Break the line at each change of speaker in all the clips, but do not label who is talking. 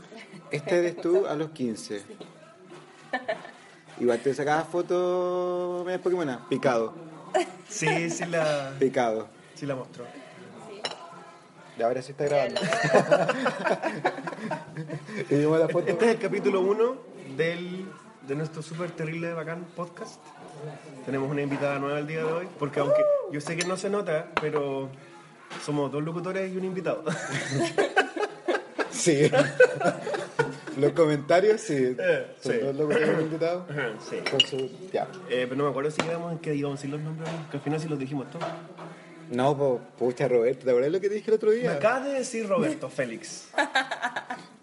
Esta Este eres tú a los 15. Igual te sacabas fotos medias Pokémon. Picado,
Sí, sí la,
picado.
sí la mostró.
Y ahora sí está grabando. y vimos la foto.
Este es el capítulo 1 del, de nuestro súper terrible bacán podcast. Tenemos una invitada nueva el día de hoy, porque aunque yo sé que no se nota, pero somos dos locutores y un invitado.
Sí. los comentarios, sí.
Eh,
Son
sí.
dos locos que han invitado.
sí.
Con su. Ya.
Eh, pero no me acuerdo si quedamos en que íbamos a decir los nombres, que al final sí los dijimos todos.
No, po, pucha, Roberto, ¿te acuerdas lo que te dije el otro
Me
día?
acaba de decir Roberto Félix.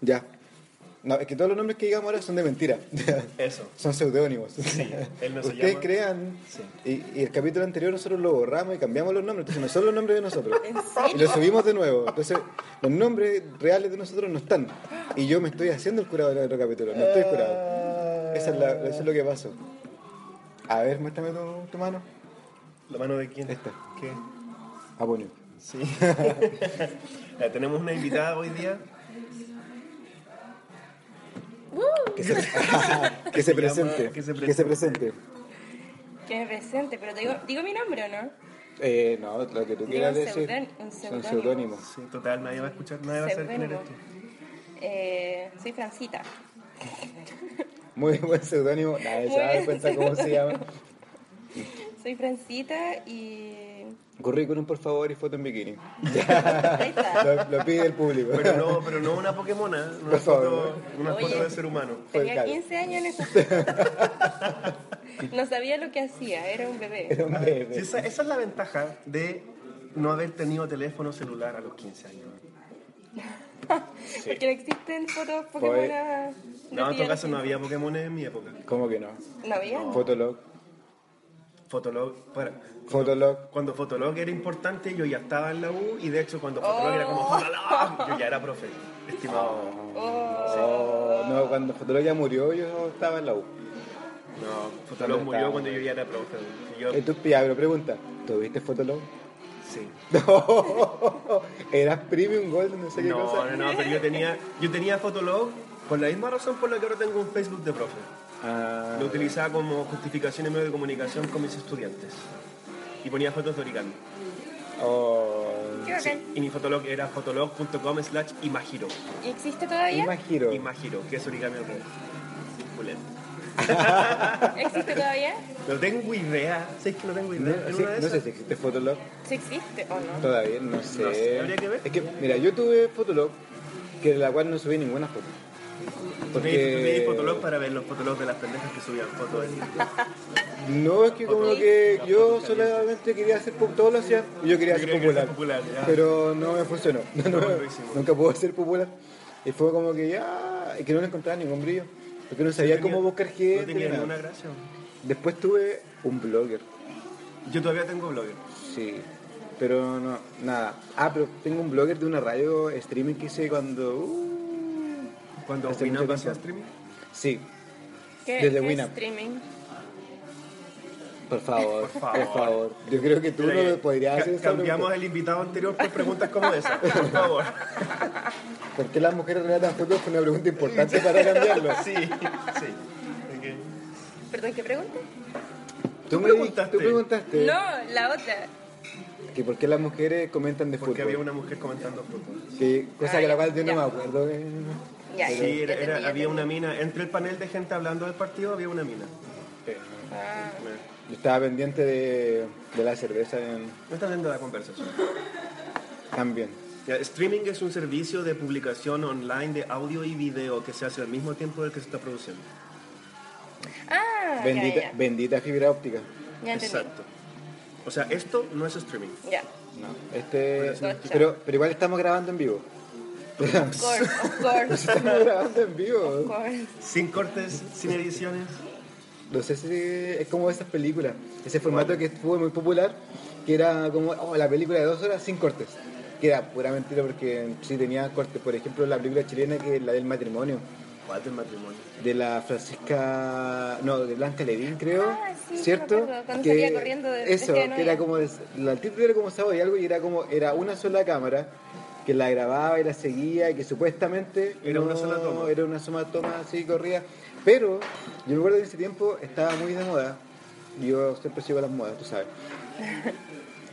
Ya. No, es que todos los nombres que digamos ahora son de mentira.
Eso.
son seudónimos.
él no se
Ustedes
llama.
crean.
Sí.
Y, y el capítulo anterior nosotros lo borramos y cambiamos los nombres. Entonces no son los nombres de nosotros.
¿En serio?
Y lo subimos de nuevo. Entonces los nombres reales de nosotros no están. Y yo me estoy haciendo el curado en el otro capítulo. No estoy curado. Esa es la- eso es lo que pasó. A ver, muéstrame tu, tu mano.
¿La mano de quién?
Esta.
¿Qué?
Ah, bueno.
Sí. Eh, tenemos una invitada hoy día.
Que se, que se presente.
Que se
Que se presente.
Que me presente, pero te digo, digo mi nombre o no?
Eh, no, lo que tú
Digo
quieras
un
decir.
seudón- un
Son
seudónimo.
seudónimos.
Sí, total, nadie va a escuchar, nadie va a saber quién eres tú.
Eh, soy Francita.
Muy buen seudónimo. Nadie se
Muy
va a dar
buen
cuenta cómo se llama.
Soy Francita y.
Currículum, por favor, y foto en bikini.
Ahí está.
Lo, lo pide el público.
Pero no, pero no una Pokémona, una
Por favor.
foto, una
Oye.
foto de ser humano.
Fue el
Tenía
Cali.
15 años en esa. No sabía lo que hacía, era un bebé.
Era un bebé.
Sí, esa, esa es la ventaja de no haber tenido teléfono celular a los 15 años.
Porque no existen fotos Pokémon.
Pues-
de
No, en todo
pillar
caso
así.
no había Pokémon en mi época.
¿Cómo que no?
No había.
Fotolog.
Fotolog, para,
Fotolog.
cuando Fotolog era importante yo ya estaba en la U y de hecho cuando Fotolog era como
Oh.
Fotolog, yo ya era profe, estimado.
Oh, no, cuando Fotolog ya murió, yo estaba en la U.
No, Fotolog murió cuando yo ya era profe. Y yo,
Eh, tú- ya, pero pregunta, ¿tuviste Fotolog?
sí.
No, eras premium gold, no sé qué
No,
cosa.
no, no, pero yo tenía, yo tenía Fotolog por la misma razón por la que ahora tengo un Facebook de profe.
Ah,
Lo utilizaba como justificación en medio de comunicación con mis estudiantes. Y ponía fotos de origami.
oh,
Qué bacán.
Y mi fotolog era fotolog.com slash imagiro.
¿Y existe todavía?
imagino.
Imagiro, que es origami al revés. Culero.
¿Existe todavía?
No tengo idea. ¿Sabes que no
No,
tengo idea? En
sí,
una de
no sé
esas-
si existe Fotolog
¿Sí existe o no?
todavía, no sé.
sé, habría que ver.
Es que, mira, yo tuve Fotolog, que de la cual no subí ninguna foto.
Tú pedí- tú pedí fotolog para ver los fotologs de las pendejas que subían fotos. en-
No, es que como
Ok.
que yo solamente quería hacer pop- todo lo hacía, y yo quería
Yo
ser
quería
popular.
ser popular, ya.
pero no me funcionó. No, no,
lo hicimos.
nunca pude ser popular. Y fue como que ya, y que no le encontraba ningún brillo. Porque no sabía
Tenía-
cómo buscar
No
gente.
tenía
nada.
ninguna gracia.
Después tuve un blogger,
Yo todavía tengo blogger.
sí. Pero no, nada. Ah, pero tengo un blogger de una radio streaming que hice cuando. uh,
Cuando
Hace
Winamp
mucho
hacía
tiempo.
streaming.
sí,
¿Qué,
Desde
qué
Winamp.
streaming?
por favor,
Por
por
favor.
favor. Yo creo que tú
Mira
no
que
podrías
ca-
hacer esa
Cambiamos
pregunta.
el invitado anterior por preguntas como esa, por favor.
¿Por qué las mujeres relatan fotos? Fue una pregunta importante para cambiarlo.
Sí, sí. Ok.
¿Perdón, qué pregunta?
Tú me
preguntaste.
Tú preguntaste
No, la otra.
que por qué las mujeres comentan de
Porque
fútbol.
había una mujer comentando fútbol.
Que- cosa
Ah,
que la
ya,
cual yo no
ya.
me acuerdo. eh.
Ya, ya,
Sí,
ya
era- era-
entendí, ya
había
entendí.
una mina. Entre el panel de gente hablando del partido había una mina.
Eh,
Ah.
Yo estaba pendiente de, de la cerveza en-
No está viendo la conversación.
también.
Ya, streaming es un servicio de publicación online de audio y video que se hace al mismo tiempo del que se está produciendo.
Ah,
Bendita,
ya, ya.
bendita fibra óptica.
Ya entendí.
Exacto. O sea, esto no es streaming.
Ya.
No, este,
Bueno, sí.
pero, pero igual estamos grabando en vivo.
Of course, of course.
Estamos grabando en
Of
vivo.
course.
Sin cortes, sin ediciones.
No sé si es como esas películas. Ese formato que estuvo muy popular, que era como oh, la película de dos horas sin cortes. Que era pura mentira porque sí tenía cortes. Por ejemplo, la película chilena que es la del matrimonio.
Cuatro en matrimonio.
de la Francisca, no, de Blanca Levín, creo,
Ah, sí, sí me
¿cierto?
acuerdo, cuando salía corriendo de- este
eso,
vestida de
que era
novia.
como, la título era como sábado y algo y era como era una sola cámara que la grababa y la seguía y que supuestamente
Era una sola toma.
era una sola toma así corría pero yo me acuerdo que en ese tiempo estaba muy de moda yo siempre sigo las modas tú sabes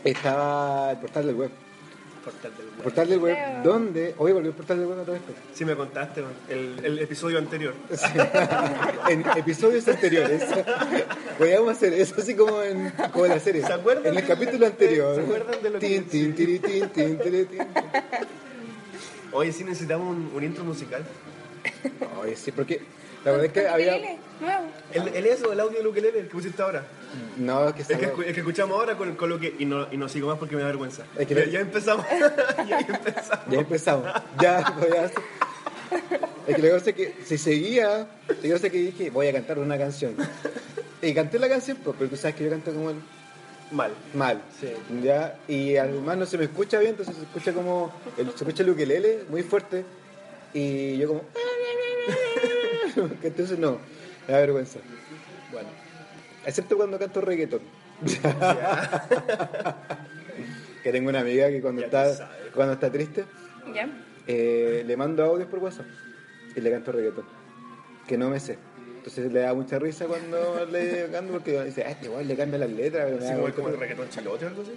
estaba el portal del web
Portal del
el
web.
portal del web
Creo.
donde hoy volvió el portal del web otra vez pues.
Sí, me contaste, man. El, el episodio anterior.
en episodios anteriores podíamos hacer eso así como en como en la serie
¿Se acuerdan
en el
de-
capítulo anterior
¿Se acuerdan de lo que
Tin, tin, tiri, tin, tin, tiri, tin.
Oye, sí necesitamos un, un intro musical.
Oye, sí porque la verdad es que había
Ukelele, Nuevo.
El, el eso, el audio del ukelele, el que pusiste ahora.
no es que
El que,
estaba-
escu- el que escuchamos ahora con, con lo que... Y no, y no sigo más porque me da vergüenza.
Es que-
ya, ya empezamos. ya empezamos.
Ya empezamos. Ya, voy a hacer- Es que lo que pasa es que si seguía, yo sé que dije, voy a cantar una canción. Y canté la canción, pues, pero tú sabes que yo canto como el
Mal.
mal.
Sí.
¿ya? Y además no se me escucha bien, entonces se escucha como. el- se escucha el ukelele muy fuerte. Y yo como. que entonces no, me da vergüenza.
Bueno.
Excepto cuando canto reggaeton.
Ya.
Que tengo una amiga que cuando
Ya tú
está
sabes.
cuando está triste.
Ya.
Eh, le mando audios por WhatsApp y le canto reggaetón, que no me sé. Entonces le da mucha risa cuando le canto porque dice, ah, este weón le cambia las letras, pero me
Así
da
como,
mucha
como el
risa".
reggaetón chalote o algo así.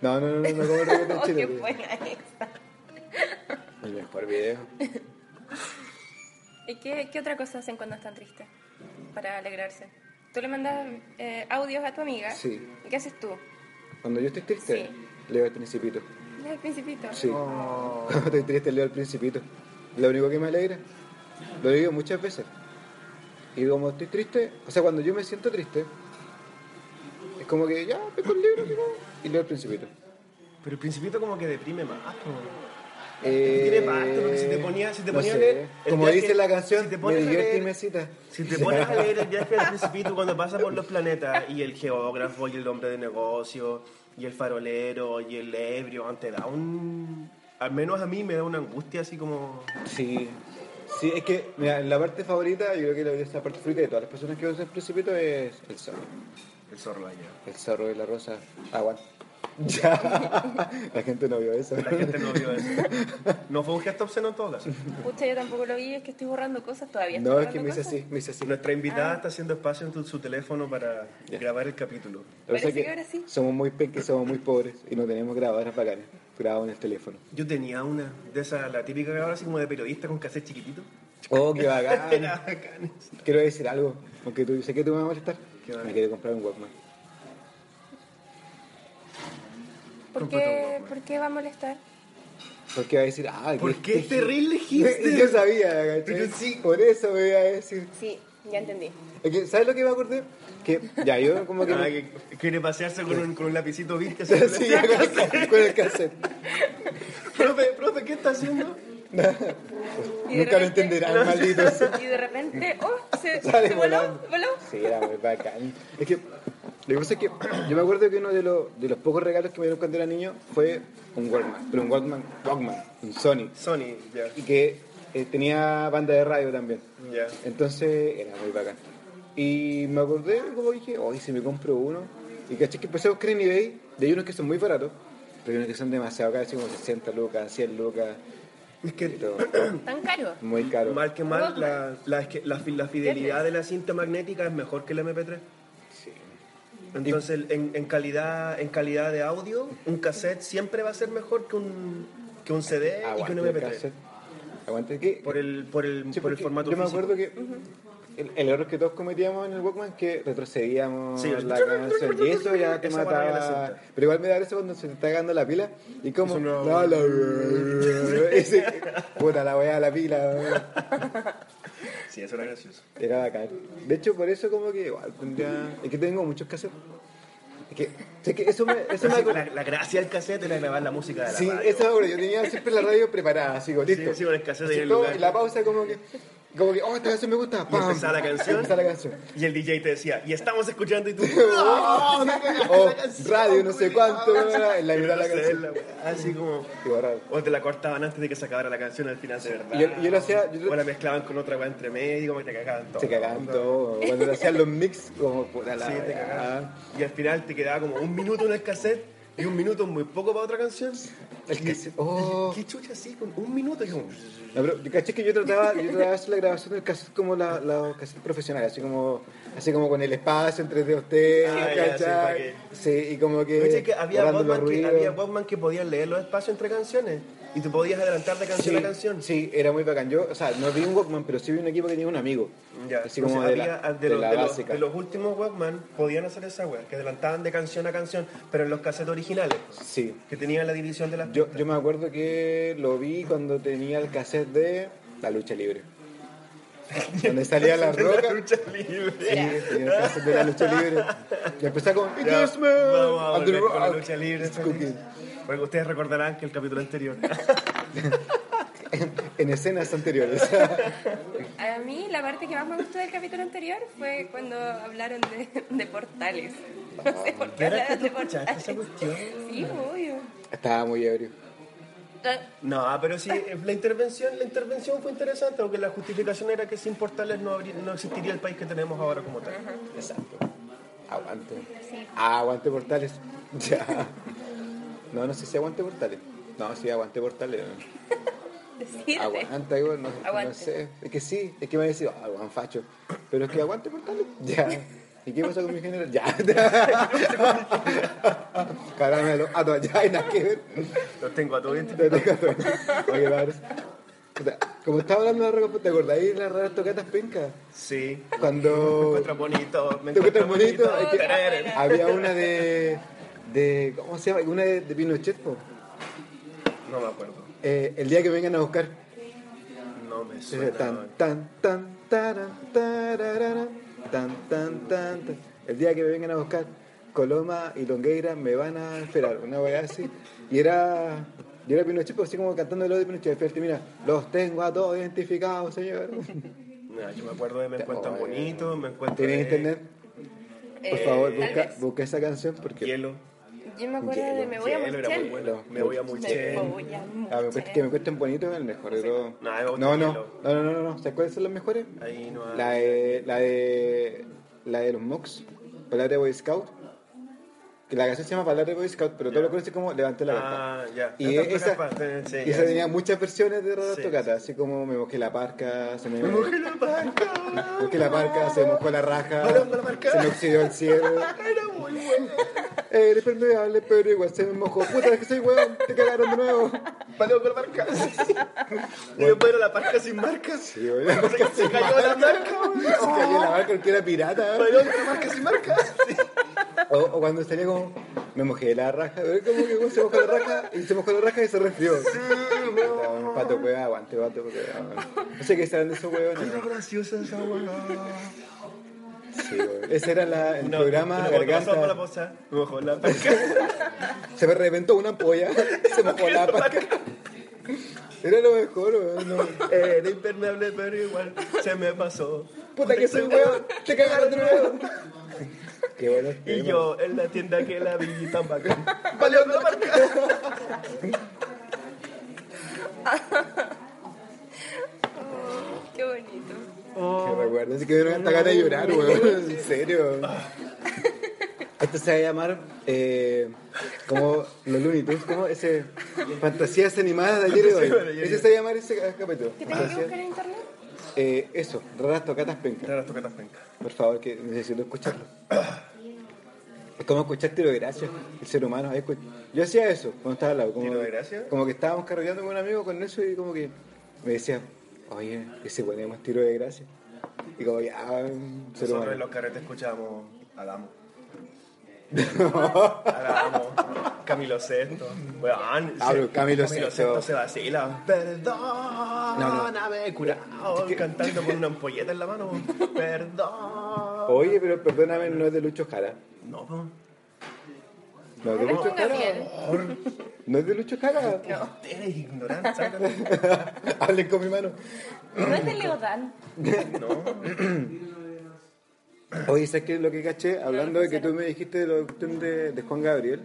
No, no, no, no, no como el reggaetón
Oh, qué
chileno.
buena esa.
El mejor video.
¿Y qué, qué otra cosa hacen cuando están tristes? Para alegrarse. Tú le mandas eh, audios a tu amiga.
Sí.
¿Y ¿Qué haces tú?
Cuando yo estoy triste,
Sí.
leo el principito.
¿Le el principito?
Sí.
Oh.
Cuando estoy triste leo el principito. Lo único que me alegra. Lo digo muchas veces. Y como estoy triste, o sea, cuando yo me siento triste, es como que ya, pego el libro ¿no? y leo el principito.
Pero el principito como que deprime más. po.
Eh,
Tiene pacto, porque si te ponía- si te ponía a
sé.
leer, el
Como
día
dice
que-
la canción,
si te
me
pones a
divierte y
leer-
me cita.
Si te pones a leer el viaje del principito cuando pasa por los planetas y el geógrafo y el hombre de negocio y el farolero y el ebrio, te da un... Al menos a mí me da una angustia así como...
Sí. Sí, es que mira, la parte favorita, yo creo que la, esa parte favorita de todas las personas que van a ser principito es el zorro.
El zorro la lleva.
El zorro de la rosa. Aguanta. Ya. La gente no vio eso.
La gente no vio eso. No fue un gesto obsceno en todo caso.
Pucha, yo tampoco lo vi, es que estoy borrando cosas todavía.
No,
estoy
es que
borrando
me hice
cosas.
así, me hice así.
Nuestra
Ah.
invitada está haciendo espacio en tu- su teléfono para
Ya.
grabar el capítulo.
Lo que pasa
Parece
es que
que ahora sí.
Somos muy penques, somos muy pobres y no tenemos grabadoras bacanas. Grabamos en el teléfono.
Yo tenía una de esas, la típica grabadora así como de periodista con cassette chiquitito.
Oh, qué bacán.
Era bacán eso.
Quiero decir algo, aunque tú, sé que tú me vas a molestar.
Qué bacán.
Me quiero comprar un Walkman.
¿Por
Completo
qué,
Walkman.
¿Por qué va a molestar?
Porque va a decir, ah,
¿Por
que-
qué
que-
es terrible hipster?
Yo sabía, ¿cachai?
Pero sí.
Por eso me iba a decir.
Sí, ya entendí.
Es que, ¿Sabes lo que me acordé? Que ya yo como que.
Ah, que quiere pasearse con un, con un lapicito Bic. así.
sí, ya con, con el cassette.
profe, profe, ¿qué está haciendo?
Y de
Nunca lo
repente-
entenderán, malditos.
Y de repente, oh, se,
Sale
se voló,
volando.
voló.
Sí, era muy bacán. Es que lo que pasa es que yo me acuerdo que uno de los, de los pocos regalos que me dieron cuando era niño fue un Walkman, pero un Walkman, Walkman, un Sony,
Sony, ya.
y que eh, tenía banda de radio también.
Ya.
Entonces era muy bacán. Y me acordé, como dije, hoy si me compro uno. Y caché que empecé a buscar en eBay, de hay unos que son muy baratos, pero hay unos que son demasiado caros, así como 60 lucas, 100 lucas,
Es
y
que
todo.
Tan caro.
Muy caro.
mal que mal, la, la, es que la, fi- la fidelidad de la cinta magnética es mejor que la MP3.
Sí.
Entonces, en, en calidad, en calidad de audio, un cassette siempre va a ser mejor que un, que un CD y que
Aguante
un
Ah, el
MP3.
cassette. Aguante que...
Por el, por el,
Sí,
por el
porque
formato
Yo me
físico.
acuerdo que el, el error que todos cometíamos en el Walkman es que retrocedíamos
Sí, el-
la canción y eso ya te
Esa guarda que la
mataba.
suelta.
Pero igual me da eso cuando se te está cagando la pila y como.
Eso no-
No, la- ese- puta, la weá, la pila.
Sí, eso era gracioso.
Era bacán. De hecho, por eso, como que igual tendría. Es que tengo muchos casos. Es que, es que eso me. Eso me
Así que
acor-
la, la gracia del cassette era grabar la música de la
Sí,
radio.
eso me acuerdo. Yo tenía siempre la radio preparada, así como listo.
sí, con el cassette
Así
ahí en el
todo,
lugar.
Y la pausa, como que. Como que, oh, esta canción me gusta.
Y empezaba la canción.
Empezaba la canción.
Y el DJ te decía, y estamos escuchando y tú...
Oh, o radio no sé cuánto ¿verdad? en la mitad de la
No sé,
canción
la wea, Así como...
Y borrado.
O te la cortaban antes de que se acabara la canción al final, de verdad.
Y yo- yo lo hacía- yo lo-
O la mezclaban con otra weá entre medio, como que te cagaban todo.
se cagaban todo cuando le hacían los mix como puta la
Sí, te
weá.
cagaban. Y al final te quedaba como un minuto en el cassette Y un minuto es muy poco para otra canción.
El que se- oh.
¿Qué chucha así? Con un minuto. Y como,
No, pero yo caché que yo trataba, yo trataba de hacer la grabación del cassette como la, la cassette profesional, así como, así como con el espacio entre de ustedes,
Ah, ya, sí, pa'
¿cachai?
que-
Sí, y como que.
Viste que había
borrando los
Botman que,
ruidos.
había Walkman que podían leer los espacios entre canciones y tú podías adelantar de canción
sí,
a canción.
Sí, era muy bacán. Yo, o sea, no vi un Walkman, pero sí vi un equipo que tenía un amigo.
Ya,
así como
entonces
de, la,
había- ah, de
de
los,
la
de los-
básica.
de los últimos Walkman podían hacer esa web, que adelantaban de canción a canción, pero en los cassettes originales,
Sí.
que tenían la división de las
Yo,
pistas.
yo me acuerdo que lo vi cuando tenía el cassette de La Lucha Libre. Donde salía la
De
roca.
lucha libre.
Sí, tenía el cassette de la lucha libre. Y empezaba con It
Ya,
is me,
vamos a
and the
volver con la
rock
lucha libre.
is
feliz.
cooking.
Porque ustedes recordarán que el capítulo anterior.
En escenas anteriores.
A mí la parte que más me gustó del capítulo anterior fue cuando hablaron de, de portales. No sé por qué
¿Era que
hablaron
tú
de
escuchaste
portales.
esa cuestión?
Sí, obvio.
Estaba muy ebrio.
Ah,
No, pero sí, la intervención, la intervención fue interesante, porque la justificación era que sin portales no, habría- no existiría el país que tenemos ahora como tal.
Exacto. Aguante.
Sí.
Aguante portales. Ya. No, no sé si aguante portales. No, sí, aguante portales.
Decirte.
Aguanta, digo, no,
Aguante.
no sé. Es que sí, es que me han dicho, ah, weón, facho. Pero es que aguante portales. Ya. ¿Y qué pasa con mi general? Ya. Caramelo. Ah, no, ya, y nada que ver.
Los tengo a todos
Te toca todo. Oye, Lars. Puta, Como estaba hablando de la roca, ¿te acordáis de las raras tocatas pencas?
Sí. Me
Cuando
encuentro bonito. Me
¿Te
encuentro
encuentras bonito?
bonito.
Es que
Tararara.
había una de, de. ¿Cómo se llama? Una de, de Pinochet, po.
No me acuerdo.
Eh, el día que vengan a buscar.
No me suena.
Ese Eh, Tan, tan, tan, taran, tararara, tan, tan, tan, tan. El día que me vengan a buscar, Coloma y Longueira me van a esperar. Una weá así. Y era. Y era Pinochet, po, así como cantando lo de Pinochet. Fíjate, mira, los tengo a todos identificados, señor.
No, yo me acuerdo de Me
Te-
encuentro
Oye.
bonito, me encuentro.
¿Tienes
de
internet? Por
Eh,
favor,
tal
busca,
vez.
busca esa canción porque.
Hielo.
Yo me acuerdo de Me voy a
Hielo era muy
mochar.
bueno. Me voy a
Me
muchar.
voy a
Ah, me cuesta- que me
mochar.
cuesten bonito es el mejor de todo.
No, a mí me gusta
No,
el
no, no,
hielo.
no, no, no, no. ¿Sabes cuáles son los mejores?
Ahí no hay.
La de, la de, la de los Mox, Palabra de Boy Scout. Que la canción se llama Palabra de Boy Scout, pero todo lo conocen como Levanté la Carpa.
Ah, ya.
Y
Tantas
esa,
capas, eh, sí,
esa
ya.
tenía muchas versiones de Radar
Sí,
Tocata, así como me mojé la parca, se me,
Me mojé la panca.
mojé la parca, se mojó la raja,
Me mojó la parca.
se me oxidó el cielo.
Era muy bueno.
Eres permeable, pero igual se me mojó. Puta, es que soy weón, te cagaron de nuevo.
Paleo con la marca. Y después era la parca sin marcas.
Sí, weón, la
Se, se cayó la marca.
Se cayó la barca porque era pirata.
Paleo con la marca sin marcas.
O, o cuando salía como, me mojé la raja, ¿verdad? como que bueno, se mojó la raja y se mojó la raja y se resfrió. Un pato hueva, aguante, pato hueva. No sé qué serán de esos huevones.
Era graciosa esa hueá.
Sí, huevón. Ese era la, el
No,
programa
no, pasó por la
Garganta.
posa. Me mojó la parca.
Se me reventó una ampolla, se mojó la paca. Era lo mejor, weón. no.
Era impermeable, pero igual se me pasó.
Puta que soy huevón, te cagaron de nuevo. Qué bueno.
Y yo en la tienda que la vi tan bacán. Paleo con la marca.
Qué bonito.
Que recuerdo, así que dieron hasta ganas de llorar, weón. En serio. Esto se va a llamar eh, como los Looney Tunes, como ese fantasías animadas de ayer y
Fantasías de
hoy.
ayer y
Ese se va a llamar ese capítulo.
¿Qué tengo que
Fantasías-
buscar en internet?
eh, eso, raras tocatas pencas.
Ahora toca la penca.
Por favor, que necesito escucharlo. Es como escuchar tiro de gracia, el ser humano. ahí escu- Yo hacía eso cuando estaba al lado. Como,
¿Tiro de gracia?
Como que estábamos cargando con un amigo con eso y como que me decía, oye, que se ponemos tiro de gracia. Y como que, ah, un ser
Nosotros en
humano.
los carretes escuchábamos Adamo. Adamo, Camilo Sesto. Weón,
Ah, pero
se-
Camilo
Camilo
Sesto.
Sesto se vacila. Perdóname, curado. Cantando con una ampolleta en la mano. Perdón.
Oye, pero perdóname, no es de Lucho Jara.
No, po.
No es de
No me
Lucho
ponga
Jara.
bien.
No es de Lucho Jara.
No.
eres ignorante. sácate.
Hablen con mi mano.
No es de Leodán.
No,
Oye, ¿sabes qué es lo que caché? Hablando de que tú me dijiste de la cuestión de, de Juan Gabriel.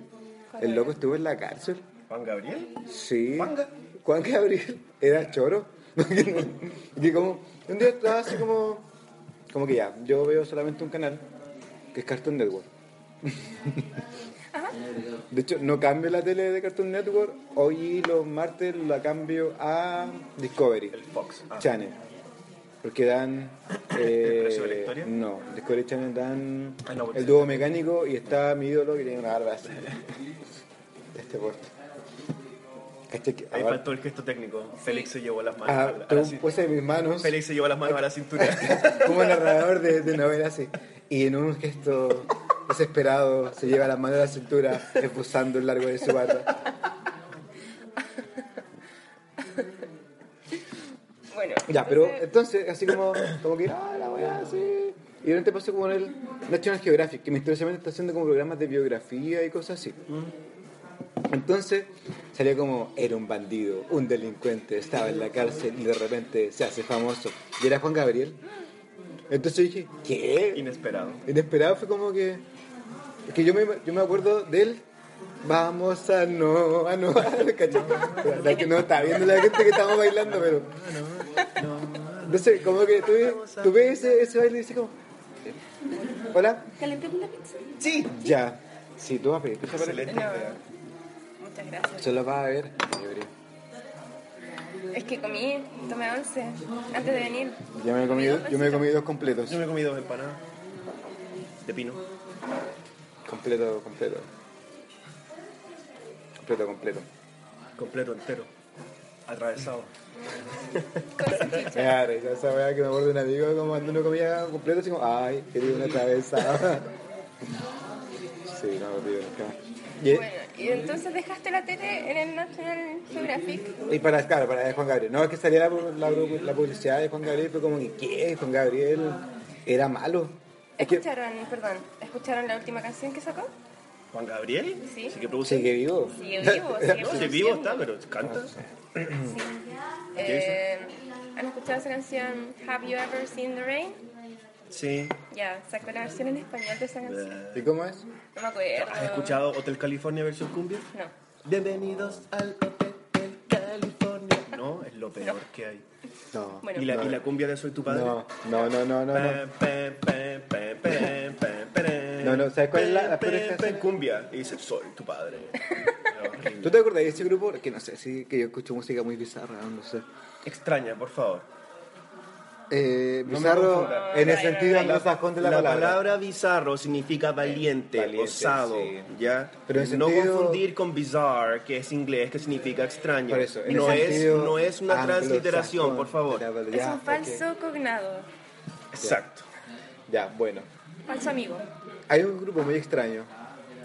El loco estuvo en la cárcel.
Juan Gabriel.
Sí.
Juan Ga-
Juan Gabriel era choro. y como, un día estaba así como, como que ya, yo veo solamente un canal, que es Cartoon Network.
Ajá.
De hecho, no cambio la tele de Cartoon Network. Hoy los martes la cambio a Discovery
El Fox. Ah.
Channel. Porque dan. eh,
¿El precio de la historia?
No, Discovery Channel dan
Ah, no, porque
el dúo mecánico y está mi ídolo que tiene una barba así. De este puesto. Cacha que-
Ahí
ahora-
faltó el gesto técnico. Félix se llevó las manos.
Ah,
a la- a la
tengo
cin-
puesta en mis manos
Félix se llevó las manos a la cintura.
como narrador de, de novelas así. Y en un gesto desesperado se lleva la mano a la cintura, esbozando el largo de su barba.
Bueno.
Ya, pero entonces, así como, como que, ah, la weá, sí. Y de repente pasó como en el National Geographic, que misteriosamente está haciendo como programas de biografía y cosas así. Entonces salió como, era un bandido, un delincuente, estaba en la cárcel y de repente se hace famoso. Y era Juan Gabriel. Entonces dije, ¿qué?
Inesperado.
inesperado fue como que es que yo me, yo me acuerdo de él vamos a no a no ¿cachai? La- la que no está viendo la gente que estamos bailando pero entonces como que tú, ves- tú ves ese, ese baile y dices como hola
¿Calentemos la pizza?
sí ya sí tú vas a pedir tú sabes,
Excelente
No.
idea.
Muchas gracias.
solo vas a ver
Es que comí, tomé once antes de venir.
yo me he comido yo me he comido dos completos
Yo me he comido dos empanadas. De pino.
completo completo completo completo
Completo, entero. Atravesado.
Con salchicha.
Claro, esa weá que me acuerdo de un amigo como cuando uno comía completo, así como, ay, quería una cabeza. sí, no, tío, acá. Y,
Bueno, y entonces dejaste la tele en el National Geographic.
y para, claro, para Juan Gabriel. No, es que salía la, la- la publicidad de Juan Gabriel, fue como que, ¿qué? Juan Gabriel era malo. Es que
¿Escucharon, perdón, escucharon la última canción que sacó?
¿Juan Gabriel?
Sí.
que produce.
sigue vivo.
Sigue vivo, sigue
No, si
produciendo.
vivo está, pero canta.
Eh, ¿Han escuchado esa canción Have You Ever Seen the Rain?
Sí. Eh,
Ya, sacó la versión en español de esa canción.
¿Y cómo es?
No me acuerdo.
¿Has escuchado Hotel California versión cumbia?
No.
Bienvenidos al Hotel California. No, es lo peor que hay.
No.
Bueno.
¿Y la, y la cumbia de Soy tu padre?
No, no, no, no, no. no.
Pe, pe, pe, pe, pe, pe, pe.
No, no, ¿sabes cuál es la-
Pe,
la peor
pe,
estación?
pe, cumbia. Y dice, soy tu padre. Es
¿Tú
horrible.
te acordás de ese grupo? Que no sé, sí, que yo escucho música muy bizarra, no sé.
Extraña, por favor.
Eh,
me
bizarro
confundas.
en el
No,
sentido
no, no.
anglosajón de la, palabra. Eh,
bizarro significa valiente,
Valiente,
osado,
sí.
¿ya?
Pero en
no
sentido-
confundir con bizarre, que es inglés, que significa extraño.
Por eso, en
no,
el
es,
sentido
no es una
anglosajón
transliteración, por favor.
de la palabra.
Es
Ya,
un falso cognado,
Exacto.
ok. Ya, bueno.
falso amigo.
Hay un grupo muy extraño,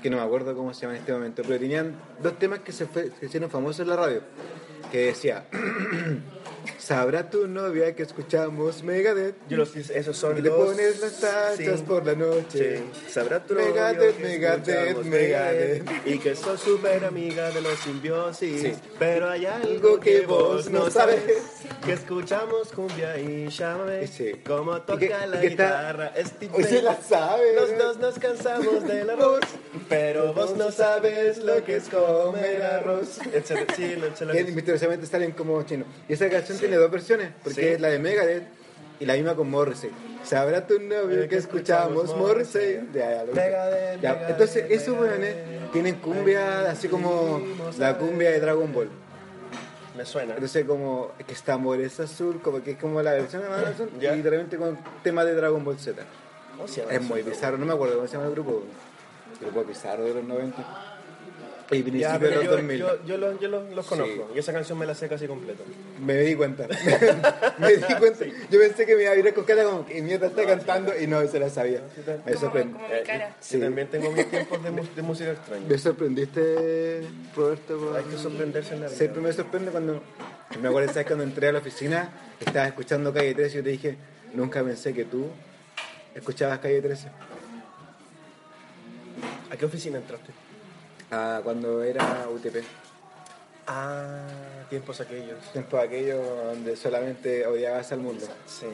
que no me acuerdo cómo se llama en este momento, pero tenían dos temas que se, fue- se hicieron famosos en la radio. Que decía, sabrá tu novia que escuchamos Megadeth.
Yo los, esos son
Y le
los-
pones las tachas
sí.
por la noche.
Sí. Sabrá tu
Megadeth,
novio que
Megadeth,
escuchamos
Megadeth.
Y que sos súper amiga de los simbiosis.
Sí.
Pero hay algo que vos no sabes.
sabes.
Que escuchamos cumbia y llámame.
Sí.
Como toca
Y que-
la
y que está-
guitarra. Steve
Hoy se
Perry.
la sabe.
Los dos nos cansamos del arroz. Pero vos no sabes lo que es comer arroz. Etcétera. Sí, lo- se lo-
Que misteriosamente salen como chino. Y esa canción tiene dos versiones, porque
Sí.
es la de Megadeth y la misma con Morrissey. Sabrá tu
Eh,
novio que escuchamos Morrissey. Ya, ya, lo dije.
Megadeth,
Ya,
Megadeth,
Entonces, esos
Megadeth.
weones tienen cumbia así como la cumbia de Dragon Ball.
Me suena.
Entonces, como que está amor es azul, como que es como la versión de Amor es azul,
Ya.
y realmente con temas de Dragon Ball Z.
¿Cómo se llama
Es
eso?
muy bizarro, no me acuerdo cómo se llama el grupo. El grupo bizarro de los 90 y
Ya,
principio de
pero
los
yo,
2000.
yo- yo los, yo los- los
Sí.
conozco y esa canción me la sé casi completa.
Me di cuenta. me di cuenta. Yo pensé que me iba a ir a coscata como que mierda está cantando y no se la sabía. Me
Como,
sorprendí.
como mi cara.
Sí.
Sí.
Eh, también tengo mis tiempos de, mu- de música extraña.
¿Me sorprendiste, Roberto? con-
Hay que sorprenderse en la vida.
Siempre me sorprende cuando. Me acuerdo, ¿sabes? Cuando entré a la oficina, estabas escuchando Calle 13 y yo te dije, nunca pensé que tú escuchabas Calle 13.
¿A qué oficina entraste?
Ah, cuando era UTP.
Ah, tiempos aquellos.
Tiempo aquello donde solamente odiabas al mundo.
Sí.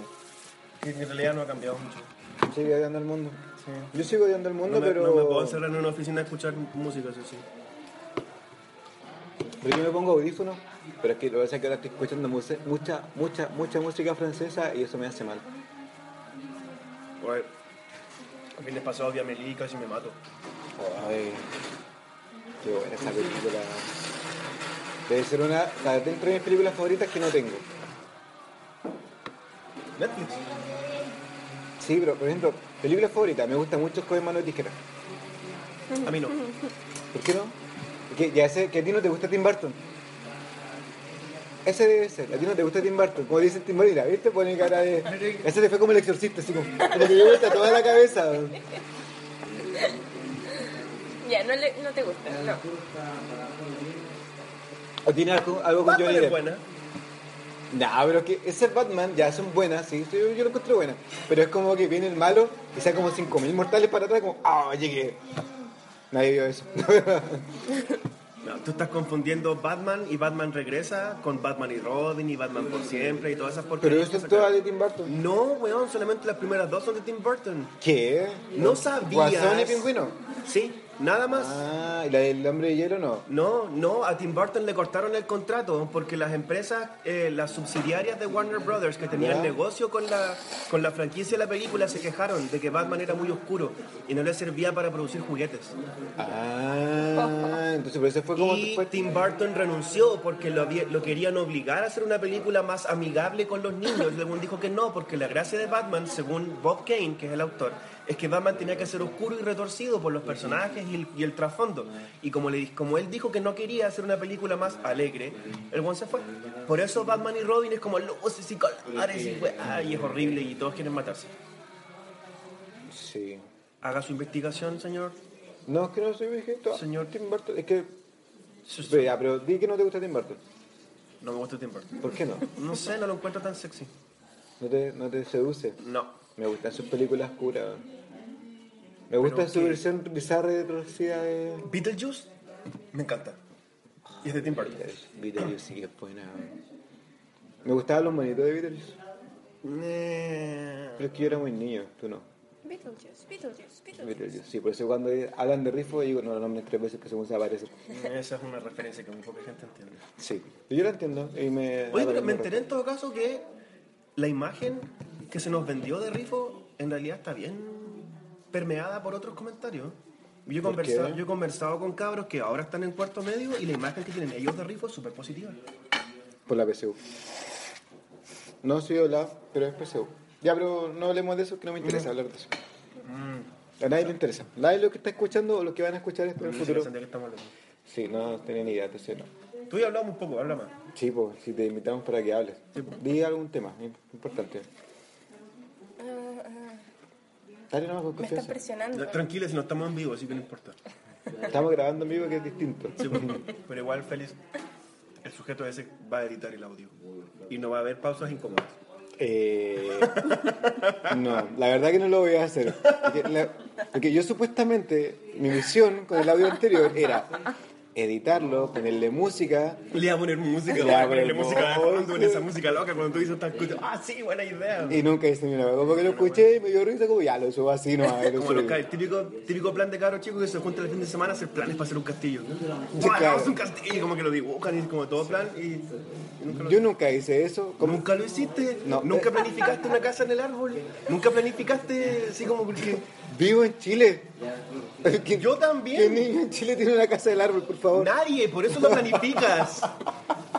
Y en realidad no ha cambiado mucho.
Sigo odiando al mundo. Yo sigo odiando al mundo,
No me,
pero.
no me puedo encerrar en una oficina a escuchar música, eso sí.
Pero yo me pongo audífonos, pero es que lo que pasa es que ahora estoy escuchando muse- mucha, mucha, mucha música francesa y eso me hace mal.
Bueno, el fin de pasado vi a Melí y casi me mato.
Oh, Ay. Qué buena esa película. Debe ser una. Está dentro de mis películas favoritas que no tengo.
Netflix.
Sí, pero por ejemplo, películas favoritas. Me gusta mucho Cohen Mano de Tijera.
A mí no.
¿Por qué no? Porque ya sé que a ti no te gusta Tim Burton. Ese debe ser, a ti no te gusta Tim Burton. Como dice Tim Burton, ¿viste? Pone cara de. Ese te fue como el exorcista, así como. Como que dio vuelta toda la cabeza.
Ya, no, le- no te gusta, no.
¿O tiene algo, algo con
Batman
Johnny
es
Depp?
buena.
No, pero que ese Batman ya son buenas, sí, yo, yo lo encuentro buena. Pero es como que viene el malo y sea como 5.000 mortales para atrás, como, ¡ah, llegué! Nadie vio eso.
No, tú estás confundiendo Batman y Batman regresa con Batman y Robin y Batman por siempre y todas esas
pero
porquerías.
eso es
que
todo
sacaron.
de Tim Burton.
No, weón, solamente las primeras dos son de Tim Burton.
¿Qué?
No sabías.
¿Guasón y pingüino?
Sí, nada más.
Ah, ¿y la del hombre de hielo no?
No, no, a Tim Burton le cortaron el contrato porque las empresas, eh, las subsidiarias de Warner Brothers que tenían
Ya.
negocio con la, con la franquicia de la película se quejaron de que Batman era muy oscuro y no le servía para producir juguetes.
Ah, entonces por eso fue como...
Y
fue-
Tim Burton renunció porque lo, había- lo querían obligar a hacer una película más amigable con los niños. Según dijo que no, porque la gracia de Batman, según Bob Kane, que es el autor, es que Batman tenía que ser oscuro y retorcido por los personajes y el, y el trasfondo. Y como, le, di- como él dijo que no quería hacer una película más alegre, el one se fue. Por eso Batman y Robin es como luces y colores y, weá, y es horrible y todos quieren matarse.
Sí.
Haga su investigación, señor.
No, es que no soy viejito.
Señor.
Tim Burton, es que...
Sus-
Pero, ya, pero di que no te gusta Tim Burton.
No me gusta Tim Burton.
¿Por qué no?
No sé, no lo encuentro tan sexy.
No te, no te seduce.
No.
Me gustan sus películas oscuras. Me gusta su
¿qué?
versión bizarra y retorcida de.
Beetlejuice me encanta. Y es de Tim Burton.
Beetlejuice sí que es buena. Me gustaban los monitos de Beetlejuice. Pero es que yo era muy niño, tú no.
Beetlejuice, Beetlejuice, Beetlejuice.
Beetlejuice, sí. Por eso cuando hablan de Rifo, digo, no, no nombres tres veces que según se aparece.
Esa es una referencia que muy poca gente entiende.
Sí. Yo la entiendo y me.
Oye, pero me enteré en todo caso que la imagen que se nos vendió de Rifo en realidad está bien permeada por otros comentarios. Yo he,
¿Por
conversado,
qué?
yo he conversado con cabros que ahora están en cuarto medio y la imagen que tienen ellos de Rifo es súper positiva.
Por la PSU. No soy hola, pero es PSU. Ya, pero no hablemos de eso, que no me
Mm.
interesa hablar de eso. A nadie le interesa. Nadie lo que está escuchando o lo que van a escuchar esto en el
No sé qué
futuro.
sentido que estamos hablando.
Sí, no tenía ni idea, entonces no.
Tú ya hablamos un poco, habla más.
Sí, pues, si te invitamos para que hables. Di algún tema im- importante.
Ah, ah,
Dale nomás con
me estás
confianza.
presionando.
Tranquila, si no estamos en vivo, así que no importa.
Estamos grabando en vivo que es distinto.
Sí, bueno, pero igual Félix, el sujeto ese va a editar el audio y no va a haber pausas incómodas.
Eh, no, la verdad que no lo voy a hacer. Porque, la- porque yo supuestamente, mi misión con el audio anterior era editarlo, ponerle música.
Le voy a poner música,
Le
le voy
voy a
a ponerle
poner
música de
música.
fondo, con esa música loca cuando tú dices estas cosas. Ah, sí, buena idea.
Y nunca hice ni una vez. Como que lo escuché y me dio risa, como ya lo subo así, no, ahí lo
Como los
subo.
ca- el típico, típico plan de cabros chicos que se juntan el fin de semana a hacer planes para hacer un castillo. ¿no?
Sí,
¡Guau,
claro.
vamos a un castillo! Como que lo dibujan y como todo plan y, y nunca lo
Yo nunca hice eso. Como
¿Nunca lo hiciste?
No.
¿Nunca planificaste una casa en el árbol? ¿Nunca planificaste así como porque...
vivo en Chile. ¿Qué-
Yo
¿Qué
también.
niño en Chile tiene una casa del árbol, por favor?
Nadie, por eso la planificas.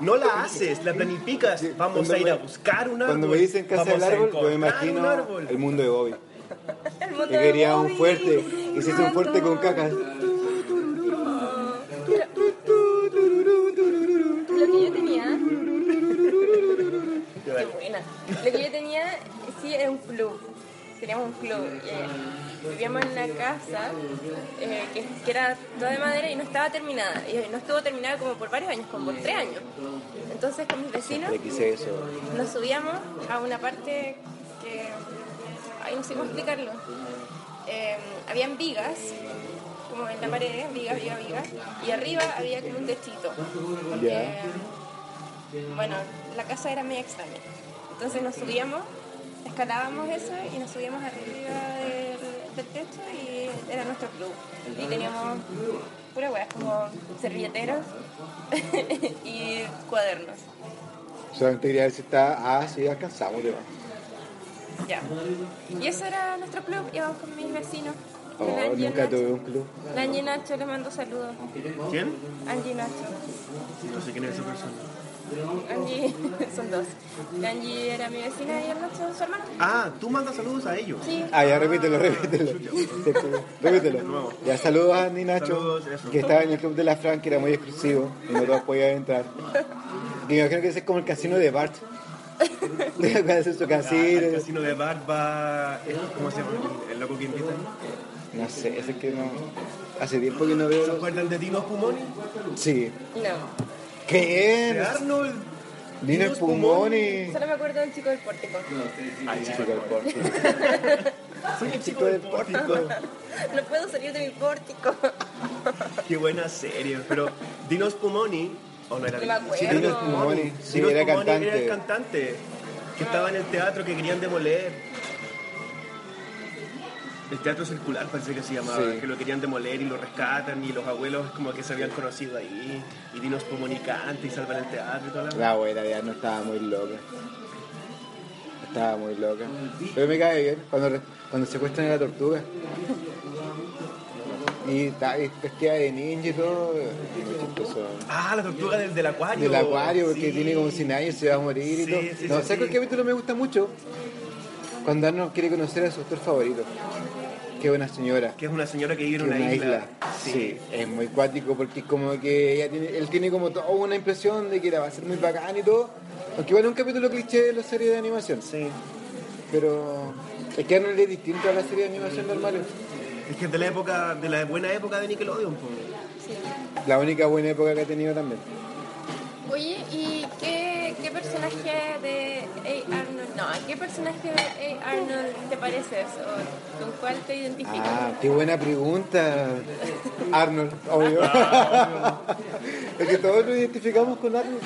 No la haces, la planificas.
Sí,
Vamos
cuando
a ir
me-
a buscar un árbol.
Cuando me dicen casa del
vamos a
árbol, yo me
encontrar un
imagino
árbol.
el mundo de Bobby.
El mundo
Que
de
quería un
Bobby.
fuerte y se hizo un fuerte con cacas.
Lo que yo tenía. Qué buena. Lo que yo tenía, sí, era un club. Teníamos un club. eh, vivíamos en una casa eh, que, que era toda de madera y no estaba terminada. Y no estuvo terminada como por varios años, como por tres años. Entonces con mis vecinos
Le quise eso.
nos subíamos a una parte que. Ay, no sé cómo explicarlo. Eh, habían vigas, como en la pared, vigas, vigas, vigas. Y arriba había como un techito. porque,
Ya.
bueno, la casa era media extraña. Entonces nos subíamos, escalábamos eso y nos subíamos arriba del, del techo y era nuestro club. Y teníamos pura weas como servilleteros y cuadernos.
Solamente quería ver si está. Ah, sí, alcanzamos, de más.
Ya. Y eso era nuestro club, íbamos con mis vecinos
Oh,
Angie
nunca
Nacho.
tuve un club.
La Angie Nacho le mando saludos.
¿Quién?
Angie Nacho.
No sé quién es esa persona.
Angie, son dos. La Angie era mi vecina y el Nacho su hermano.
Ah, tú mandas saludos a ellos.
Sí.
Ah, ya, repítelo, repítelo. Sí, club. repítelo.
nuevo.
Ya, saludos a Andy Nacho,
Saludos, eso.
que estaba en el club de la Fran, que era muy exclusivo y no todos podían entrar. Y me imagino que ese es como el casino de Bart. Cuando hace su
Ah, el
casino.
casino de Barba. ¿Cómo se llama? El loco que invita.
No sé, ese que no. Hace tiempo que no veo.
¿Se
los-
acuerdan de Dino Spumoni?
Sí.
No,
De
¿Qué?
Arnold.
Dino
Dinos
Spumoni.
solo me acuerdo del chico del pórtico.
Ay, chico.
Chico del pórtico.
Soy el
Chico del pórtico.
No puedo salir de mi pórtico.
Qué buena serie. Pero Dino Spumoni. ¿O no era
No me acuerdo.
Sí,
Dino Spumoni. Sí,
Dino
era
Spumoni era
cantante.
el cantante. Que estaba en el teatro que querían demoler. El teatro circular parece que se llamaba,
Sí.
que lo querían demoler y lo rescatan y los abuelos como que se habían conocido ahí y Dino Spumoni canta y salvan el teatro y toda la...
La abuela de no estaba muy loca. Estaba muy loca. Pero me cae bien cuando, re- cuando secuestran a la tortuga. Y está y vestida de ninja y todo. Es muy chistoso.
Ah, la tortuga del, del acuario.
Del acuario, porque
Sí.
tiene como 100 años, se va a morir y
Sí,
todo.
sí,
no
sí,
sé,
sí.
qué capítulo me gusta mucho. Cuando Arnold quiere conocer a su autor favorito, que es una señora.
Que es una señora que vive en
que
una, isla.
Sí. es muy cuático porque es como que ella tiene, él tiene como toda una impresión de que la va a ser muy bacán y todo. Aunque igual es un capítulo cliché de las series de animación,
Sí.
pero es que Arnold es distinto a las series de animación normales.
Es que es de la época, de la buena época de Nickelodeon. po.
Sí.
La única buena época que ha tenido también.
Oye, ¿y qué, qué personaje de A. Arnold? No, ¿qué personaje de A. Arnold te pareces? ¿O con cuál te identificas?
Ah, qué buena pregunta. Arnold, obvio. es que todos nos identificamos con Arnold.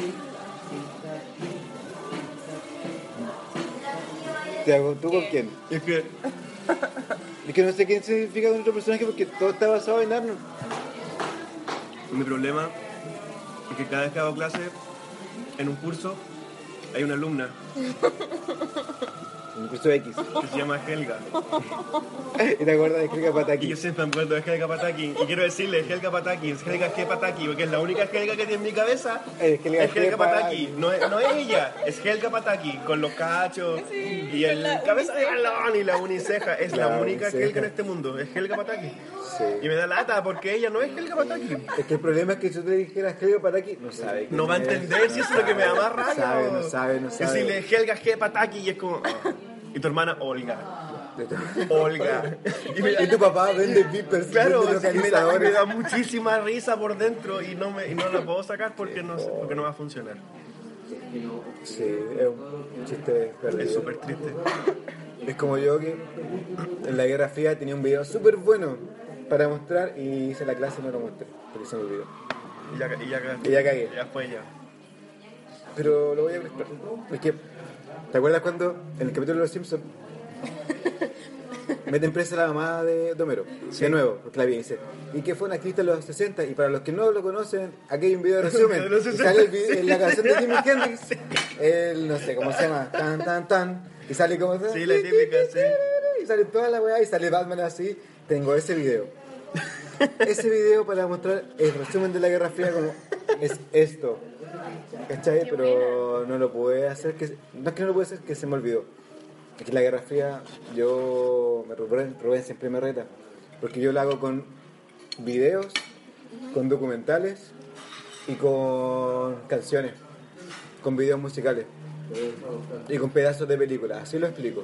¿Te hago tú con quién?
Es que
Es que no sé quién se identifica con otro personaje porque todo está basado en Arnold.
mi problema es que cada vez que hago clase, en un curso, hay una alumna
Incluso X.
que se llama Helga.
¿Y te acuerdas de Krika
Y
Pataki?
yo siempre me acuerdo de Helga Pataki. Y quiero decirle Helga Pataki, es Helga G. Pataki, porque es la única Helga que tiene en mi cabeza.
Es Helga
es Helga
G.
Pataki. No es, no es ella, es Helga Pataki, con los cachos
Sí,
y el
con la
cabeza de
uniceja.
balón y la uniceja. Es la,
La
única
uniceja.
Helga en este mundo, es Helga Pataki. Y
Sí.
me da lata porque ella no es Helga Pataki.
Es que el problema es que si yo te dijera Helga Pataki, no sabe. quién
No va a
es,
entender si eso es lo que me da más
no
rabia.
sabe, No
o-
sabe, no sabe, no
Decirle Helga G. Pataki y es como. ah. Y tu hermana Olga.
sabe.
Olga. Y me-
Y tu papá vende vipers,
Claro,
vende
o sea, me da, me
localizadores.
da muchísima risa por dentro y no, me, y no la puedo sacar porque no, sé- porque no va a funcionar.
Sí, es un chiste
Es
perdido.
súper triste.
Es como yo que en la Guerra Fría tenía un video súper bueno para mostrar y hice la clase y no lo mostré porque se me olvidó.
Y ya, y ya,
Y ya cagué.
Ya fue ya.
Pero lo voy a prestar. Es que, ¿te acuerdas cuando en el capítulo de Los Simpsons meten presa a la mamá de de Homero? De nuevo, porque la vi dice. Y que fue una actriz de los 60. Y para los que no lo conocen, aquí hay un video de resumen.
De los
Y
60,
sale el vi-
sí.
la canción de Jimi Hendrix. El, no sé cómo se llama. Tan, tan, tan. Y sale como.
Sí, la típica, sí.
Y sale toda la weá. Y sale Batman así. Tengo ese video. Ese video para mostrar el resumen de la Guerra Fría como es esto. ¿Cachai?
Qué
Pero no lo pude hacer, que, no es que no lo pude hacer, que se me olvidó. Es que la Guerra Fría, yo, me Rubén, Rubén siempre me reta, porque yo la hago con videos, con documentales y con canciones, con videos musicales y con pedazos de películas, así lo explico.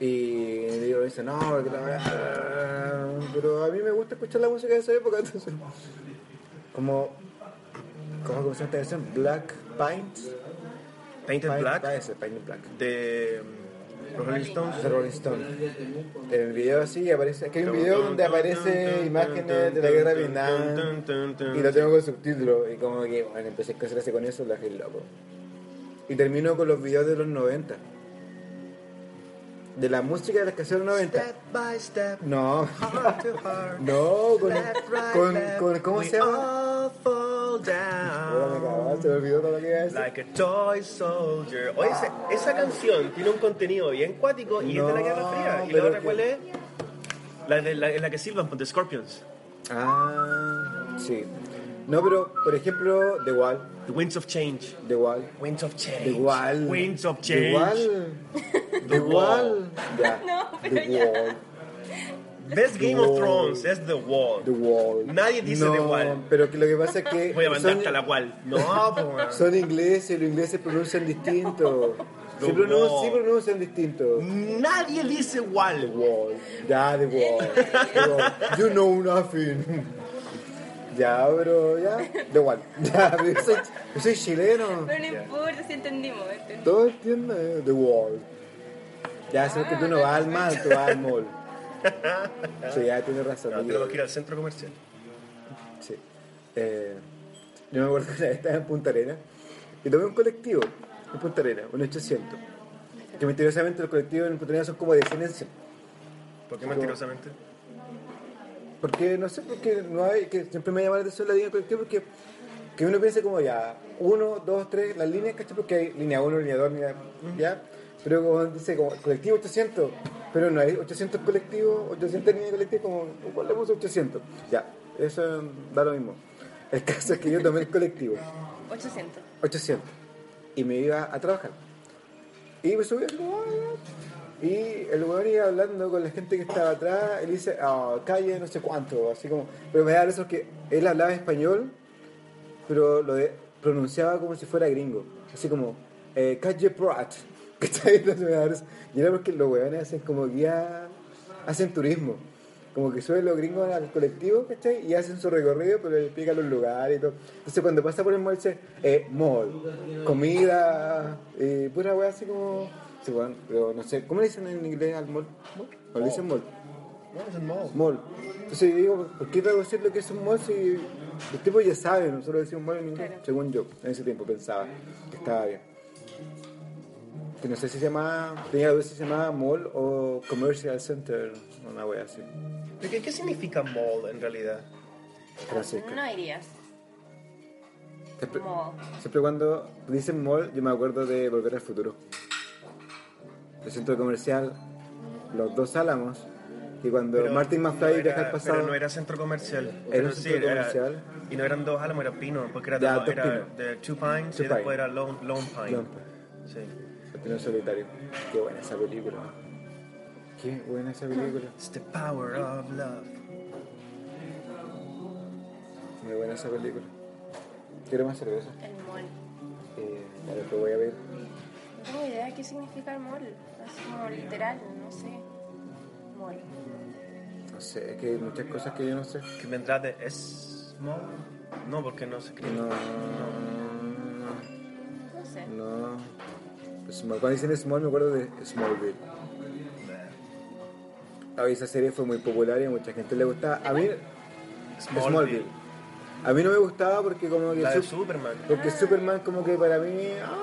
Y digo, dice, no, porque la verdad, pero a mí me gusta escuchar la música de esa época, entonces, como, ¿cómo comenzó esta canción? Black Pint.
Painted Black
Ese, Painted Black.
de mm, los Rolling Stones.
De Rolling Stone. En el video así aparece, es que hay un video donde aparece imágenes de la guerra de Vietnam y lo tengo con subtítulos y como que bueno, empecé a casarse con eso, la dejé loco. Y termino con los videos de los 90. De la música de las canciones 90.
Step by step,
No,
heart to heart.
no, con,
left, right,
con,
left,
con- ¿cómo
we
se llama?
all
Ahora
fall
me
down.
cagaste, se me olvidó todo lo que iba a decir.
ah. Like a toy soldier. Oye, ese- esa canción tiene un contenido bien cuático y es de la
No,
Guerra Fría. ¿Y la
pero
otra
que-
cuál es? La, de, la, en la que silban, de Scorpions.
Ah, sí. No, pero, por ejemplo, The Wall.
The Winds of Change.
The Wall.
Winds of Change.
The Wall.
Winds of
The
Change.
Wall. The Wall. Ya.
No, pero
The
ya.
Wall.
Best Game
Wall.
of Thrones es The Wall.
The Wall.
Nadie dice
No,
The Wall.
Pero que lo que pasa es que.
Voy a mandarte
son-
a la Wall. No, po, weón.
Son ingleses y los ingleses pronuncian distinto. Sí,
The
pronun-
Wall.
sí pronuncian distinto.
Nadie dice
The
Wall.
Wall. Ya, The Wall. The Wall. You know nothing. Ya, bro, ya. The Wall. Ya, pero yo soy, yo soy chileno.
Pero no importa si entendimos. entendimos.
Todo entiende. The Wall. Ya, sabes que tú no vas al mal, tú vas al mall. Sí, ya tienes razón.
No,
te
tenemos
quiero.
que ir al centro comercial.
Sí. Eh, yo me acuerdo que una vez estaba en Punta Arena y tomé un colectivo en Punta Arena, un 800. Que misteriosamente los colectivos en Punta Arena son como de 100 en 100.
¿Por qué mentirosamente?
Porque no sé, porque no hay, que siempre me llama la atención la línea colectiva porque que uno piense como ya, uno, dos, tres, las líneas, ¿cachai? Porque hay línea 1, línea 2, línea, ya. Pero como dice, como colectivo 800, pero no hay 800 colectivos, 800 líneas colectivas, como, ¿cuál le puso 800? Ya, eso mm, da lo mismo. El caso es que yo tomé el colectivo,
800.
800, y me iba a trabajar. Y me subí así como, "Ah, ya". y el weón iba hablando con la gente que estaba atrás, él dice, "Ah, calle no sé cuánto, así como, pero me da eso que él hablaba español, pero lo de- pronunciaba como si fuera gringo, así como, eh, calle Prat, ¿cachai? Entonces me da risa. Y era porque los weones hacen como guía, hacen turismo. Como que suben los gringos al colectivo, ¿cachai? Y hacen su recorrido, pero les explican los lugares y todo. Entonces cuando pasa por el mall dice, eh, mall, comida, eh, pura weá así como... Sí, weón, pero no sé, ¿cómo le dicen en inglés al mall? ¿Mall? ¿O le dicen mall?
No, es el mall.
Mall. Entonces yo digo, ¿por qué tengo que decir lo que es un mall si los tipos ya saben? Nosotros decimos mall en inglés,
Claro.
según yo, en ese tiempo pensaba que estaba bien. Que no sé si se llamaba, tenía dos si se llamaba mall o commercial center, una wea así,
¿Pero ¿Qué, qué significa mall en realidad?
francesca.
No irías.
Siempre,
Mall.
siempre cuando dicen mall, yo me acuerdo de Volver al Futuro. El centro comercial, los dos álamos, y cuando Martin McFly
no
viaja
era-
al pasado...
Pero no era centro comercial. Era
un centro comercial.
y no eran dos álamos, era pino, porque era,
Ya,
dos-
dos
era
pinos.
de Two Pines
Two
y después
Pine.
era Lone, Lone Pine.
Lone Pine.
Sí.
Patino solitario. Qué buena esa película. Qué buena esa película.
It's the power of love.
Muy buena esa película. Quiero más cerveza.
El mall.
Eh, a lo que voy a ver.
No tengo idea de qué significa el mall. Así como literal, no sé. Mall.
No sé, es que hay muchas cosas que yo no sé.
Que vendrá de es mall. No, porque no se escribe.
No.
No sé.
No. Small- Cuando dicen Small me acuerdo de Smallville. Ah, Esa serie fue muy popular y a mucha gente le gustaba. A mí,
Smallville.
Smallville. A mí no me gustaba porque como que...
La de
Sup-
Superman.
Porque Superman como que para mí... ah,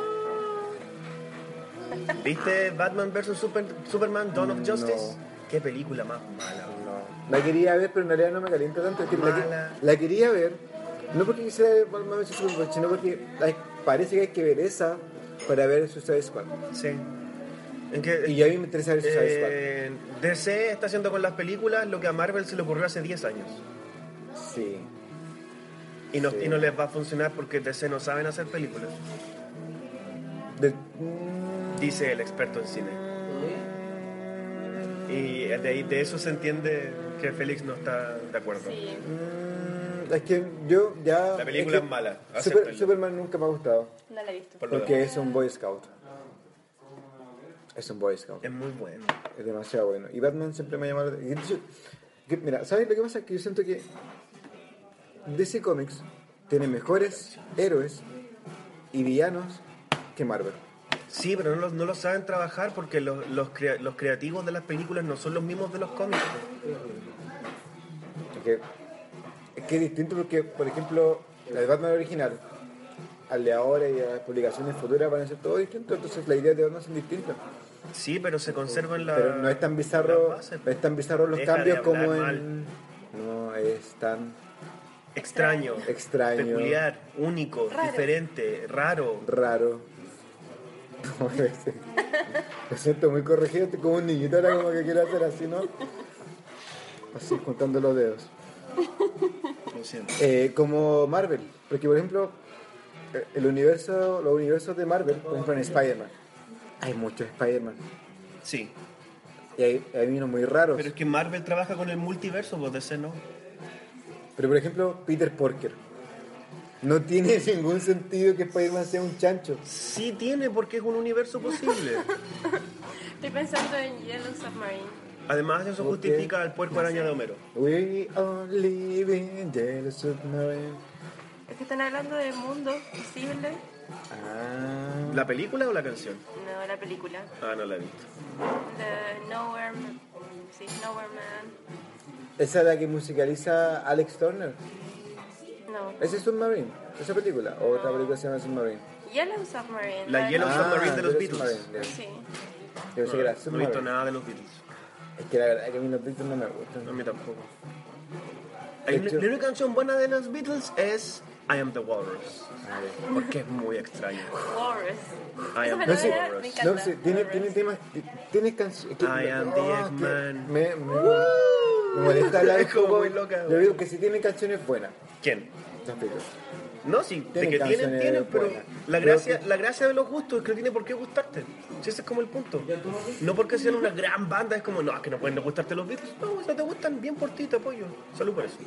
¿Viste Batman vs Super- Superman Dawn of
No.
Justice? Qué película más mala.
La quería ver, pero en realidad no me calienta tanto. Es que la,
Mala.
que- la quería ver, no porque quisiera ver Batman vs Superman, sino porque hay- parece que hay que ver esa para ver Suicide Squad.
Sí. En que,
Y a mí me interesa ver Suicide
eh, DC está haciendo con las películas lo que a Marvel se le ocurrió hace 10 años.
Squad. Sí.
Y no,
Sí.
y no les va a funcionar porque DC no saben hacer películas,
De- mm,
dice el experto en cine. Y de, ahí- de eso se entiende que Félix no está de acuerdo.
Sí.
mm, es que yo ya.
La película
que
es mala,
Super-
acéptalo.
Superman nunca me ha gustado.
No la he visto.
Por lo
Porque
demás.
es un Boy Scout. Es un Boy Scout.
es muy bueno.
Es demasiado bueno. Y Batman siempre me ha llamado la atención. Y yo- que- Mira, ¿sabes lo que pasa? Que yo siento que DC Comics tiene mejores héroes y villanos que Marvel.
Sí, pero no los, no los saben trabajar porque los, los, crea- los creativos de las películas no son los mismos de los cómics.
Es que es, que es distinto porque, por ejemplo, la de Batman original, al de ahora y a las publicaciones futuras van a ser todo distinto. Entonces las ideas de Batman son distintas.
Sí, pero se conservan la.
Pero no es tan bizarro, pues,
las bases.
no es tan bizarro los
Deja de
cambios como
hablar
en... No, es tan
Extraño.
Extraño.
Peculiar, único,
Raro.
diferente, raro.
raro. Como que se- Me siento muy corregido, estoy como un niñito ahora como que quiero hacer así, ¿no? así juntando los dedos.
Lo siento.
Eh, como Marvel, porque por ejemplo, eh, el universo, los universos de Marvel, por ejemplo en Spider-Man, hay muchos Spider-Man
Sí.
y hay, hay unos muy raros.
Pero es que Marvel trabaja con el multiverso, pues DC no.
Pero por ejemplo, Peter Parker. No tiene ningún sentido que Spider-Man sea un chancho.
Sí tiene, porque es un universo posible.
Estoy pensando en Yellow Submarine.
Además, eso
Ok.
justifica al puerco araña de Homero.
We are living in the submarine.
Es que están hablando de mundo posible.
Ah.
¿La película o la canción?
No, la película.
Ah, no la he visto.
The Nowhere Man. Sí, Nowhere Man.
Esa es la que musicaliza Alex Turner.
No.
Ese es Submarine, esa película. O otra película se llama Submarine. Ah,
Yellow Submarine.
La Yellow
de-
Submarine de los
Yellow
Beatles.
Submarine, ya.
Sí.
Yo pensé que era
No he visto
Submarine.
nada de los Beatles.
Es que la verdad es que a mí los Beatles no me gustan.
A mí tampoco. Hay una-
hecho-
la única canción buena de los Beatles es I Am the Walrus.
A ver.
Porque es muy extraño.
Walrus.
I
Esa
am
No sé,
palabra me encanta.
no sé, tiene, tiene temas, tiene canciones. Oh,
I am the Eggman.
Me, me, me molesta hablar
Es como
un poco.
muy loca.
Yo digo que si tienen canciones buenas,
¿Quién?
las Beatles.
No, sí,
Tienen
de que tienen,
canciones
tienen, pero
buenas.
la
Creo
gracia,
que-
la gracia de los gustos es que no tiene por qué gustarte. Si ese es como el punto. No porque sean una gran banda, es como, no, es que no pueden no gustarte los Beatles. No, si no te gustan, bien por ti, te apoyo. Salud por eso.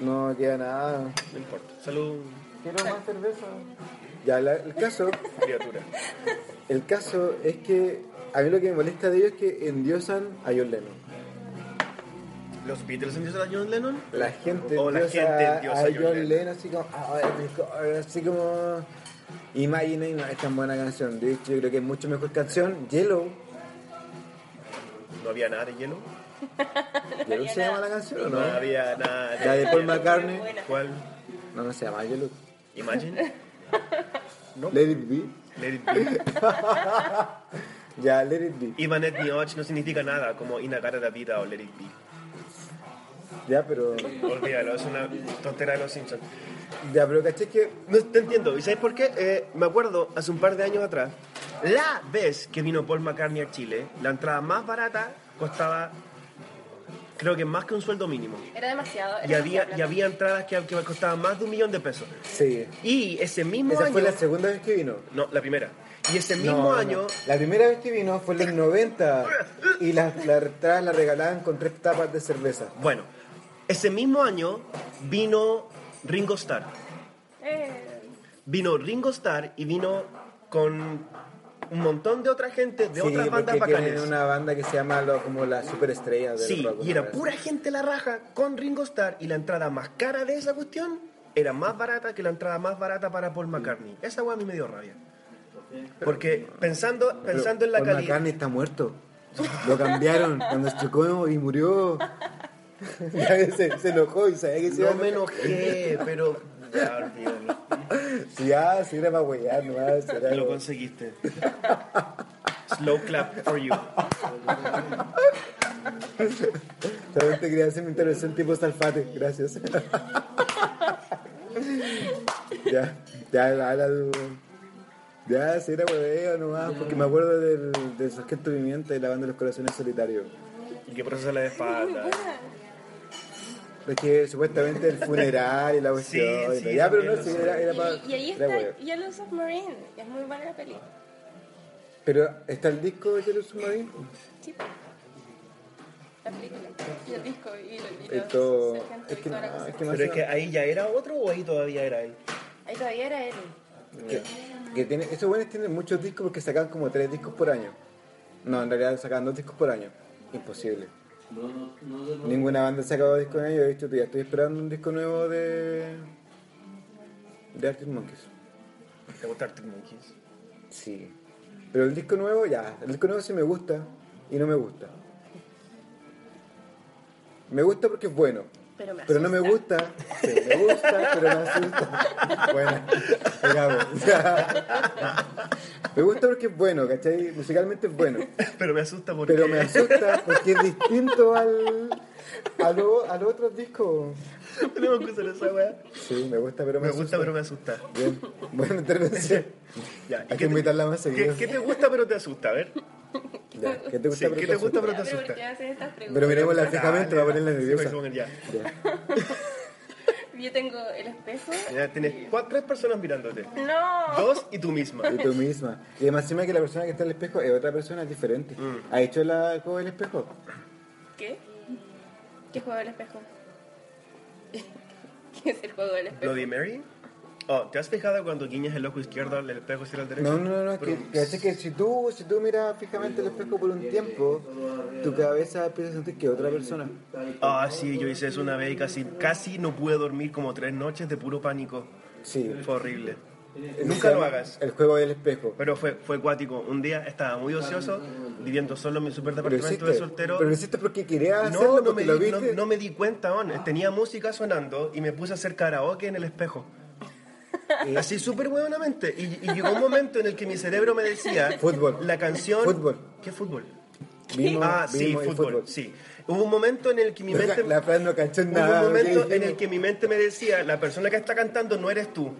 No queda nada.
No importa. Salud,
Quiero más cerveza. Ya, la- el caso.
criatura.
El caso es que a mí lo que me molesta de ellos es que endiosan a John Lennon.
¿Los Beatles endiosan a John Lennon?
La gente
O la gente endiosa
a John Lennon, así como, "Ah, "Ay, mi God", así como Imagine, no es tan buena canción. De hecho, yo creo que es mucho mejor canción. Yellow,
No había nada de hielo.
Yellow se llama la canción, ¿o
No
no?
había nada
La de Paul McCartney,
¿Cuál?
no, no se llama Yellow.
Imagine. No.
Let It Be,
Let it be.
ya, Let It Be.
Ivan et Nioch no significa nada, como Inagara da vida o Let it be.
Ya, pero,
Olvídalo, es una tontera de los Simpsons.
ya, pero caché que
No te entiendo. ¿Y sabes por qué? Eh, me acuerdo hace un par de años atrás, la vez que vino Paul McCartney a Chile, la entrada más barata costaba, creo que más que un sueldo mínimo.
Era demasiado. era
Y había,
demasiado
y había entradas que, que costaban más de un millón de pesos.
sí.
Y ese mismo
Esa
año.
fue la segunda vez que vino.
No, la primera. Y ese
No,
mismo
no, no.
año.
La primera vez que vino fue en los 90 y las la, entradas la regalaban con tres tapas de cerveza.
Bueno, ese mismo año vino Ringo Starr.
plata. Eh,
Vino Ringo Starr y vino con un montón de otra gente de
Sí,
otras bandas
porque
bacanes.
tienen una banda que se llama lo- como la superestrella del
Sí,
rock,
y
una
era
cosa
pura
así.
gente la raja con Ringo Starr y la entrada más cara de esa cuestión era más barata que la entrada más barata para Paul McCartney. Esa weá a mí me dio rabia. Porque pensando,
Pero
pensando en la
Paul
calidad...
McCartney está muerto. Lo cambiaron cuando chocó y murió. Ya se, se enojó y sabía que se iba a
No me
enojar.
enojé, pero... Ya, olvídalo.
Sí, ah, sí, era para huear, no ah, sí, era-
Lo conseguiste. Slow clap for you.
Solamente quería hacer mi intervención tipo Salfate, gracias. ya, ya, habla tú. Ya, si era hueveo nomás, porque me acuerdo del, del Sargento Pimienta y la banda de los corazones solitarios.
Y que procesa la espalda.
Porque supuestamente el funeral y la cuestión.
Sí, sí,
ya, pero no,
también
sí,
lo
era, era para.
y, y ahí
era hueveo.
está Yellow Submarine. y Es muy buena la peli.
Pero está el disco de Yellow Submarine.
Sí. La película. Y el disco. Y, lo- y
Y
los
todo.
sargentos
Es
y
que,
toda la
no,
cosa.
es que no
Pero es
sé.
que ahí ya era otro o ahí todavía era él.
Ahí todavía era él.
Que, que tiene, esos buenos tienen muchos discos porque sacan como tres discos por año. No, en realidad sacan dos discos por año. Imposible. Ninguna banda ha sacado discos en año. De hecho, ya estoy esperando un disco nuevo de. de Arctic Monkeys.
¿Te gusta Arctic Monkeys?
Sí. Pero el disco nuevo, ya. El disco nuevo sí me gusta y no me gusta. Me gusta porque es bueno.
Pero me
no me gusta. Sí, me gusta, pero me asusta. Bueno, digamos. me gusta porque es bueno, ¿cachai? Musicalmente es bueno.
Pero me asusta porque...
Pero me asusta porque es distinto al, a lo- al otro disco.
Tenemos que usar esa weá.
Sí, me gusta, pero me,
Me gusta,
asusta.
pero me asusta.
Bien, buena intervención.
Ya, ¿y
Hay
qué te-
que invitarla más
¿Qué,
seguido.
qué te gusta pero te asusta? A ver.
¿Qué
Ya, ¿Qué te gusta pero
Sí, ¿qué
te
te gusta,
asusta?
pero te
Pero ¿por
asusta?
qué haces estas preguntas?
Pero mirémosla
Dale,
fijamente, va a ponerla
sí,
nerviosa.
porque ya.
Yo tengo el espejo.
Ya tienes cuatro, tres personas mirándote.
No.
Dos y tú misma.
Y tú misma. Y además encima que la persona que está en el espejo es otra persona, es diferente.
Mm.
¿Ha hecho la juego del espejo?
¿Qué? ¿Qué juego del espejo? ¿Qué es el juego del espejo?
Bloody Mary. Oh, ¿te has fijado cuando guiñas el ojo izquierdo al espejo hacia el derecho?
No, no, no, es
Pero-
que, que es que si tú, si tú miras fijamente el espejo por un tiempo, tu cabeza empieza a sentir que es otra persona.
Ah, sí, yo hice eso una vez y casi, casi no pude dormir como tres noches de puro pánico.
Sí.
Fue horrible.
Eso
Nunca
se
lo
llama
hagas.
El juego del espejo.
Pero fue, fue acuático. Un día estaba muy ocioso, viviendo solo en mi super
Pero lo
departamento
hiciste,
de soltero.
pero lo hiciste porque querías hacerlo,
No, no me,
porque lo Ah.
di, no,
viste.
no me di cuenta, man. tenía música sonando y me puse a hacer karaoke en el espejo. Así súper huevonamente. Y, y llegó un momento en el que mi cerebro me decía...
Fútbol.
La canción...
Fútbol.
¿Qué fútbol?
Vimos-
ah, sí,
vimos el
fútbol, Sí. Hubo un momento en el que mi mente...
La Fran no cachó
Hubo
nada.
un
lo que
momento en
dijimos.
el que mi mente me decía, la persona que está cantando no eres tú,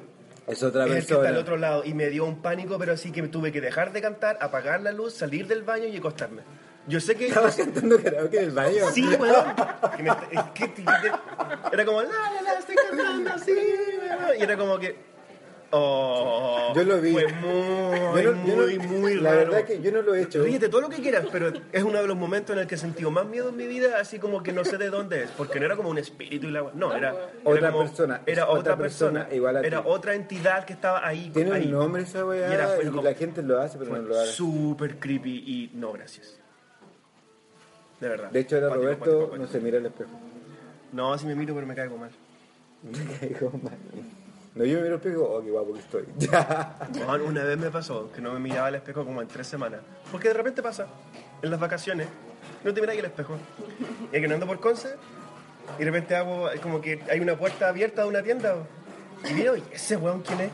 Es otra
es el que está al
persona.
otro lado. Y me dio un pánico, pero así que tuve que dejar de cantar, apagar la luz, salir del baño y acostarme. Yo sé que...
Estaba cantando karaoke en el baño.
Sí, weón. Que me- es que- que- que- Era como, la, la, la, estoy cantando así, weón. Y era como que. Oh,
Yo lo vi.
Fue muy,
Yo no- yo no-
muy, muy
La
raro.
verdad es que yo no lo he hecho.
Ríete todo lo que quieras, pero es uno de los momentos en el que he sentido más miedo en mi vida, así como que no sé de dónde es, porque no era como un espíritu y la No, era, era
Otra
como-
persona, es
Era
otra
otra persona,
persona igual a ti.
Era otra entidad que estaba ahí.
Tiene
ahí.
un nombre esa weá
Y
y,
era- fue como-
la gente lo hace, pero
Fue
no lo hace.
súper creepy y no, gracias. De verdad.
De hecho, ahora
Cuático,
Roberto
cuático, cuático.
no se mira al espejo.
No, si me miro, pero me caigo mal.
Me caigo mal. No, yo me miro al espejo, oh, qué guapo que estoy. Ya.
Juan, una vez me pasó que no me miraba al espejo como en tres semanas. Porque de repente pasa, en las vacaciones, no te miras al espejo. Y que no ando por Conce, y de repente hago, es como que hay una puerta abierta de una tienda. Y miro, ¿y ese weón quién es?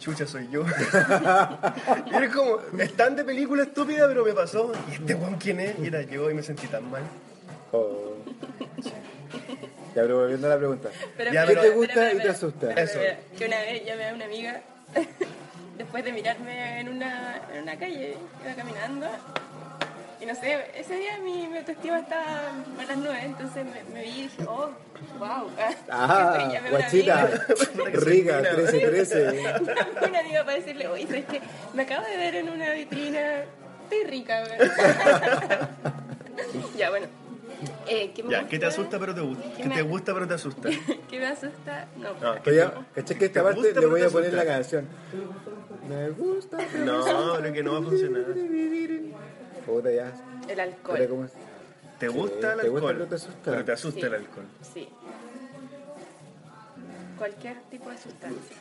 Chucha, soy yo. y era como, están de película estúpida, pero me pasó. ¿Y este weón quién es? Y era yo y me sentí tan mal.
Oh. Ya, pero volviendo a la pregunta.
Pero,
Ya,
pero-
¿qué te
gusta
pero,
y te
pero,
asusta?
pero,
Eso.
pero, Que una vez llamé a una amiga después de mirarme en una, en una calle, iba caminando. Y no sé, ese día mi, mi autoestima estaba a las nueve, entonces me, me vi y dije, oh, wow.
Ah, guachita. Riga, 13-13.
Llamé a una amiga para decirle, oye, ¿sabes qué? Me acabo de ver en una vitrina, estoy rica. güey". ya, bueno. Eh, ¿qué me
Ya, ¿qué te
gusta?
asusta pero te gusta?
¿Qué
¿Qué
me-
te gusta pero te asusta?
¿Qué me asusta? No.
Ah, ¿qué
Oye,
te-
caché que
te
esta parte
gusta,
le
pero
voy
te
a poner
asusta?
la canción. Me gusta. pero me
No,
asusta.
creo que no va a funcionar.
Puta, ya.
El
Ahora,
alcohol.
¿cómo es?
¿Te
Sí,
gusta el
te gusta,
alcohol?
pero te asusta.
Pero te asusta
Sí.
el alcohol.
Sí. Cualquier tipo de sustancia.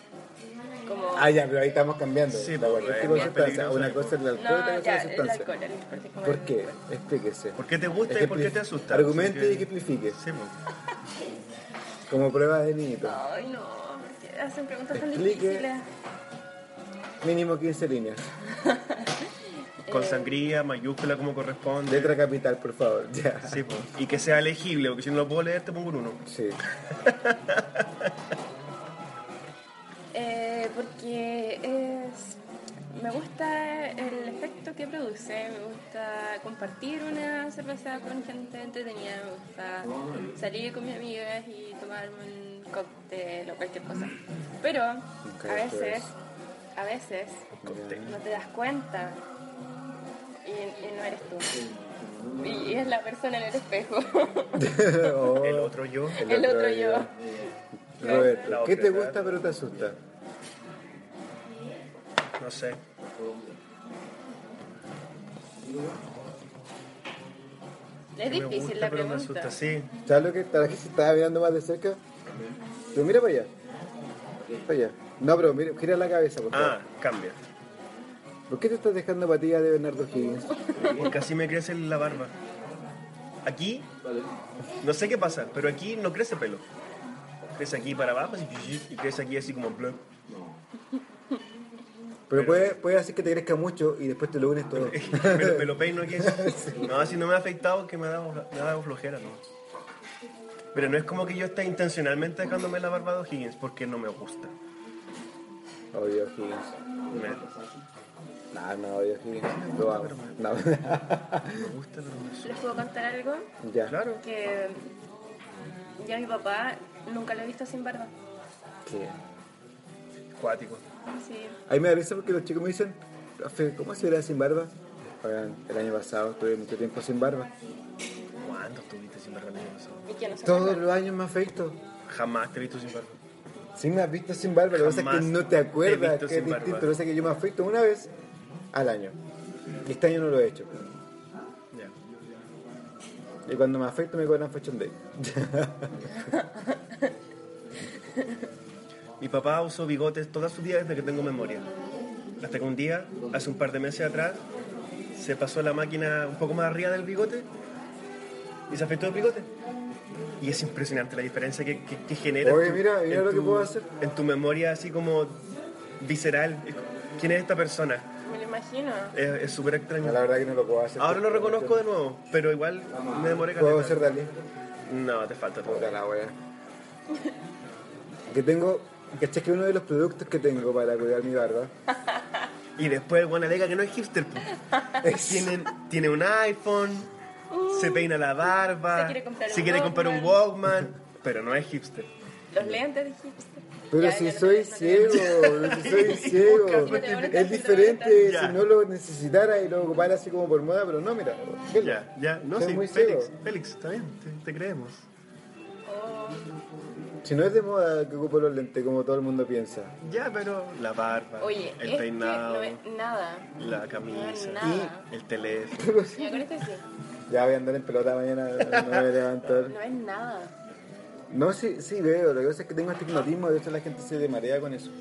Como.
Ah, ya, pero ahí estamos cambiando.
Sí,
La
porque
cualquier
es
tipo de
más
sustancia.
peligroso el
Una cosa es el alcohol, otra
no,
cosa
ya,
es la
el
sustancia.
alcohol, el alcohol. sí, como
¿Por
el-
qué? Explíquese.
¿Por qué te gusta y por qué te asusta?
Argumente
Así que-
y ejemplifique.
Sí, pues.
Como prueba de niñito.
Ay, no. ¿por qué Hacen preguntas tan
Explique.
difíciles.
Mínimo 15 líneas.
Con
Eh.
sangría, mayúscula como corresponde.
Letra capital, por favor. Ya.
Sí, pues. Y que sea legible, porque si no lo puedo leer te pongo un uno.
Sí.
Eh, porque es. Me gusta el efecto que produce, me gusta compartir una cerveza con gente entretenida, me gusta salir con mis amigas y tomarme un cóctel o cualquier cosa. Pero a veces, a veces no te das cuenta y, y no eres tú. Y, y es la persona en el espejo,
Oh,
El otro yo.
el
el otro yo.
día. Roberto,
La ¿eh?
¿qué
otra
te
edad.
gusta pero te asusta?
No sé. Me
Es difícil
gusta
la
pero me
pregunta.
asusta, sí.
¿Sabes lo que para que se estaba mirando más de cerca? Tú mira para allá. Para allá. No, pero mira, gira la cabeza, por favor.
Ah, cambia.
¿Por qué te estás dejando patillas de Bernardo Higgins?
Porque así me crece la barba. Aquí, no sé qué pasa, pero aquí no crece pelo. Crece aquí para abajo así, y crece aquí así como blog.
Pero puede, puede hacer que te crezca mucho y después te lo unes todo.
me, lo- me lo peino aquí. No, si no me ha afectado, que me ha dado, me ha dado flojera, ¿no? Pero no es como que yo esté intencionalmente dejándome la barba de O'Higgins porque no me gusta.
Obvio, Higgins.
Me-
No, no, yo sí. Lo amo. No.
Me gusta, pero no sé.
¿Les puedo contar algo?
ya.
Claro.
Que yo a mi papá nunca lo he visto sin barba.
Sí.
Cuático.
Sí.
A mí me da risa porque los chicos me dicen, profe, ¿cómo se verá sin barba? Oigan, el año pasado estuve mucho tiempo sin barba.
¿Cuánto estuviste sin barba el año pasado?
Y que no se
Todos
acuerda.
los años me afecto.
Jamás te he visto sin barba.
Sí me has visto sin barba, lo que pasa es que
Jamás
no
te
te
he
acuerdas,
visto
que es
sin barba.
distinto. Lo que pasa es que yo me afecto una vez al año. Y este año no lo he hecho.
Ya.
Y cuando me afecto me cobran fashion day.
Mi papá usó bigotes toda su vida desde que tengo memoria. Hasta que un día, hace un par de meses atrás, se pasó la máquina un poco más arriba del bigote y se afectó el bigote. Y es impresionante la diferencia que, que- que genera. en
Oye,
tu-
mira, mira
en
lo que
tu-
puedo hacer.
En tu memoria así como visceral. ¿Quién es esta persona?
Me lo imagino.
Es es súper extraño.
No, la verdad que no lo puedo hacer.
Ahora lo reconozco de nuevo, pero igual me demoré
Puedo
caleta.
ser Dalí.
No, te falta todo.
Puta la wea. Que tengo. ¿Cachai que uno de los productos que tengo para cuidar mi barba?
Y después el guan alega que no es hipster. po. Tiene, tiene un iPhone, se peina la barba,
Uh. Se quiere comprar un
quiere comprar un Walkman, pero no es hipster.
Los lentes de hipster.
Pero
Ya,
si
ya no
soy
te- no te-
ciego, pero si soy ciego.
Yo te voy a
Es diferente si no lo necesitara y lo ocupara así como por moda, pero no, mira. velo.
Ya, ya, no,
Soy
sí,
muy
Félix,
ciego.
Félix, está bien, te, te creemos.
Oh,
Si no es de moda que ocupo los lentes como todo el mundo piensa.
Ya, pero la barba,
Oye, este es
el
que no
peinado,
es nada.
la camisa,
nada.
el teléfono.
Y con esto sí.
Ya voy a andar en pelota mañana, no me voy a levantar.
No es nada.
No, sí, sí veo, lo que pasa es que tengo astigmatismo, de hecho la gente se le marea con eso.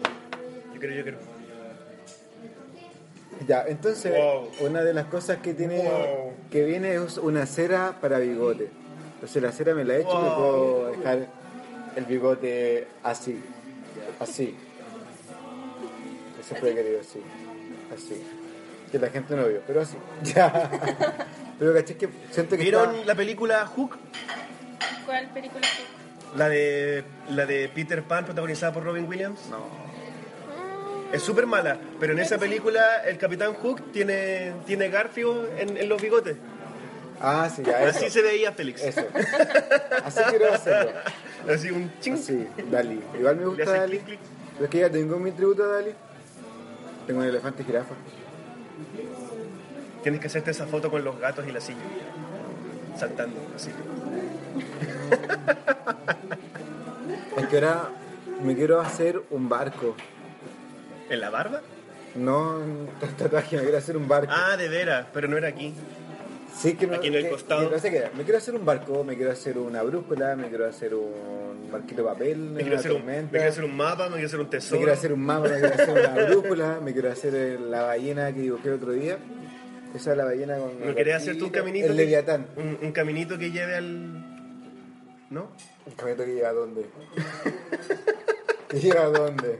Yo creo, yo creo.
Ya, entonces,
Wow.
una de las cosas que tiene
Wow.
que viene es una cera para bigote. Entonces la cera me la he hecho y
Wow.
puedo dejar el bigote así. Así. Yo siempre he querido así. Así. Que la gente no vio, pero así. Ya. Pero caché que siento que
¿Vieron
está-
la película Hook?
¿Cuál película es?
La de, la de Peter Pan protagonizada por Robin Williams.
No.
Es súper mala, pero en esa película el Capitán Hook tiene, tiene garfio en, en los bigotes.
Ah, sí, ya eso.
Así se veía Félix.
Eso. Así quiero hacerlo.
Así un ching.
Así, Dali. Igual me
Le
gusta
hace
Dali.
clic, clic.
Pero es que ya tengo mi tributo a Dali. Tengo un elefante y jirafa.
Tienes que hacerte esa foto con los gatos y la silla. Saltando, así.
Es que ahora me quiero hacer un barco.
¿En la barba?
No un tatuaje, me quiero hacer un barco.
Ah, de veras, pero no era aquí.
sí, que no,
aquí en el
que-
costado.
que parece que me quiero hacer un barco, me quiero hacer una brújula, me quiero hacer un barquito de papel,
Me quiero,
una
hacer un, me
tormenta.
quiero hacer un mapa, me quiero hacer un tesoro.
Me quiero hacer un mapa, me quiero hacer una brújula, me quiero hacer eh, la ballena que dibujé el otro día. Esa es la ballena con.
¿No querés hacerte un caminito?
El
que-
leviatán.
Un, un caminito que lleve al. ¿No?
Un caminito que lleva a dónde. ¿Que lleva a dónde?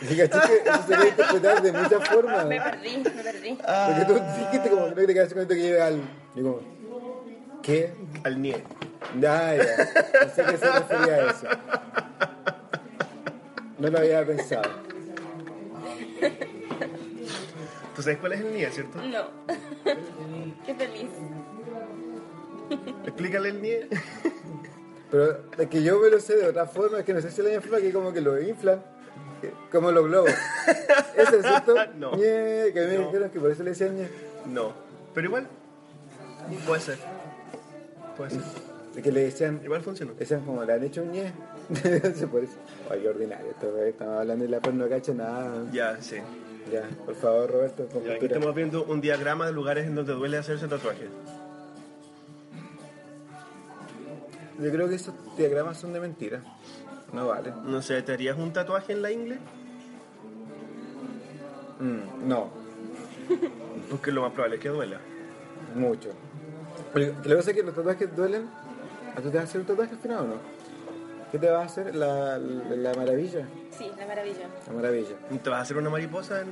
Y caché que eso se puede interpretar de muchas formas.
Me perdí, me perdí.
Porque tú dijiste como que no te quedas con esto que lleve al. Y como, ¿qué?
Al nie.
Ya, ya. Así que se refería a eso. No lo había pensado.
¿Tú sabes cuál es el nie, cierto?
No. Qué feliz.
Explícale el nie.
Pero es que yo me lo sé de otra forma, es que no sé si la misma forma que como que lo inflan, que- como los globos. ¿Eso es cierto?
No.
Ñe, que a mí me
No.
dijeron que por eso le decían ñe.
No. Pero igual. Puede ser. Puede ser.
Es que le decían,
Igual funcionó.
decían como le han hecho un ñe. Entonces por eso. Ay, qué ordinario, esto güey, estamos hablando y la pues no cacha nada.
Ya, sí.
Ya, por favor, Roberto, con
Ya, aquí
cultura.
estamos viendo un diagrama de lugares en donde duele hacerse tatuajes.
Yo creo que esos diagramas son de mentira. No vale.
No sé, ¿te harías un tatuaje en la ingle?
Mm, no,
Porque lo más probable es que duela.
mucho. Pero Lo que pasa es que los tatuajes duelen. ¿A tú te vas a hacer un tatuaje al final o no? ¿Qué te vas a hacer? La, la maravilla.
Sí, la maravilla.
La maravilla.
¿Te vas a hacer una mariposa en...?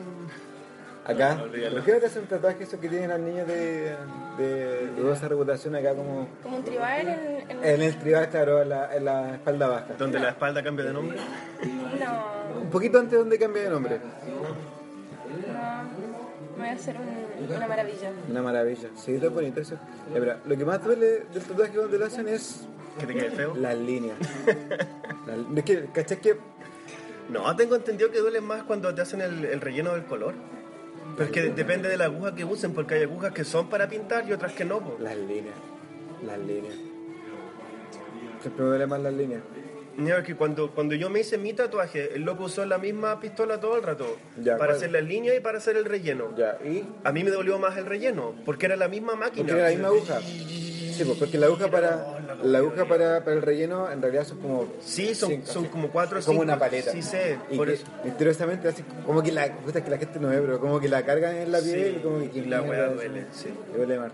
Acá,
No, olvídalo.
¿por qué no te hacen un tatuaje esos que tienen al niño de, de dudosa reputación acá como
Como un tribal en. en-
en el tribal, claro, en la, en la espalda baja?
Donde la espalda cambia de nombre.
No.
¿Por poquito antes donde cambia de nombre.
No, voy a hacer un- una maravilla.
Una maravilla. Sí, tan bonito eso. Ya, pero lo que más duele del tatuaje cuando lo hacen es
¿Que te quede feo?
las líneas. La- es que, ¿cachai que?
No, tengo entendido que duele más cuando te hacen el, el relleno del color. Pero es que depende de la aguja que usen, porque hay agujas que son para pintar y otras que no. po.
Las líneas. Las líneas. Siempre me duele más las líneas.
Mira, que cuando, cuando yo me hice mi tatuaje, el loco usó la misma pistola todo el rato.
Ya,
para
¿cuál?
hacer las líneas y para hacer el relleno.
Ya, y
A mí me dolió más el relleno, porque era la misma máquina.
Porque era la misma aguja. Sí, pues, porque la aguja para la aguja para, para el relleno en realidad son como
Sí, son,
cinco,
son
sí.
como cuatro o
Es como
cinco.
una paleta.
Sí sé,
y
por
que,
eso.
misteriosamente así como que la puta, es que la gente no ve, pero como que la cargan en la piel
Sí,
y como que
y la
mierda,
weá
eso.
duele, sí.
Duele más.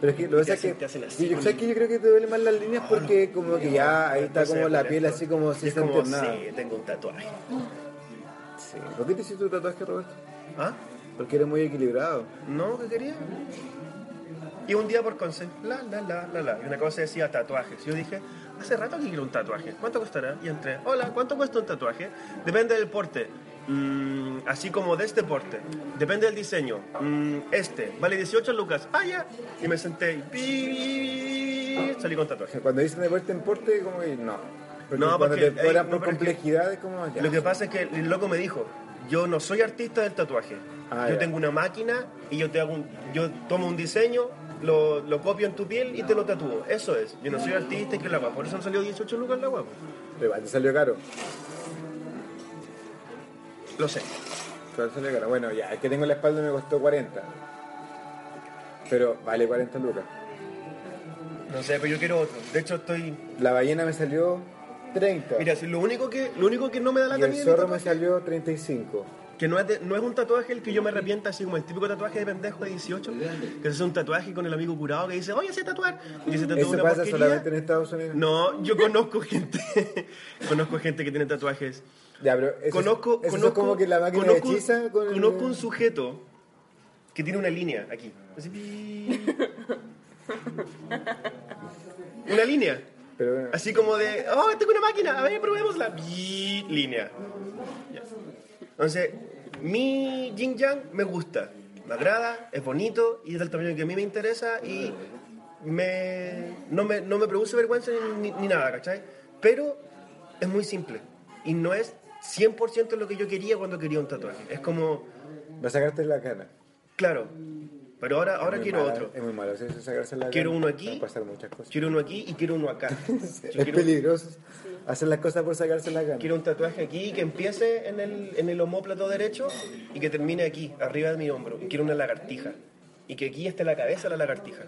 Pero es que lo que
te
pasa es que
hacen- te hacen así.
y yo, ¿sabes qué? yo creo que te duele más las líneas porque como que ya ahí está
Entonces,
como la
por
piel
esto.
así como
Y
sin
es como,
sentir nada.
sí, tengo un tatuaje.
Sí. ¿Por qué te hiciste tu tatuaje, Roberto?
¿Ah?
Porque eres muy equilibrado.
No, ¿qué quería? Y un día por consejo, la, la, la, la, la. Y una cosa decía tatuajes. Yo dije, hace rato que quiero un tatuaje. ¿Cuánto costará? Y entré, hola, ¿cuánto cuesta un tatuaje? Depende del porte. Mm, así como de este porte. Depende del diseño. Mm, este, vale 18 lucas. Ah, ya. Y me senté y pi- salí con
O
tatuaje.
sea, cuando dicen deporte en porte, como que no. Porque
No,
cuando
porque
te cobran
hay-
por
no, pero es que-
complejidad, es como ya.
Lo que pasa es que el loco me dijo, yo no soy artista del tatuaje.
Ah,
yo
ya.
tengo una máquina y yo te hago un- yo tomo un diseño, lo, lo copio en tu piel y te lo tatúo. Eso es. Yo no soy artista y que la guapa. Por eso me salió 18 lucas la guapa.
Pero igual te salió caro.
Lo sé.
Igual te salió caro. Bueno, ya, el que tengo en la espalda me costó 40. Pero vale 40 lucas.
No sé, pero yo quiero otro. De hecho estoy.
La ballena me salió 30.
Mira, si lo único que, lo único que no me da la
y el
también
zorro me salió 35.
que no es, de- no es un tatuaje el que yo me arrepienta, así como el típico tatuaje de pendejo de 18, que es un tatuaje con el amigo curado que dice, oye, sé tatuar. Y que se tatúa
Eso
una
pasa
porquería.
solamente en Estados Unidos.
No, yo conozco gente. conozco gente que tiene tatuajes.
Ya, pero eso,
Conozco,
eso es
conozco
como que la máquina
conozco,
de hechiza con el-
conozco un sujeto que tiene una línea aquí. Así, pi. una línea.
Pero bueno,
Así como de, oh, tengo una máquina, a ver, probémosla. Pi, Línea. Ya. Entonces, mi Jin Yang me gusta, me agrada, es bonito y es del tamaño que a mí me interesa y me, no, me, no me produce vergüenza ni, ni nada, ¿cachai? Pero es muy simple y no es 100% lo que yo quería cuando quería un tatuaje. Es como,
va a sacarte la cana.
claro, pero ahora, ahora
Es muy
quiero
malo,
otro.
Es muy malo. Si eso es sacarse la
Quiero
cana,
uno aquí.
Van a pasar muchas cosas.
Quiero uno aquí y quiero uno acá. Yo
Es
quiero-
peligroso hacer las cosas por sacarse la gana.
Quiero un tatuaje aquí que empiece en el, en el homóplato derecho y que termine aquí, arriba de mi hombro. Y quiero una lagartija. Y que aquí esté la cabeza de la lagartija.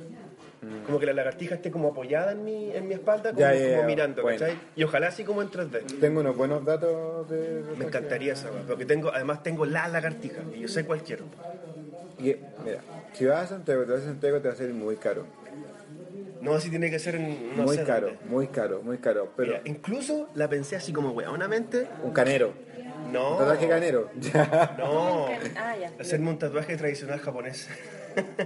Como que la lagartija esté como apoyada en mi, en mi espalda, como,
Mm. Ya, ya,
como
ya,
mirando,
bueno.
¿cachai? Y ojalá así como en 3D.
Tengo unos buenos datos de...
Me encantaría esa, weá, porque tengo, además tengo la lagartija, y yo sé cuál quiero.
Y, mira, si vas a Santiago, te vas a Santiago, te va a salir muy caro.
No, así tiene que ser en, no
muy
sé
caro,
dónde.
muy caro, muy caro. Pero
Mira, incluso la pensé así como, weónamente,
un canero.
no,
Un tatuaje canero.
no,
Ah, ya.
hacerme un tatuaje tradicional japonés.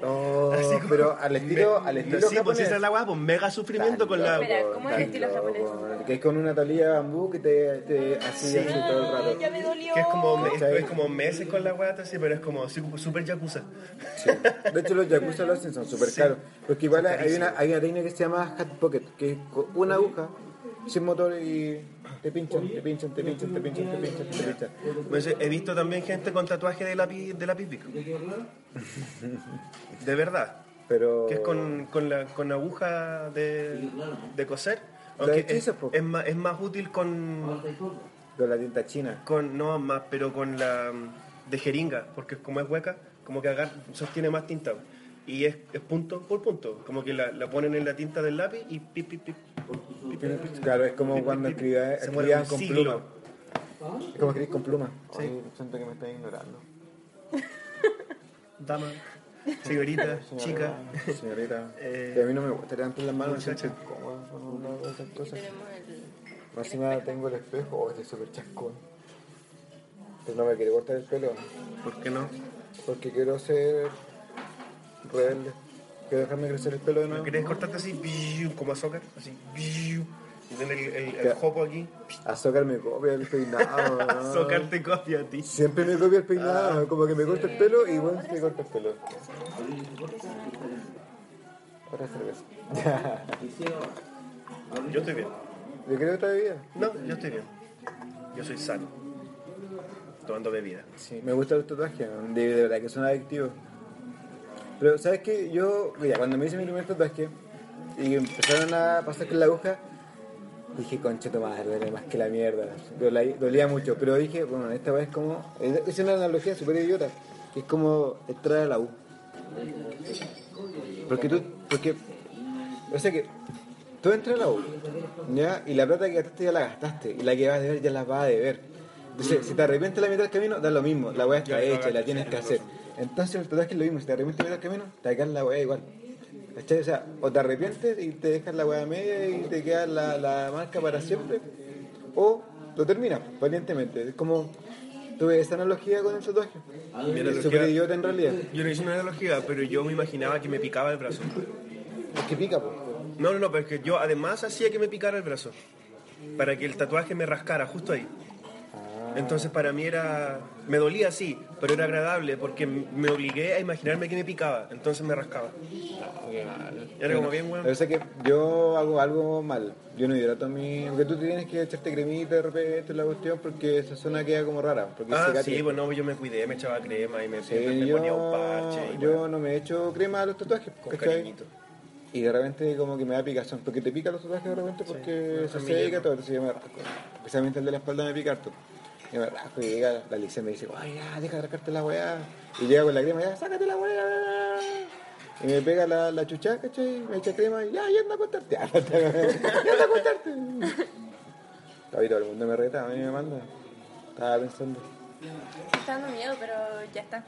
No,
Así como-
Oh, pero al estilo,
Me-
al estilo
no, sí, pues
japonés.
esa es la weá, pues mega sufrimiento con la.
Espera, ¿cómo es el estilo japonés?
japonés? Que es con una talía de bambú que te, te así,
Sí.
así todo el rato.
Ay, ya me dolió.
Que es como, me-
¿Cachai?
es como meses con la guata, sí, pero es como su- super yakuza.
Sí. De hecho, los yakuza lo hacen, son súper caros. Porque igual hay una, hay una técnica que se llama hat pocket, que es con una aguja sin motor y te pinchan, te pinchan, te pinchan, te pinchan, te pinchan, te pinchan.
Pues, eh, he visto también gente con tatuaje de lápiz, de lápiz bic. De verdad.
Pero.
Que es con, con, la, con aguja de, de coser. Aunque es,
hechizos, po.
es más, es más útil con,
Con la tinta china.
con. No, más, pero con la. mm, de jeringa, porque como es hueca, como que agar- sostiene más tinta. Y es, es punto por punto. Como que la, la ponen en la tinta del lápiz y pip, pip, pip.
Claro, es como cuando escribía-
Se muere
escribían
un
con
siglo.
pluma. Es como escribir con pluma. Ay, siento que me están ignorando.
Dama, señorita, chica.
Señorita.
Eh,
Que a mí no me gusta levantar las manos.
muchacha.
siento incómodo cuando hago esas cosas.
Tenemos el-
Más encima tengo el espejo. Oh, este es súper chascón. Pero no me quiere cortar el pelo.
¿Por qué no?
Porque quiero ser rebelde. Quiero dejarme crecer el pelo de
¿No
nuevo.
querés cortarte así? biu, Como azúcar, así. biu. Y tener el, el, el
Ya. Ah.
jopo aquí.
Azócar me copia el peinado.
Socarte copia a ti.
Siempre me copia el peinado, como que me corta el pelo y bueno, me corta el pelo. Otra cerveza.
Yo estoy bien.
Yo creo otra bebida.
No, yo estoy bien. Yo soy sano. Tomando bebida.
Sí, me gustan los tatuajes, man. de, de verdad que son adictivos. Pero, ¿sabes qué? Yo, mira, cuando me hice mi primer tatuaje y empezaron a pasar con la aguja, dije, concha tu madre, duele más que la mierda. Dolía, dolía mucho, pero dije, bueno, esta vez es como. Es una analogía súper idiota, que es como entrar a la U. Porque tú. Porque. O sea que. Tú entras a la U, ¿ya? Y la plata que gastaste ya la gastaste, y la que vas a deber ya la vas a deber. Entonces, si te arrepientes a la mitad del camino, da lo mismo, la weá está
Ya, ya,
hecha, la
ya,
tienes
ya,
que
ya,
hacer.
ya.
Entonces, el tatuaje es lo mismo, si te arrepientes a la mitad del camino, te hagas la weá igual. ¿Cachai? O sea, o te arrepientes y te dejas la weá media y te queda la, la marca para siempre, o lo terminas, valientemente. Es como. Tuve esa analogía con el tatuaje.
analogía-
Es súper idiota en realidad.
Yo no hice una analogía, pero yo me imaginaba que me picaba el brazo.
Es que pica, pues.
No, no, no, pero es que yo además hacía que me picara el brazo. Para que el tatuaje me rascara justo ahí. Entonces para mí era... Me dolía, sí, pero era agradable porque m- me obligué a imaginarme que me picaba. Entonces me rascaba. Era como bien,
Yo
weón.
sé que yo hago algo mal. Yo no hidrato a mi. Porque tú tienes que echarte cremita de repente la cuestión porque esa zona queda como rara. Porque
Ah,
cicatriz.
sí, bueno, yo me cuidé, me echaba crema y me,
Sí,
siempre me
yo,
ponía un parche. Y
yo
bueno,
no me echo crema a los tatuajes.
con
¿cachai?
cariñito.
Y de repente como que me da picazón. Porque te pica los tatuajes de repente porque
a
se
mí
seca
ya.
todo. Entonces yo me rasco. Especialmente el de la espalda me pica harto. Yo me rasco y llega la Alicia y me dice, ay, ya, deja de rascarte la weá. Y llega con la crema, ya, sácate la weá. Y me pega la, la chucha, ¿cachai? Me echa crema y ya, ya anda a contarte. Ya anda a contarte. Todavía todo el mundo me reta, a mí me manda. Estaba pensando.
Me está dando miedo, pero ya está.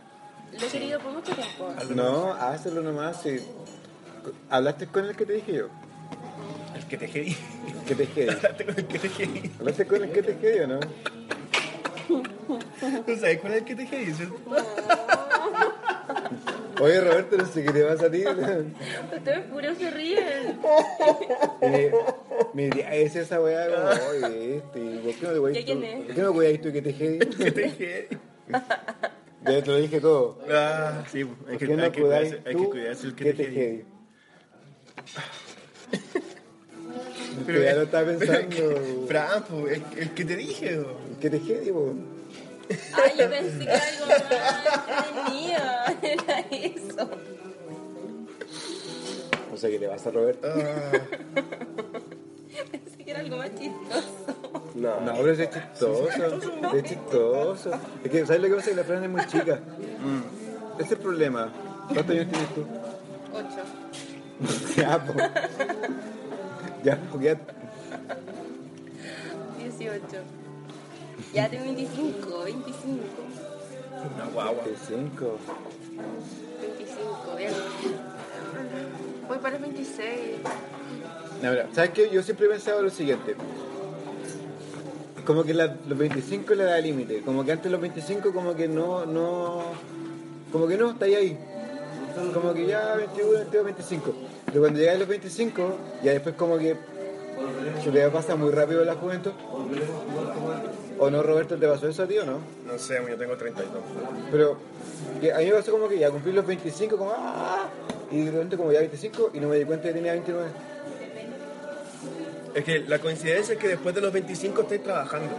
Lo he querido por mucho tiempo.
No, hazlo nomás. Si... ¿Hablaste con el que te dije yo?
El que te jedi.
Que te dije.
Hablaste con el que te jedi.
¿Hablaste con el que te dije yo, no?
¿Tú sabes cuál es el que te jedi? ¿cierto?
Oye, Roberto, no sé qué te pasa a ti.
Ustedes puros se ríen.
Eh, Mi idea es esa weá como, oye, este, ¿y ¿por qué no te voy
¿Ya quién es?
¿Por qué no voy tú que te dije?
Que te jedi.
Ya te lo dije todo.
Ah, sí, hay
¿Por
que,
qué no
hay que
cuidáis
cuidarse, hay que
tú
cuidarse el que, te jedi.
jedi? Pero ya lo estaba pensando.
Fran, po, el, el que te dije. po.
El que te jedi, po.
Ay, yo pensé que era algo más mío. Era eso.
No sé qué te pasa, Roberto.
Ah,
Pensé que era algo más chistoso.
No, pero eso es chistoso. Es chistoso. Es que, ¿sabes lo que pasa? Que la Fran es muy chica.
Mm.
Ese es el problema. ¿Cuántos años tienes tú?
Ocho.
Ya, po. Ya, po, ya.
18. Ya tengo 25, 25.
Una guagua.
25.
25, bien. Voy para los 26.
No, mira, ¿sabes qué? Yo siempre he pensado lo siguiente. Como que la- los 25 le da límite. Como que antes los 25 como que no, no... Como que no, está ahí, ahí. Como que ya 21, 22, 25. Pero cuando llegas a los 25, ya después como que se te pasa muy rápido la juventud. ¿O no, Roberto? ¿Te pasó eso a ti o no?
No sé, yo tengo 32.
Pero que a mí me pasó como que ya cumplí los 25, como ¡ah! Y de repente como ya 25 y no me di cuenta que tenía 29.
Es que la coincidencia es que después de los 25 estáis trabajando.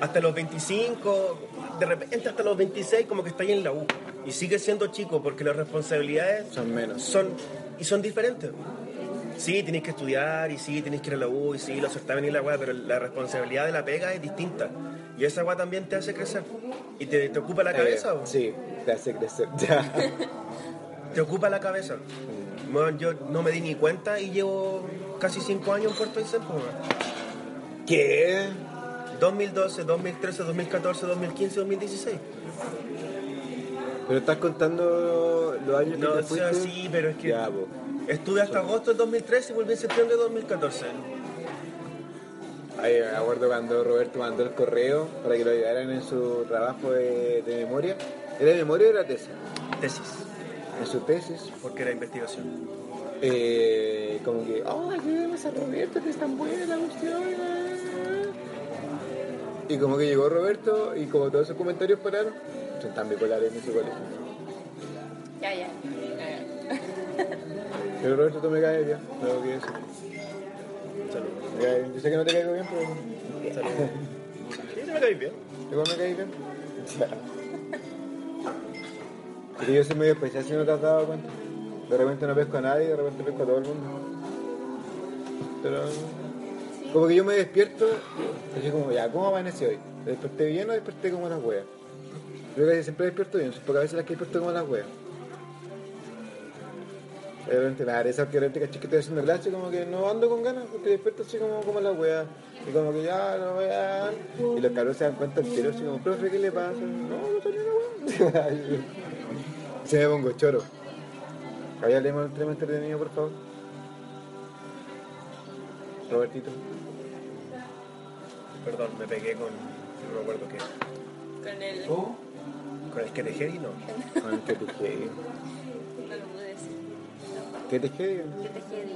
Hasta los 25, de repente hasta los 26 como que estáis en la U. Y sigues siendo chico porque las responsabilidades
Son menos.
son, y son diferentes. Sí, tenéis que estudiar, y sí, tenéis que ir a la U, y sí, los certámenes y la weá, pero la responsabilidad de la pega es distinta. Y esa weá también te hace crecer. Y te, te ocupa la cabeza,
Eh,
¿o?
Sí, te hace crecer. Ya.
Te ocupa la cabeza. Bueno, yo no me di ni cuenta y llevo casi cinco años en Puerto Aysén, pues, weón.
¿Qué?
2012, 2013, 2014, 2015, 2016.
Pero estás contando los años
No,
que te
o sea,
fuiste.
sí, pero es que
Ya, po.
estuve hasta agosto del 2013 y volví en septiembre de 2014.
Ahí me acuerdo cuando Roberto mandó el correo para que lo ayudaran en su trabajo de, de memoria. ¿Era de memoria o era tesis?
Tesis,
En su tesis.
porque era investigación.
eh, como que, oh, ayudemos a Roberto, que es tan buena la cuestión. ah". Y como que llegó Roberto y como todos sus comentarios pararon, son tan bipolares en ese colegio.
Ya, ya.
Pero Roberto, tú me caes bien, tengo que decir.
Saludos.
Me caes bien. Yo sé que no te caigo bien, pero
Saludos. Sí, te me caí bien.
igual me caes bien. Claro. Porque yo soy medio especial si no te has dado cuenta. De repente no pesco a nadie, de repente pesco a todo el mundo. Pero... Como que yo me despierto, así como, ya, ¿cómo amanecí hoy? ¿Me desperté bien o desperté como las weas? Yo casi siempre despierto bien, son pocas veces las que despierto como las weas. Realmente me da esa porque realmente caché que estoy haciendo clase, como que no ando con ganas, porque despierto así como, como las weas. Y como que ya, no vean. Y los cabros se dan cuenta al tiro, así como, profe, ¿qué le pasa? No, no salió la wea. se me pongo choro. Allá leemos el tema entretenido, por favor. Robertito.
Perdón, me pegué con. No me acuerdo qué.
Con el.
Oh. Con el que tejé y no.
Con el que te quede.
No lo pude decir.
¿Qué te quede?
Que te quede.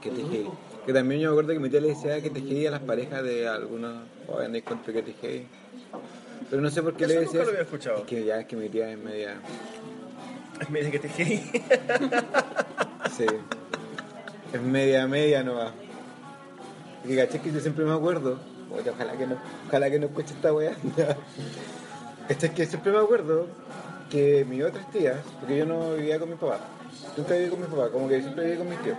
Que te quede. Que también yo me acuerdo que mi tía le decía que te quede a las parejas de algunos jóvenes de cuento que te quede. Pero no sé por qué
Eso
le
nunca
decía.
lo había
eso.
escuchado.
Es que ya es que mi tía es media.
Me dice que tejé.
Sí. Es media, media nomás. Que caché que yo siempre me acuerdo. Oye, ojalá que no, ojalá que no escuche esta weá. Este es que siempre me acuerdo que mis otras tías, porque yo no vivía con mi papá, nunca viví con mi papá, como que siempre viví con mis tíos.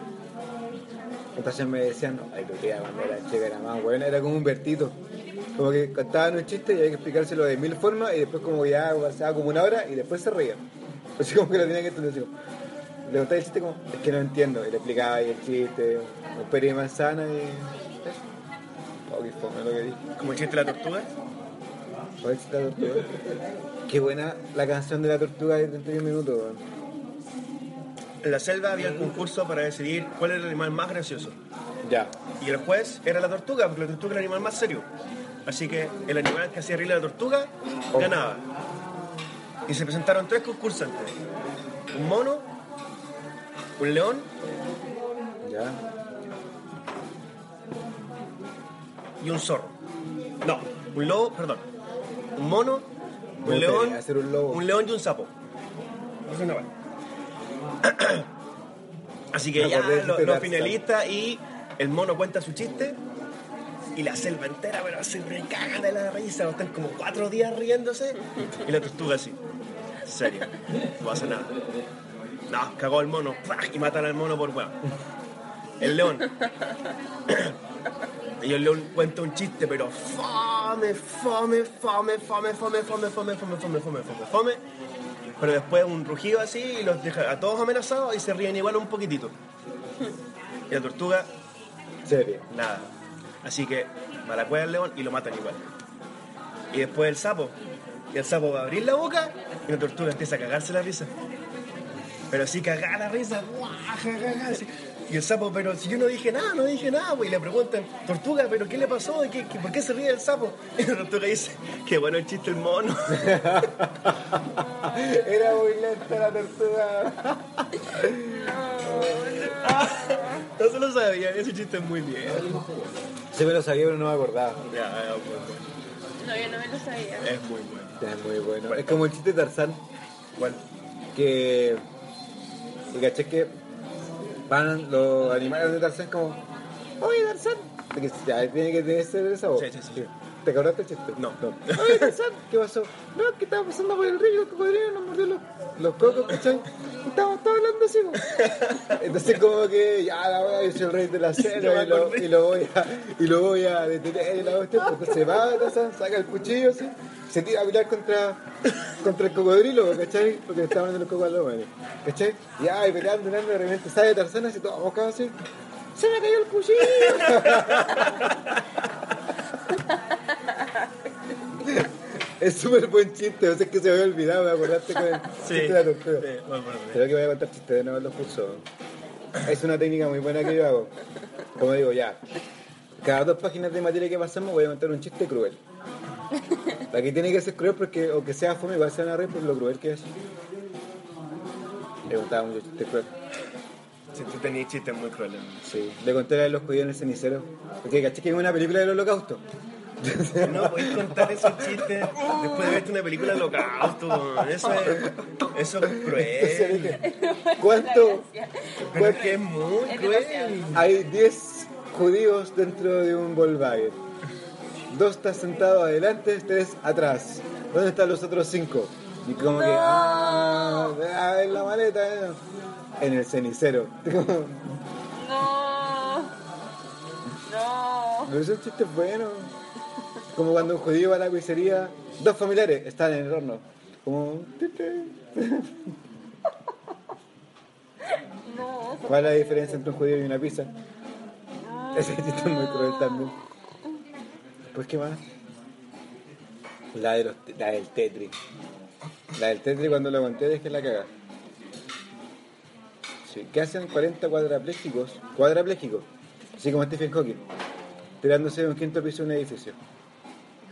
Entonces me decían, no, ay, tu tía cuando era chica era más buena, era como un vertito. Como que contaban un chiste y había que explicárselo de mil formas y después como que ya pasaba como una hora y después se reían. Así como que lo tenía que entender. así como, Le contaba el chiste como, es que no entiendo, y le explicaba ahí el chiste, un peri de manzana y... Oh, qué fome lo que dije.
Como el chiste de la tortuga.
Oye, esta tortuga. Qué buena la canción de la tortuga de 31 minutos, weón.
En la selva había el concurso para decidir cuál era el animal más gracioso.
Ya.
Y el juez era la tortuga, porque la tortuga era el animal más serio. Así que el animal que hacía reír a la tortuga
Oh.
ganaba. Y se presentaron tres concursantes. Un mono, un león
Ya.
y un zorro. No, un lobo, perdón. Un mono, un
Me
león,
gustaría hacer un lobo.
león y un sapo. Eso es una vaina. Así que
Me
ya
acordé de
lo-
este
los
Tarzán.
finalistas y el mono cuenta su chiste y la selva entera, pero se recagan de la risa, están como cuatro días riéndose y la tortuga así. En serio, no pasa nada. No, cagó el mono ¡pac! y matan al mono por huevo. El león. Y el león cuenta un chiste, pero fome, fome, fome, fome, fome, fome, fome, fome, fome, fome, fome, fome. Pero después un rugido así y los deja a todos amenazados y se ríen igual un poquitito. Y la tortuga,
Serio.
nada. Así que malacuea al león y lo matan igual. Y después el sapo. Y el sapo va a abrir la boca y la tortuga empieza a cagarse la risa. Pero así cagada la risa. ¡guau! Ja, ja, ja, así. Y el sapo, pero si yo no dije nada, no dije nada, pues. Y le preguntan, tortuga, ¿pero qué le pasó? ¿Y qué- qué- ¿Por qué se ríe el sapo? Y la tortuga dice, qué bueno el chiste el mono.
Era muy lenta la tortuga.
No se lo sabía, ese chiste es muy bien.
Sí me lo sabía, pero no me acordaba.
No, yo no me lo sabía.
es muy bueno.
Ya, Es muy bueno. Es como el chiste de Tarzán,
Bueno,
que... Y caché que van los animales de Tarzán como... Oye, Tarzán. Porque ya tiene que tener ese- esa voz.
Sí, sí, sí, sí.
¿Te acordaste el chiste?
No.
Oye, Tarzán, ¿qué pasó? No, es que estaba pasando por el río, el cocodrilo nos mordió los, los cocos, ¿cachai? Estábamos todos hablando así. como. Entonces como que, ya, la voy a soy el rey de la
Ya me
selva y lo,
acordé.
y lo voy a, y lo voy a detener. y la cuestión. Entonces se va, Tarzán, saca el cuchillo, así, se tira a pelear contra, contra el cocodrilo, pues, ¿cachai? Porque le estaban dando los cocos a los humanos, ¿cachai? Y ay, peleando, peleando, de repente sale Tarzán así, todo abocado así. ¡Se me cayó el cuchillo! Es súper buen chiste, no sé que se me había olvidado, me acordaste con el
sí.
chiste de la tortuga.
Sí, me acordé.
Creo que voy a contar chistes de nuevo en los cursos. Es una técnica muy buena que yo hago. Como digo, ya. Cada dos páginas de materia que pasamos voy a contar un chiste cruel. Aquí tiene que ser cruel porque, aunque sea fome, igual se van a reír por lo cruel que es. Le contaba mucho chiste cruel.
Sí, tú tenías chistes muy crueles.
Sí. Le conté la de los judíos en el cenicero. Porque caché que es una película del holocausto.
No, podéis contar esos chistes después de verte una película de holocausto. weón. Eso es, eso es
Entonces,
cruel.
dije, ¿Cuánto?
La gracia.
Pero es que es muy
Es
cruel.
demasiado.
Hay 10 judíos dentro de un Volkswagen. Dos están sentados adelante, tres atrás. ¿Dónde están los otros cinco? Y como que,
No.
ah, ah, en la maleta, eh. en el cenicero.
No. No.
Pero es un chiste bueno. Como cuando un judío va a la pizzería, dos familiares están en el horno. Como, ti, ti.
No.
¿cuál es la diferencia entre un judío y una pizza? Ese chiste es muy cruel también. Pues, ¿qué más? La, de los, la del Tetris. La del Tetris cuando la conté dejé la caga. Sí, ¿Qué hacen 40 cuadraplégicos? Cuadraplégicos. Así como Stephen Hawking. Tirándose de un quinto piso de un edificio.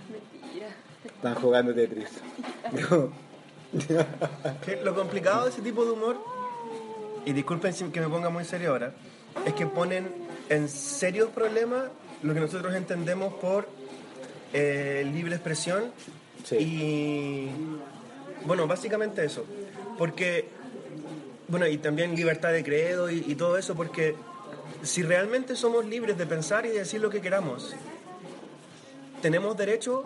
Mentira.
Están jugando Tetris. No.
Que lo complicado de ese tipo de humor, y disculpen si- que me ponga muy serio ahora, es que ponen en serios problemas lo que nosotros entendemos por eh, libre expresión
Sí.
y, bueno, básicamente eso. Porque, bueno, y también libertad de credo y, y todo eso, porque si realmente somos libres de pensar y de decir lo que queramos, tenemos derecho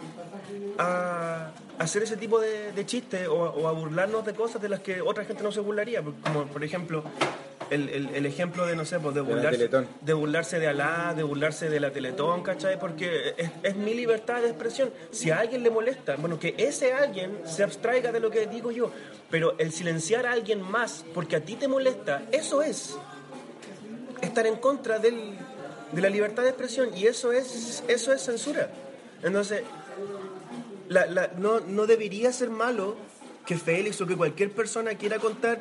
a hacer ese tipo de, de chistes o, a- o a burlarnos de cosas de las que otra gente no se burlaría. por- Como, por ejemplo, el, el- el ejemplo de, no sé, pues, de,
la
burlarse,
Teletón.
de burlarse de Alá, de burlarse de la Teletón, ¿cachai? Porque es, es mi libertad de expresión. Si a alguien le molesta, bueno, que ese alguien se abstraiga de lo que digo yo. Pero el silenciar a alguien más porque a ti te molesta, eso es estar en contra del- de la libertad de expresión y eso es, eso es censura. Entonces, la- la- no, no debería ser malo que Félix o que cualquier persona quiera contar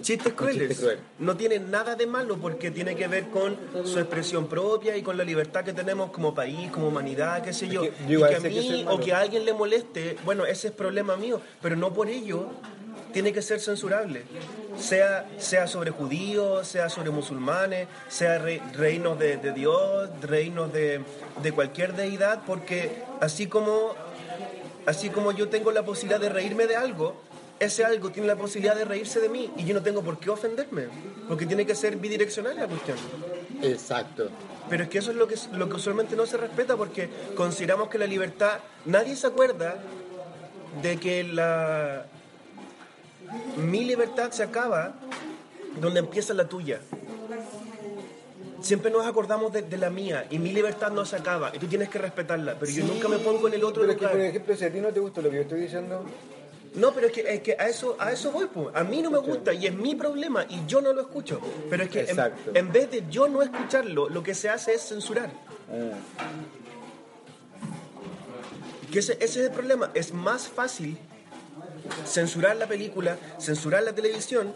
chistes crueles.
cruel.
No tiene nada de malo porque tiene que ver con su expresión propia y con la libertad que tenemos como país, como humanidad, qué sé yo.
que yo
y
igual
que a
sé que eso es
mí
malo.
o que a alguien le moleste, bueno, ese es problema mío, pero no por ello tiene que ser censurable. Sea, sea sobre judíos, sea sobre musulmanes, sea re- reinos de, de Dios, reinos de, de cualquier deidad, porque así como Así como yo tengo la posibilidad de reírme de algo, ese algo tiene la posibilidad de reírse de mí y yo no tengo por qué ofenderme, porque tiene que ser bidireccional la cuestión.
Exacto.
Pero es que eso es lo que, lo que usualmente no se respeta porque consideramos que la libertad, nadie se acuerda de que la, mi libertad se acaba donde empieza la tuya. Siempre nos acordamos de, de la mía y mi libertad no se acaba y tú tienes que respetarla, pero yo nunca me pongo en el otro
Pero es que,
lugar.
por ejemplo, si a ti no te gusta lo que yo estoy diciendo,
No, pero es que, es que a eso a eso voy, po. a mí no me gusta y es mi problema y yo no lo escucho. Pero es que en,
Exacto.
en vez de yo no escucharlo, lo que se hace es censurar.
ah,
Que ese, ese es el problema. Es más fácil censurar la película, censurar la televisión,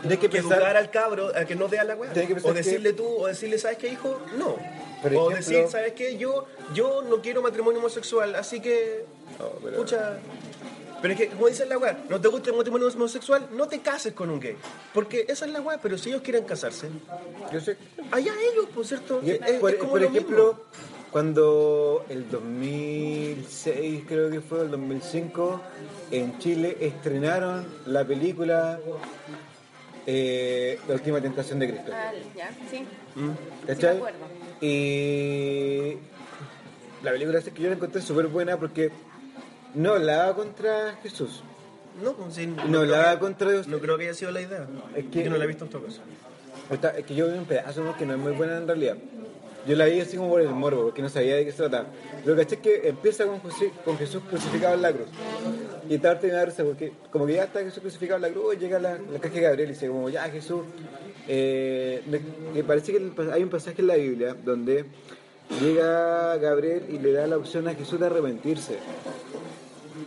tienes que
que
pensar.
educar al cabro a que no vea la weá.
Tienes que pensar
O decirle tú, o decirle, ¿sabes qué, hijo? No.
Por ejemplo-
o decir, ¿sabes qué? Yo, yo no quiero matrimonio homosexual, así que
No, pero-
Pucha. Pero es que, como dicen la weá, no te gusta el matrimonio homosexual, no te cases con un gay. Porque esa es la weá, pero si ellos quieren casarse,
Yo sé.
allá ellos, por cierto.
Y-
es- es
eh, por
como
por
lo
ejemplo,
mismo.
cuando el 2006, creo que fue, el 2005, en Chile estrenaron la película eh, La última tentación de Cristo. ¿Mm?
Ah, ya, sí.
¿Cachai?
Sí, me acuerdo.
y la película es que yo la encontré súper buena porque no hablaba contra Jesús.
No, pues, sí,
No
creo
hablaba
que-
contra Dios.
No creo que haya sido la idea.
Es que-
Yo no la he visto en todo caso.
O sea, es que yo vi un pedazo ¿no? que no es muy buena en realidad. Yo la vi así como por el morbo, porque no sabía de qué se trataba. Lo que caché es que empieza con, José- con Jesús crucificado en la cruz. Y tarde me da risa porque como que ya está Jesús crucificado en la cruz, llega la, la caja de Gabriel y dice como, ya Jesús, eh, me, me parece que el pas- hay un pasaje en la Biblia donde llega Gabriel y le da la opción a Jesús de arrepentirse,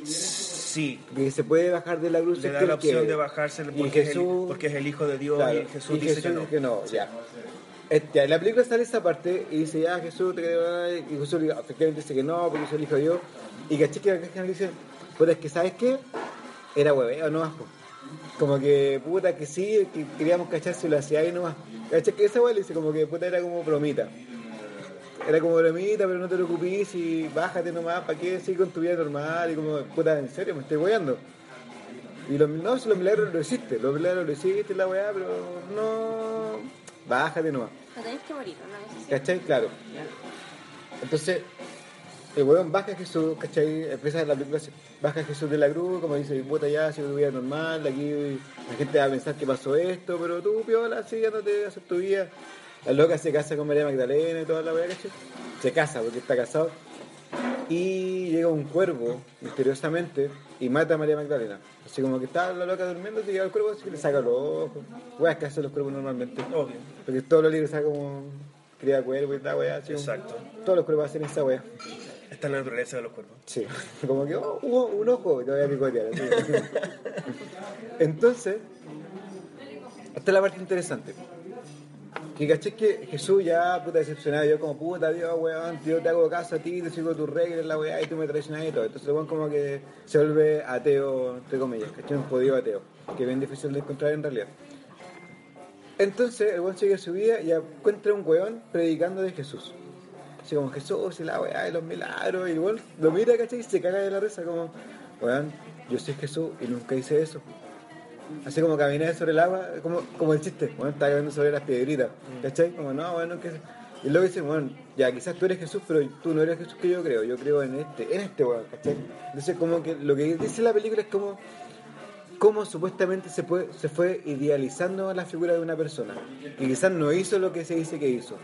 Sí.
que se puede bajar de la cruz. si
Le
es
da
que
la
él
opción
quiere.
de bajarse
Y
porque, es el,
Jesús-
porque es el hijo de Dios
Claro,
y Jesús dice que no.
dice ya. Este, en la película sale esa parte y dice, ya Jesús, te creo, y Jesús le- efectivamente dice que no, porque soy el hijo de Dios. Y caché que la caja le dice, pero es que ¿sabes qué? Era hueveo, no bajo. Como que, puta, que sí, que queríamos cachar si lo hacía ahí nomás. ¿Cachai? Que esa weá le dice como que, puta, era como bromita. Era como bromita, pero no te preocupes y bájate nomás, ¿para qué? Sí, con tu vida normal y como, puta, en serio, me estoy weando. Y los, no, si los milagros lo hiciste, los milagros lo hiciste, la weá, pero no... Bájate nomás.
No tenéis que morir, una cosa así.
¿Cachai? Claro. Entonces, el weón baja a Jesús, ¿cachai? Empieza la película así, baja a Jesús de la cruz, como dice, puta ya, si tu vida normal, aquí la gente va a pensar que pasó esto, pero tú, piola, sí, ya no te haces tu vida. La loca se casa con María Magdalena y toda la weá, ¿cachai? Se casa porque está casado. Y llega un cuervo, misteriosamente, y mata a María Magdalena. Así como que estaba la loca durmiendo, y llega el cuervo, así que le saca los ojos. Weas que hacen los cuervos normalmente.
Obvio.
Porque todos los libros sacan como cría cuervo y tal, weá. así como-
Exacto.
Todos los cuervos hacen esa weá.
Esta es la naturaleza de los cuerpos.
Sí. Como que, oh, hubo un ojo y te voy a picotear. así. Entonces, esta es la parte interesante. Que caché que Jesús ya, puta, decepcionado, yo como, puta, Dios, weón, yo te hago caso a ti, te sigo tus reglas, la weá, y tú me traicionas y todo. Entonces el weón como que se vuelve ateo, entre comillas, caché, un jodido ateo, que es bien difícil de encontrar en realidad. Entonces el weón sigue su vida y encuentra un weón predicando de Jesús. Así como Jesús y la weá de los milagros. Y el weón lo mira, ¿cachai? Y se caga de la risa, como, weón, yo soy Jesús y nunca hice eso. Así como caminé sobre el agua, como, como el chiste, bueno, estaba caminando sobre las piedritas, ¿cachai? Como, no, bueno, que... Y luego dice, bueno, ya quizás tú eres Jesús, pero tú no eres Jesús que yo creo, yo creo en este, en este weón, ¿cachai? Entonces como que lo que dice la película es como, cómo supuestamente se, puede- se fue idealizando la figura de una persona, que quizás no hizo lo que se dice que hizo.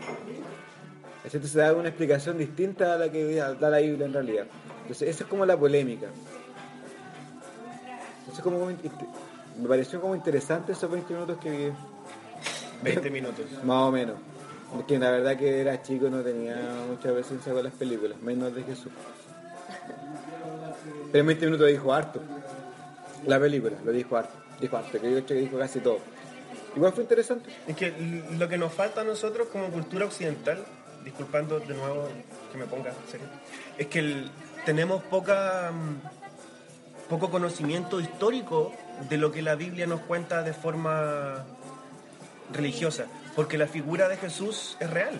Entonces se da una explicación distinta a la que da la Biblia en realidad. Entonces esa es como la polémica. Entonces como in- inte- me pareció como interesante esos 20 minutos que vi,
20 minutos.
más o menos. Porque la verdad que era chico no tenía mucha presencia con las películas, menos de Jesús. Pero en 20 minutos dijo harto. La película, lo dijo harto. Dijo harto, que yo creo que dijo casi todo. Igual fue interesante.
Es que l- lo que nos falta a nosotros como cultura occidental, disculpando de nuevo que me ponga serio, es que el- tenemos poca mm, poco conocimiento histórico de lo que la Biblia nos cuenta de forma religiosa, porque la figura de Jesús es real.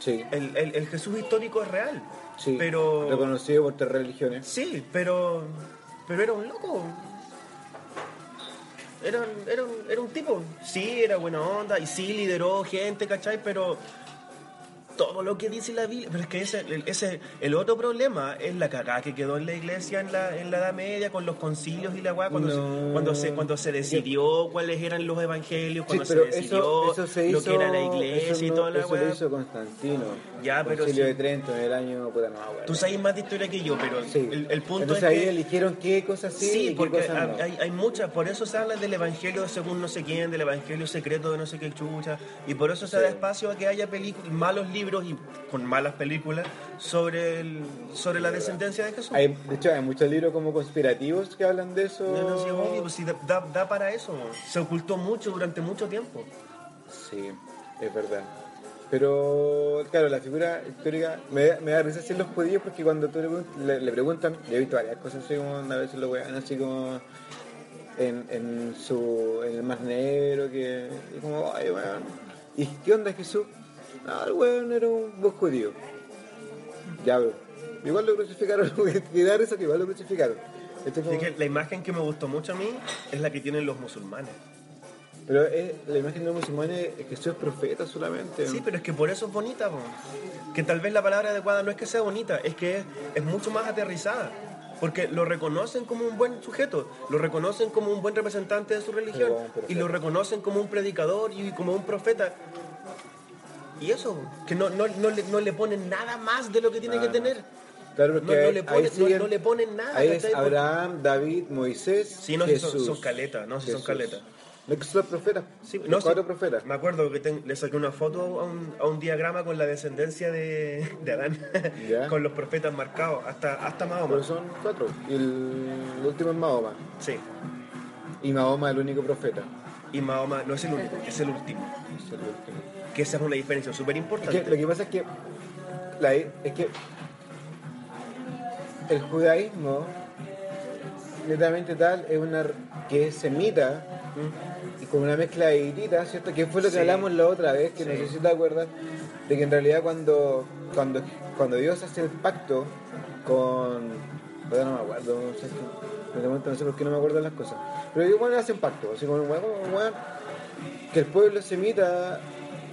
Sí.
El, el- el Jesús histórico es real.
Sí,
pero
reconocido por tres religiones.
Sí, pero. Pero era un loco. Era, un- era, un- era un tipo. Sí, era buena onda y sí lideró gente, ¿cachai? Pero. Todo lo que dice la Biblia. Pero es que ese, el- ese el otro problema es la cagada que quedó en la iglesia en la, en la Edad Media con los concilios y la weá. Cuando, se,
No.
cuando, se, cuando se decidió cuáles eran los evangelios,
Sí,
cuando
pero
se decidió
eso, eso se hizo.
lo que era la
eso
iglesia y
no-
toda la
Eso lo
weá.
hizo Constantino.
Ya, pero
Concilio
sí.
de Trento en el año. Puta, no, weá.
Tú sabes más de historia que yo, pero
Sí.
el, el punto
Entonces
es
ahí
que.
eligieron qué cosas sí,
Sí,
y qué
porque
cosas no.
hay- hay, hay muchas, por eso se habla del evangelio según no sé quién, del evangelio secreto de no sé qué chucha, y por eso se da
Sí.
espacio a que haya pelicu- malos libros y con malas películas sobre, el, sobre la descendencia de Jesús.
Hay- de hecho, hay muchos libros como conspirativos que hablan de eso.
No, no, sí, obvio, pues sí, da, da- da para eso, se ocultó mucho durante mucho tiempo.
Sí, es verdad. Pero, claro, la figura histórica me, da- me da risa decir los judíos porque cuando tú le, pregun- le- le preguntan, yo he visto varias cosas así como una vez lo weón, así como en, en su en el más negro, que y como, ay, weón. ¿Y qué onda Jesús? No, el weón era un buen judío. Ya, bro. Igual lo crucificaron, que da risa que igual lo crucificaron. Esto es
Así
como-
que la imagen que me gustó mucho a mí es la que tienen los musulmanes.
Pero es, la imagen de los musulmanes es que Jesús es profeta solamente.
Sí, pero es que por eso es bonita, po. que tal vez la palabra adecuada no es que sea bonita, es que es, es mucho más aterrizada, porque lo reconocen como un buen sujeto, lo reconocen como un buen representante de su religión
Como un profeta.
y lo reconocen como un predicador y como un profeta. Y eso, que no, no, no, le, no le ponen nada más de lo que tiene
Ah,
que
no.
tener.
Claro,
No,
porque
no
ahí-
le
ahí
ponen, no-
siguen-
no le ponen nada.
Ahí es
¿cachai? Porque-
Abraham, David, Moisés.
Sí, no, sí, son-
Jesús.
son caletas, no, sí, son
Jesús.
caletas.
No, que son los profetas.
Sí,
Los
no, sí,
cuatro profetas.
Me acuerdo que ten- le saqué una foto a un, a un diagrama con la descendencia de, de Adán,
Ya. Pues-
con los profetas marcados, hasta, hasta Mahoma.
Pero son cuatro. Y el último es Mahoma.
Sí,
Y Mahoma es el único profeta.
y Mahoma no es el único, es el último.
Es el último.
Que esa es una diferencia súper
Es que
importante.
lo que pasa es que, la- es que el judaísmo netamente tal, es una r- que es semita y con una mezcla de irita, ¿cierto? Que fue lo que
Mm. Sí.
hablamos la otra vez, que no
Sí.
sé si te acuerdas, de que en realidad cuando, cuando, cuando Dios hace el pacto con. Ahora no me acuerdo, no sé, es que- en este momento no sé por qué no me acuerdo las cosas. Pero Dios, bueno, hace un pacto, así como, bueno, bueno, que el pueblo semita,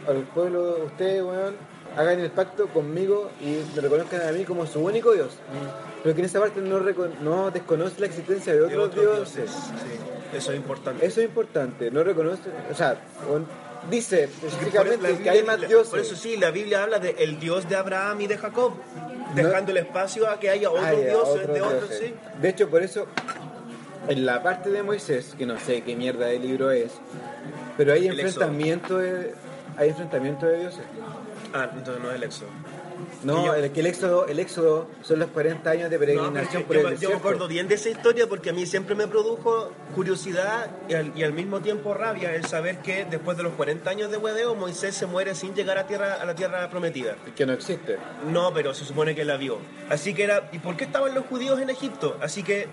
al pueblo, ustedes, weón, hagan el pacto conmigo y me reconozcan a mí como su único Dios.
Mm.
Pero que en esa parte no, recon- no desconoce la existencia de
de
otros,
otros
dioses.
dioses. Sí, eso es importante.
Eso es importante, no reconoce, o sea, weón, dice
Por- la
específicamente que
Biblia-
hay más
la-
dioses.
Por eso sí, la Biblia habla de el Dios de Abraham y de Jacob, dejando el espacio a que haya otros
Ay, a
dioses
otros
de otros,
dioses.
sí.
De hecho, por eso, en la parte de Moisés, que no sé qué mierda de libro es, pero hay
El
enfrentamiento de, hay enfrentamiento de dioses.
Ah, entonces no es el Éxodo.
No,
Y yo-
el, que el éxodo, el éxodo son los 40 años de
No, pero
peregrinación
yo,
por
yo
el
me- yo me
desierto.
acuerdo bien de esa historia porque a mí siempre me produjo curiosidad y al, y al mismo tiempo rabia el saber que después de los 40 años de hueveo Moisés se muere sin llegar a, tierra, a la tierra prometida.
Que no existe.
No, pero se supone que la vio. Así que era. ¿Y por qué estaban los judíos en Egipto? Así que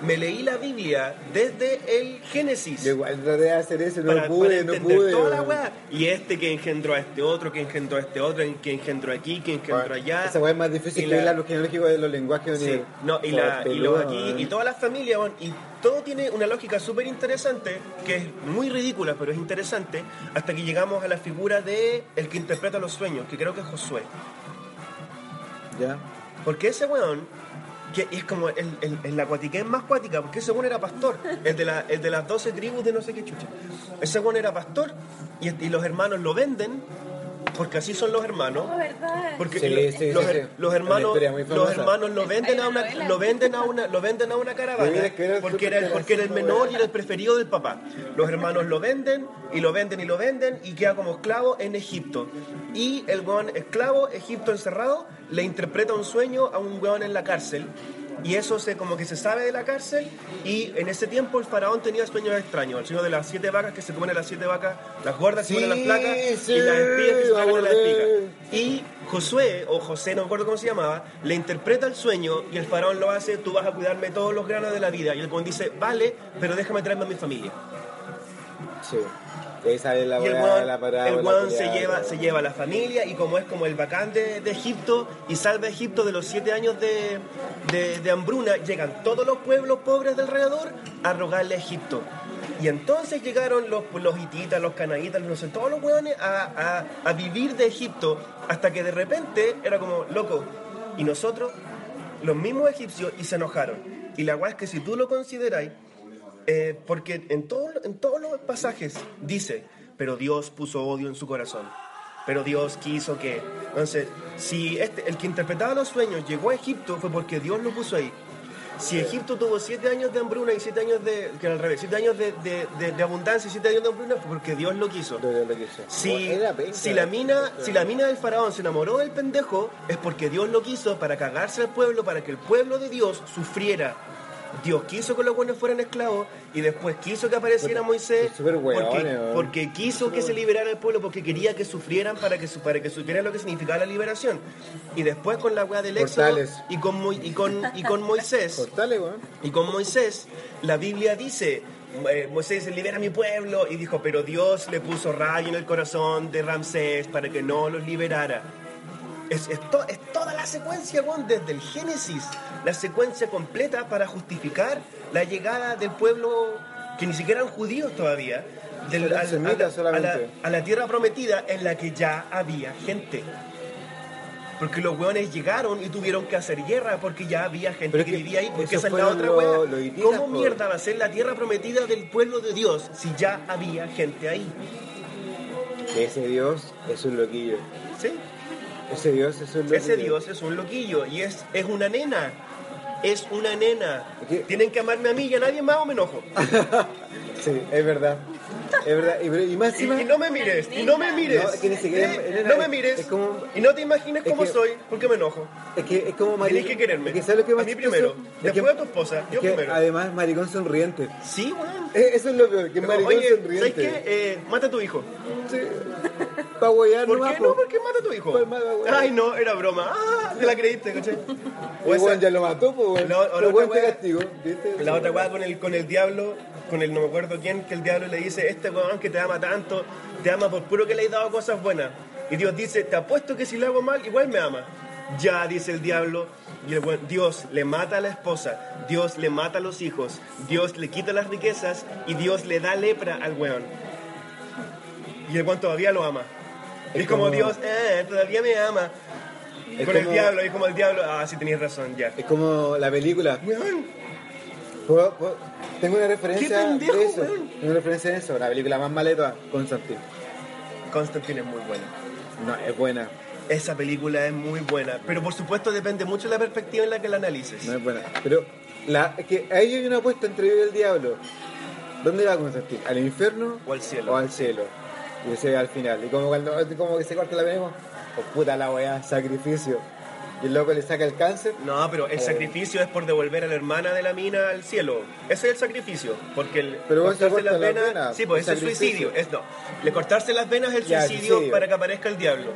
me leí la Biblia desde el Génesis.
Yo igual traté de hacer eso, no
para, para
pude, no
entender
pude.
toda la
weón.
weá. Y este que engendró a este otro, que engendró a este otro, que engendró aquí, que engendró
Bueno,
allá.
Esa weá es más difícil
Y
que
la-
el árbol genealógico de los lenguajes
Sí,
unidos.
no, y, la, y los
Peludo, eh.
aquí,
weón.
y todas las familias, weón, y todo tiene una lógica súper interesante, que es muy ridícula, pero es interesante, hasta que llegamos a la figura de el que interpreta los sueños, que creo que es Josué.
Ya.
Porque ese weón, que es como el, el, el la cuatiquén más cuática, porque ese weón era pastor, el de, la, el de las 12 tribus de no sé qué chucha. Ese weón era pastor y, y los hermanos lo venden, porque así son los hermanos.
No, Oh, ¿verdad?
Porque
Sí,
lo-
sí,
los,
sí,
her-
sí.
los
Una
hermanos,
historia muy
los
famosa.
hermanos lo venden a una,
Hay una
lo venden a una, lo venden a una caravana,
Mira, que era
porque era, el,
súper
porque era el
gracioso,
menor
güey.
y era el preferido del papá. Los hermanos lo venden y lo venden y lo venden y queda como esclavo en Egipto. Y el weón esclavo, Egipto encerrado, le interpreta un sueño a un weón en la cárcel. Y eso se, como que se sabe de la cárcel y en ese tiempo el faraón tenía sueños extraños. El sueño de las siete vacas que se comen a las siete vacas, las gordas se
Sí,
comen a las flacas
sí,
y las espías que se
me
tragan a las
acordé.
espicas. Y Josué, o José, no me acuerdo cómo se llamaba, le interpreta el sueño y el faraón lo hace, tú vas a cuidarme todos los granos de la vida. Y el weón dice, vale, pero déjame traerme a mi familia.
Sí. Y ahí sale la
y el
weá,
weón,
la parada.
el weón se, lleva, se lleva a la familia y como es como el bacán de, de Egipto y salva a Egipto de los siete años de, de- de hambruna, llegan todos los pueblos pobres de alrededor a rogarle a Egipto. Y entonces llegaron los, los hititas, los cananitas, los no sé, todos los weones a, a- a vivir de Egipto hasta que de repente era como, loco, y nosotros, los mismos egipcios, y se enojaron. Y la weá es que si tú lo consideráis, eh, porque en, todo, en todos los pasajes dice, pero Dios puso odio en su corazón. Pero Dios quiso que. Entonces, si este, el que interpretaba los sueños llegó a Egipto fue porque Dios lo puso ahí. Si Egipto tuvo siete años de hambruna y siete años de. que era al revés, siete años de, de- de- de abundancia y siete años de hambruna fue porque Dios lo quiso. Si, si, la mina, si la mina del faraón se enamoró del pendejo, es porque Dios lo quiso para cagarse al pueblo, para que el pueblo de Dios sufriera. Dios quiso que los buenos fueran esclavos y después quiso que apareciera
Puta,
Moisés
son súper hueones,
porque,
weón. eh.
porque quiso que se liberara el pueblo, porque quería que sufrieran para que, su- para que supieran lo que significaba la liberación. Y después con la weá del éxodo
Portales.
y con, Mo- y, con, y con Moisés,
Cortale, weón.
y con Moisés, la Biblia dice, eh, Moisés dice, libera a mi pueblo, y dijo, pero Dios le puso rayo en el corazón de Ramsés para que no los liberara. Es, es to- es toda la secuencia, weón, desde el Génesis, la secuencia completa para justificar la llegada del pueblo, que ni siquiera eran judíos todavía, del-
Eran
al- a, la,
semitas
a la-
solamente.
a la tierra prometida en la que ya había gente. Porque los weones llegaron y tuvieron que hacer guerra porque ya había gente
Pero
que,
que
vivía ahí, porque
esos
esa es la
fueron
otra
los-
wea.
los hititas,
¿Cómo
po.
mierda va a ser la tierra prometida del pueblo de Dios si ya había gente ahí?
Que ese Dios es un loquillo.
¿Sí?
Ese Dios es un loquillo.
Ese Dios es un loquillo y es, es una nena. Es una nena.
¿Qué?
Tienen que amarme a mí y a nadie más o me enojo.
Sí, es verdad. Es verdad. Y, pero- y más
Y,
encima.
y no me mires, y no me mires.
No, es que ni siquiera-
Eh,
nena,
no me
es-
mires.
es como-
y no te imagines
es
cómo
que-
soy porque me enojo.
Es que es como maricón.
Tienes que quererme.
Es que ¿sabes lo que
A
más
mí
chistoso?
primero,
Es
después a tu esposa,
es
yo
que
primero.
Además, maricón sonriente.
Sí, weón.
Eh, Eso es lo peor, que es maricón
Oye, ¿sabes qué?
sonriente.
Eh, mata a tu hijo.
Para huear
¿Por
nomás,
qué no?
po.
¿Por qué mata a tu hijo?
Pues mata, weón.
Ay, no, era broma. Ah, te la creíste, ¿cachai?
Y
O esa-
weón, ya lo mató, pues weón.
La- o la
Pero
otra
weón te
wea-
castigo, ¿viste?
La otra weá con el, con el diablo, con el no me acuerdo quién, que el diablo le dice, este weón que te ama tanto, te ama por puro que le he dado cosas buenas. Y Dios dice, te apuesto que si le hago mal, igual me ama. Ya, dice el diablo, y el weón, Dios le mata a la esposa, Dios le mata a los hijos, Dios le quita las riquezas y Dios le da lepra al weón. Y el weón todavía lo ama. Y
Es
es como,
como-
Dios, eh, todavía me ama.
Es
con el
como-
diablo, y es como el diablo, ah, sí tenías razón, ya.
Es como la película.
Weón,
Puedo- puedo- Tengo una referencia
¡Qué pendejo,
de eso.
weón!
Tengo una referencia de eso. La película más mala de todas, Constantine.
Constantine es muy bueno.
No, es buena.
Esa película es muy buena, pero por supuesto depende mucho de la perspectiva en la que la analices.
No es buena. Pero la, es que ahí hay una apuesta entre Dios y el diablo. ¿Dónde va Constantine? ¿Al infierno?
O al cielo.
O al cielo. Y se ve al final. Y como cuando como que se corta la película, pues puta la weá, sacrificio. Y el loco le saca el cáncer.
No, pero el sacrificio es por devolver a la hermana de la mina al cielo. Ese es el sacrificio, porque el
Pero vos te
cortarse las
cortas las
venas,
venas,
sí, pues
el
ese es
sacrificio.
suicidio, es no. Le cortarse las venas es el
Ya,
suicidio
suicidio.
para que aparezca el diablo.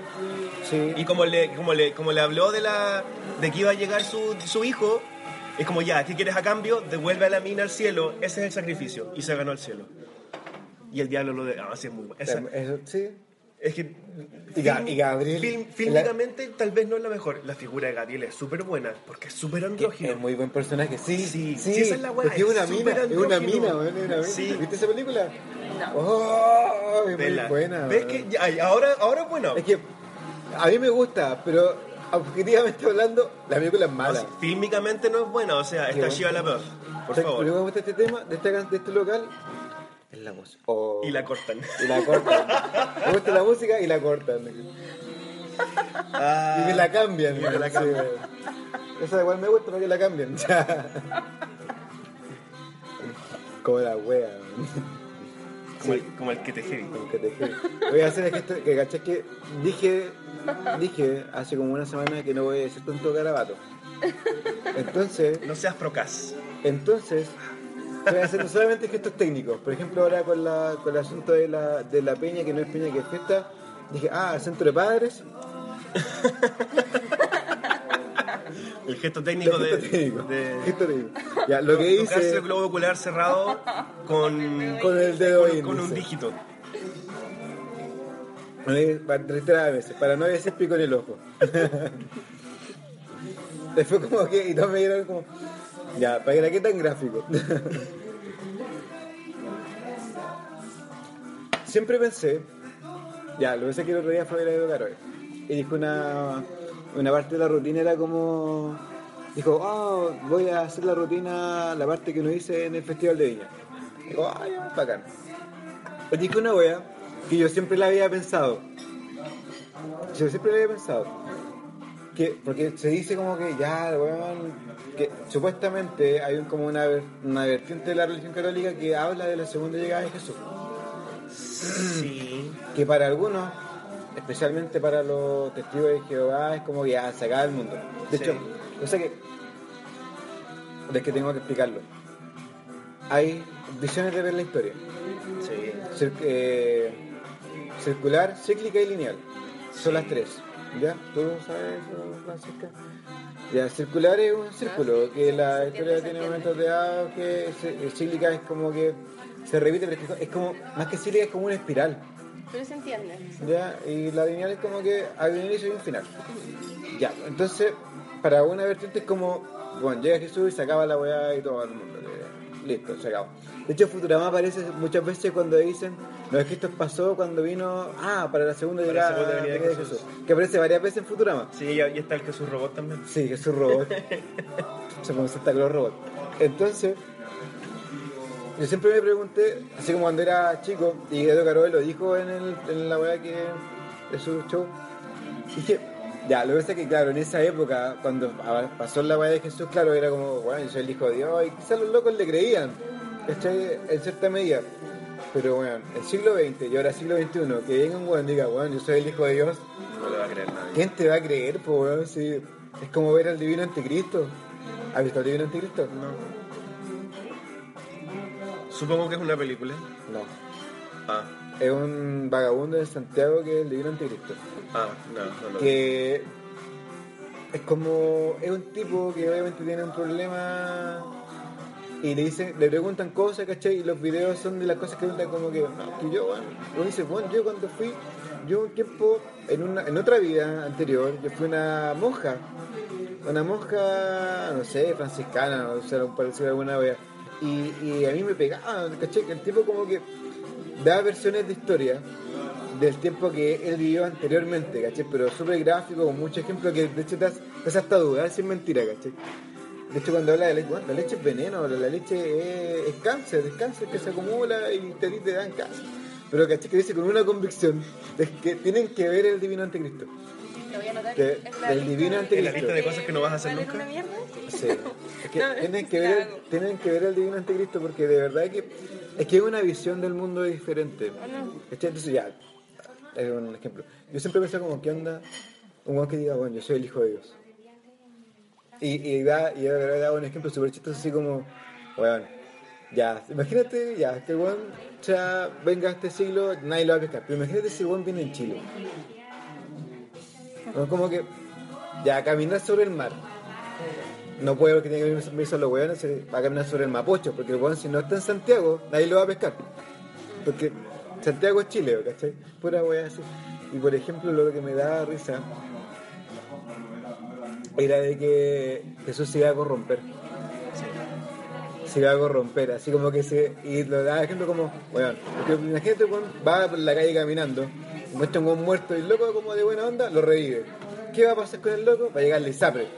Sí.
Y como le como le como le habló de la de que iba a llegar su, su hijo, es como ya, ¿qué quieres a cambio? Devuelve a la mina al cielo, ese es el sacrificio y se ganó el cielo. Y el diablo lo de, ah, sí, es muy bueno. Esa-
Eso- sí.
Es que.
Y Ga- y Gabriel-
film-
la-
fílmicamente, tal vez no es la mejor. La figura de Gabriel es súper buena porque es súper andrógino.
Es muy buen personaje, sí,
Sí, sí, esa es la weá,
porque es
es
una
súper
mina, es una
andrógino.
mina, weón, es una mina.
Sí.
¿Viste esa película?
No.
Oh, es muy
Vela.
buena.
¿Ves
weón.
que ya- ay, ahora, ahora es bueno?
Es que a mí me gusta, pero objetivamente hablando, la película es mala.
O sea, fílmicamente no es buena, o sea, está
bueno.
Shiva la voz, por
O sea, Lo que
favor.
me gusta de este tema, de, esta can- de este local, es la música. Oh.
Y la cortan.
Y la cortan. me gusta la música y la cortan. Y
Ah,
me la cambian.
Y te la
sí,
cambian.
weón. Esa igual me gusta, pero que la cambian. Como la wea. weón.
como, el, como el que te heavy.
Como que te dije. Lo voy a hacer es que, esto- que caché que dije, dije hace como una semana que no voy a decir tanto garabato. Entonces,
No seas procas.
entonces, voy a hacer solamente gestos técnicos. Por ejemplo, ahora con, la, con el asunto de la, de la peña, que no es peña que es fiesta, dije, ah, centro de padres.
El gesto técnico de.
Gesto técnico.
de-
Gesto técnico. Ya, lo que
tocarse
hice
el globo ocular cerrado con,
con el dedo
con-
índice.
con un dígito.
Eh, pa- Reiteradas veces, para no decir pico en el ojo. Después como que, y todos me dieron como, ya, para que la que tan gráfico. Siempre pensé, ya, lo pensé que el otro día fue a ver a tocar hoy. Y dijo una, una parte de la rutina era como, dijo, oh, voy a hacer la rutina, la parte que no hice en el Festival de Viña. Digo, ah, ya, bacán. Pues dijo una wea que yo siempre la había pensado. Yo siempre la había pensado. Que, porque se dice como que ya, weón, que supuestamente hay un- como una, ver- una vertiente de la religión católica que habla de la segunda llegada de Jesús.
Sí.
Que para algunos, especialmente para los testigos de Jehová, es como que ya se acaba el mundo. De
Sí.
hecho, yo sé que. Es que tengo que explicarlo. Hay visiones de ver la historia.
Sí.
Cir- eh, circular, cíclica y lineal. Son las tres. ¿Ya? ¿Tú sabes eso, Francisca? Ya, circular es un círculo, que la historia tiene momentos de A, que cí- cíclica es como que se repite, pero es que es como, más que cíclica es como una espiral.
Pero se entiende.
¿ya? Y la lineal es como que hay un inicio y un final. Ya, entonces, para una vertiente es como, bueno, llega Jesús y se acaba la weá y todo el mundo. le- Listo, se acabó. De hecho, Futurama aparece muchas veces cuando dicen, no es que esto pasó cuando vino, ah, para la segunda
Para la
llegada
segunda venida de
de
Jesús.
Jesús. Que aparece varias veces en Futurama.
Sí, y ahí está el Jesús Robot también.
Sí, Jesús robot. Se pone Santa Claus robot. Entonces, yo siempre me pregunté, así como cuando era chico, y Edo Caroel lo dijo en, el- en la weá que es su show, dije, ya, lo que pasa es que, claro, en esa época, cuando a- pasó la weá de Jesús, claro, era como, bueno, yo soy el hijo de Dios, y quizás los locos le creían, ¿cachai? En cierta medida. Pero bueno, el siglo XX y ahora siglo XXI, que venga un weón y diga, bueno, yo soy el hijo de Dios,
No lo va a creer nadie.
¿Quién te va a creer, po, weón? Si es como ver al divino anticristo. ¿Has visto al divino anticristo?
No. Supongo que es una película.
No.
Ah,
Es un vagabundo de Santiago que es el divino anticristo.
ah, no, no lo vi.
Que es como. Es un tipo que obviamente tiene un problema. Y le dicen, le preguntan cosas, ¿cachai? Y los videos son de las cosas que preguntan como que, no, que yo, bueno, uno dice, bueno, yo cuando fui, yo un tiempo, en, una, en otra vida anterior, yo fui una monja, una monja, no sé, franciscana, o sea, parecido a alguna vez. Y, y a mí me pegaba, ¿cachai? Que el tipo como que da versiones de historia del tiempo que él vivió anteriormente, ¿cachai? Pero súper gráfico, con muchos ejemplos que de hecho te hace, te hace hasta dudar si es mentira, ¿cachai? De hecho, cuando habla de leche, bueno, la leche es veneno, la leche es, es cáncer, es cáncer que se acumula y te, te dan cáncer. Pero ¿cachai? Que dice con una convicción de que tienen que ver el divino anticristo.
Lo voy a anotar.
De-
en la
del
lista
divino
de-
anticristo.
En la lista de cosas que no vas a hacer
¿Valen
nunca.
una mierda?
Sí. Es que
No,
tienen, que
la
ver,
hago.
el- tienen que ver el divino anticristo porque de verdad que es que hay una visión del mundo diferente.
Bueno.
¿Cachai? Entonces ya, es un ejemplo. Yo siempre pensé como que onda un guan que diga, bueno, yo soy el hijo de Dios. Y, y da, y da, da un ejemplo súper chistoso así como, bueno, ya, imagínate ya, que el guan ya venga a este siglo, nadie lo va a pescar. Pero imagínate si el guan viene en Chile. No, como que, ya, caminar sobre el mar. No puede porque tiene que venir permiso a los hueones eh, para caminar sobre el Mapocho, porque el hueón si no está en Santiago, nadie lo va a pescar. Porque Santiago es Chile, ¿cachai? Pura hueá así. Y por ejemplo, lo que me daba risa era de que Jesús se iba a corromper. Se iba a corromper, así como que se. Y lo daba ejemplo como, weón, porque imagínate, weón, va por la calle caminando, muestra un weón muerto y el loco, como de buena onda, lo revive. ¿Qué va a pasar con el loco? Va a llegar el ISAPRE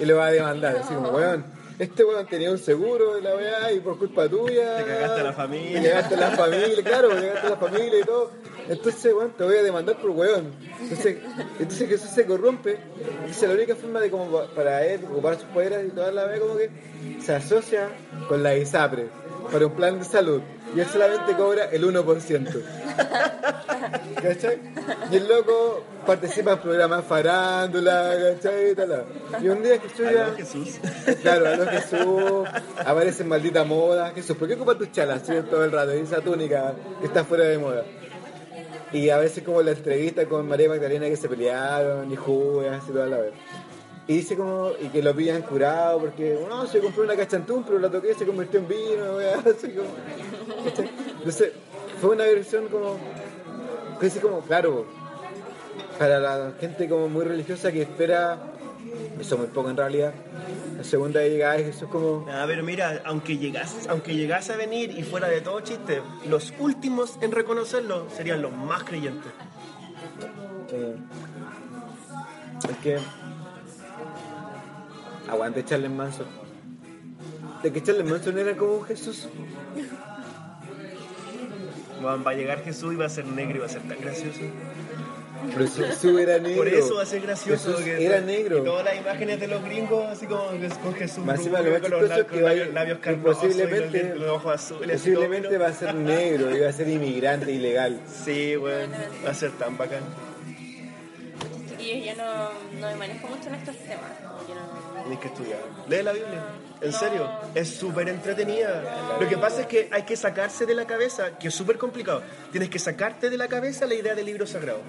y lo va a demandar, así como, weón. Este weón tenía un seguro de la weá y por culpa tuya.
Te cagaste a la familia.
Te cagaste a la familia, claro, te cagaste a la familia y todo. Entonces, weón, te voy a demandar por weón. Entonces, entonces Jesús se corrompe. Entonces la única forma de como pa- para él ocupar sus poderes y toda la vez como que se asocia con la ISAPRE para un plan de salud. Y él solamente cobra el 1%. ¿Cachai? Y el loco participa en programas farándula, ¿cachai? Y, tal. y un día que estudia...
Aló, Jesús.
Claro, a los Jesús, aparece en maldita moda. Jesús, ¿por qué ocupas tus chalas sí, todo el rato? Y esa túnica que está fuera de moda. Y a veces como la entrevista con María Magdalena que se pelearon y jugas y toda la vez. Y dice como, y que lo pillan curado porque, no, se compró una cachantún, pero la toqué y se convirtió en vino, weá, así como. ¿cachai? Entonces, fue una versión como, que dice como, claro, para la gente como muy religiosa que espera, eso muy poco en realidad, la segunda llegada de Jesús como,
A ver, mira, aunque llegases, aunque llegase a venir y fuera de todo chiste, los últimos en reconocerlo serían los más creyentes.
eh, es que, aguante Charles Manson. De que Charles Manson era como un Jesús.
Weón, va a llegar Jesús y va a ser negro y va a ser tan gracioso.
Pero si Jesús era negro.
Por eso va a ser gracioso.
Jesús
que-
era
y
negro.
todas las imágenes de los gringos, así como con Jesús.
Más encima, lo
rubio,
más
con
chistoso es que va a-
labios, labios
que
carnosos y los
posiblemente-
lentes- los ojos azules. así todo,
Posiblemente va a ser negro y va a ser inmigrante ilegal.
Sí, weón, va a ser tan bacán.
Chiquillos, yo no, no me manejo mucho en estos temas. Yo no-
Tienes que estudiar. Lee la Biblia. En
No.
serio, es súper entretenida. Lo que pasa es que hay que sacarse de la cabeza, que es súper complicado. Tienes que sacarte de la cabeza la idea del libro sagrado.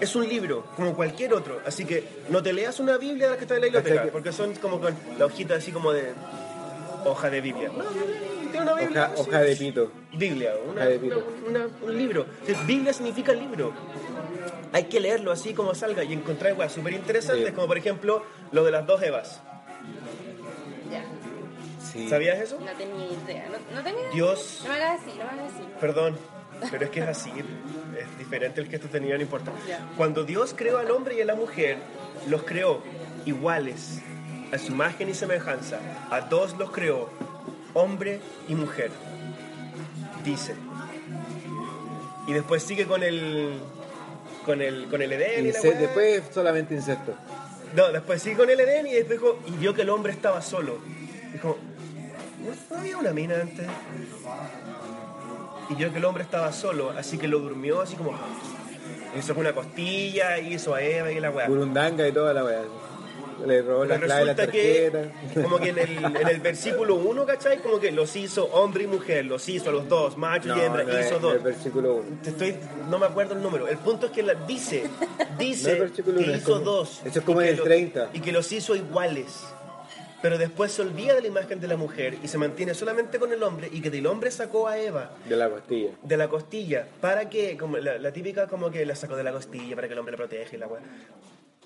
Es un libro, como cualquier otro. Así que no te leas una Biblia de las que está en la
Hasta
biblioteca,
que-
porque son como con la hojita así como de hoja de Biblia. No, tiene una Biblia.
Hoja,
así.
hoja de pito.
Biblia, una-
Hoja de Biblia.
una- una- un libro. O sea, Biblia significa libro. Hay que leerlo así como salga y encontrar weas súper interesantes,
Sí.
como por ejemplo lo de las dos Evas.
ya,
Sí.
¿Sabías eso?
no tenía idea. No, no tenía
Dios.
No me hagas así, no me hagas así.
Perdón, pero es que es así. Es diferente el que tú tenías, no importa.
Ya.
Cuando Dios creó al hombre y a la mujer, los creó iguales, a su imagen y semejanza. A dos los creó, hombre y mujer. Dice. Y después sigue con el. Con el, con el Edén y la
Ince-
weá.
después solamente insectos.
No, después sigue con el Edén y después dijo, y vio que el hombre estaba solo. Dijo, ¿no había una mina antes? Y vio que el hombre estaba solo, así que lo durmió así como... Hizo una costilla, hizo a Eva y la weá.
Burundanga y toda la weá. Le robó la
Pero
clave de la
resulta que,
tarjeta.
como que en el, en el versículo 1, ¿cachai? Como que los hizo hombre y mujer, los hizo a los dos, macho y hembra,
es
hizo dos.
el versículo 1.
Te estoy, no me acuerdo el número. El punto es que la, dice,
No es
dice
versículo
que
uno, es
hizo
como-
dos.
eso es
y
como
que
en el
lo-
30.
Y que los hizo iguales. Pero después se olvida de la imagen de la mujer y se mantiene solamente con el hombre y que del hombre sacó a Eva
De la pastilla.
de la costilla para que como la, la típica como que la sacó de la costilla para que el hombre la proteja y la weá.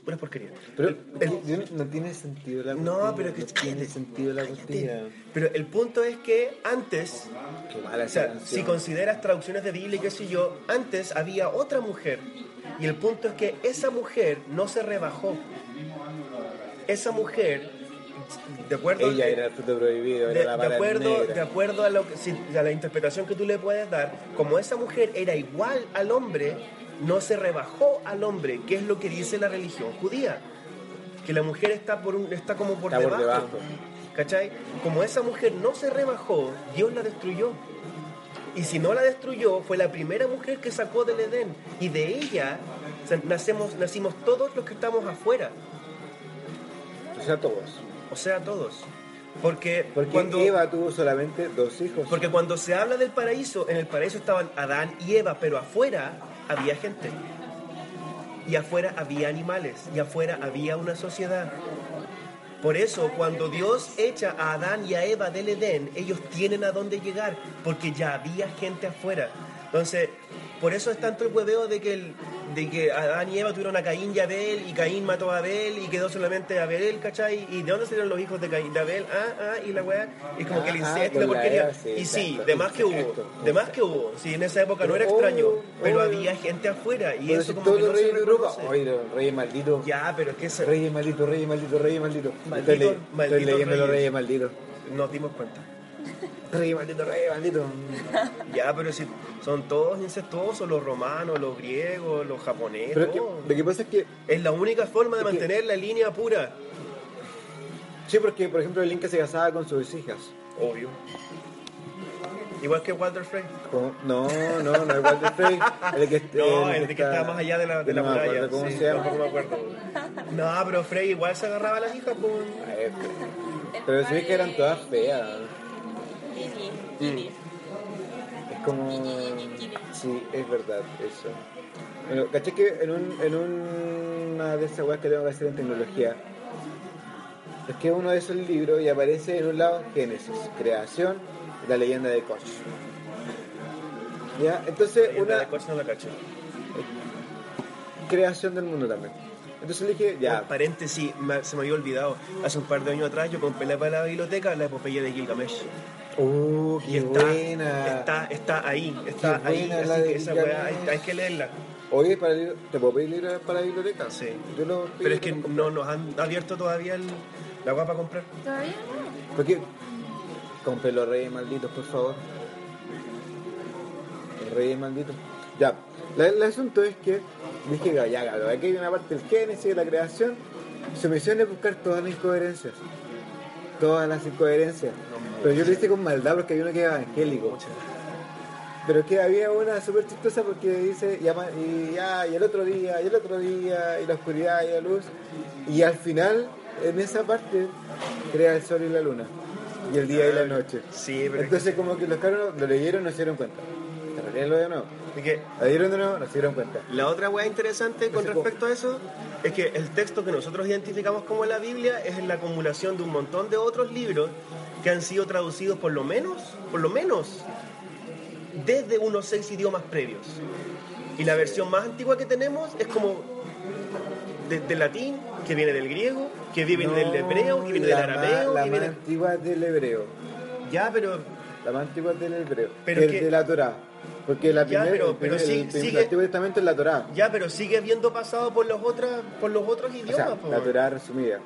Puras porquerías.
Pero
El- el-
yo- no tiene sentido la
No,
costilla,
pero que-
no tiene
cállate,
sentido la costilla.
pero el punto es que antes
Qué mala
O sea,
esa
si
canción.
consideras traducciones de Biblia y qué sé yo, antes había otra mujer. Y el punto es que esa mujer no se rebajó. Esa mujer, de acuerdo,
Ella era el fruto prohibido,
de,
era la
de
vara
acuerdo,
negra.
de acuerdo a, lo que- si- a la interpretación que tú le puedes dar, como esa mujer era igual al hombre, no se rebajó al hombre, que es lo que dice la religión judía. Que la mujer está, por un- está como por
Está por
debajo.
debajo.
¿Cachai? Como esa mujer no se rebajó, Dios la destruyó. Y si no la destruyó, fue la primera mujer que sacó del Edén. Y de ella o sea, nacemos, nacimos todos los que estamos afuera.
O sea, todos.
O sea, todos. Porque,
Porque
cuando,
Eva tuvo solamente dos hijos.
porque cuando se habla del paraíso, en el paraíso estaban Adán y Eva, pero afuera había gente. Y afuera había animales, y afuera había una sociedad. Por eso, cuando Dios echa a Adán y a Eva del Edén, ellos tienen a dónde llegar, porque ya había gente afuera. Entonces, por eso es tanto el hueveo de que, el- de que Adán y Eva tuvieron a Caín y Abel, y Caín mató a Abel, y quedó solamente Abel, ¿cachai? ¿Y de dónde salieron los hijos de Caín? De Abel, ah, ah, y la weá. Y como que el
Ah, ah,
incesto,
con
la
la
porquería.
Eva, sí,
y sí,
exacto,
de más que hubo,
exacto,
de más que hubo. Sí, en esa época no era
Pero
extraño,
obvio,
pero
obvio.
había gente afuera, y
Pero
eso
si
como
todos
que no
los
se
reyes de Europa.
reconoce.
Oye, los reyes malditos.
Ya, pero es que eso-
Reyes malditos, reyes malditos, reyes malditos.
Malditos,
estoy, le-
malditos
estoy leyendo
reyes.
los reyes malditos.
nos dimos cuenta.
Reyes malditos, reyes malditos.
Ya, pero si son todos incestuosos, los romanos, los griegos, los japoneses,
Pero es que,
todos.
lo que pasa es que
es la única forma de
es que-
mantener la línea pura.
Sí, porque por ejemplo el Inca se casaba con sus hijas.
Obvio. Igual que Walter Frey.
Con- No, no, no es Walter Frey. El que,
No, el de que estaba más allá de la, de la
no me
muralla.
acuerdo ¿Cómo
Sí,
se llama?
tampoco me acuerdo. No, pero Frey igual se agarraba a las hijas con...
Ah, es Frey. Pero sí que eran todas feas. Mm.
Lili, Lili.
Es como. Sí, es verdad, eso. Bueno, caché que en, un, en una de esas weas que tengo que hacer en tecnología, es que uno de esos libros y aparece en un lado Génesis, creación, la leyenda de Koch. ¿Ya? Entonces,
Y
una
de coche no la cacho.
creación del mundo también. Entonces le dije, ya,
Por Paréntesis, me- se me había olvidado. Hace un par de años atrás yo compré la- para la biblioteca la epopeya de Gilgamesh.
¡Uh, qué
Y está,
buena!
está, está ahí, está
Qué
ahí.
buena
Así
la
que
de
esa
Gilgamesh.
weá hay, hay que leerla.
Oye, para el- ¿te puedo pedir libros para la biblioteca?
Sí.
Yo lo pedí
Pero es que
para comprar.
no nos han abierto todavía el- la guapa para comprar.
Todavía no.
Porque compré los reyes malditos, por favor. Los reyes malditos. Ya, La- el asunto es que dije, ya, ya, cabrón, aquí hay una parte del génesis, de la creación. Su misión es buscar todas las incoherencias. Todas las incoherencias. Pero yo lo hice con maldad porque había uno que era evangélico.
Muchas
Pero es que había una súper chistosa porque dice, y, ama- y ya, y el otro día, y el otro día, y la oscuridad, y la luz. Y al final, en esa parte, crea el sol y la luna. Y el día y la noche.
Sí, pero es
Entonces como que los caros lo leyeron no se dieron cuenta. Lo leyeron de nuevo.
Así que
Lo leyeron de nuevo, no se dieron cuenta.
la otra hueá interesante con
Ese
respecto a eso es que el texto que nosotros identificamos como la Biblia es la acumulación de un montón de otros libros que han sido traducidos por lo menos, por lo menos, desde unos seis idiomas previos. Y la versión más antigua que tenemos es como de- del latín, que viene del griego, que viene del hebreo, que viene del
la más-
arameo,
La
que
más
viene...
antigua del hebreo.
Ya, pero
La más antigua del hebreo.
Pero
Que
que-
es de la Torah. Porque la
Ya,
primera,
pero-
el, primer-
pero sí-
el primer-
sigue-
el Antiguo Testamento es la Torah.
Ya, pero sigue habiendo pasado por los, otras, por los otros
O sea,
idiomas. po.
la Torah resumida.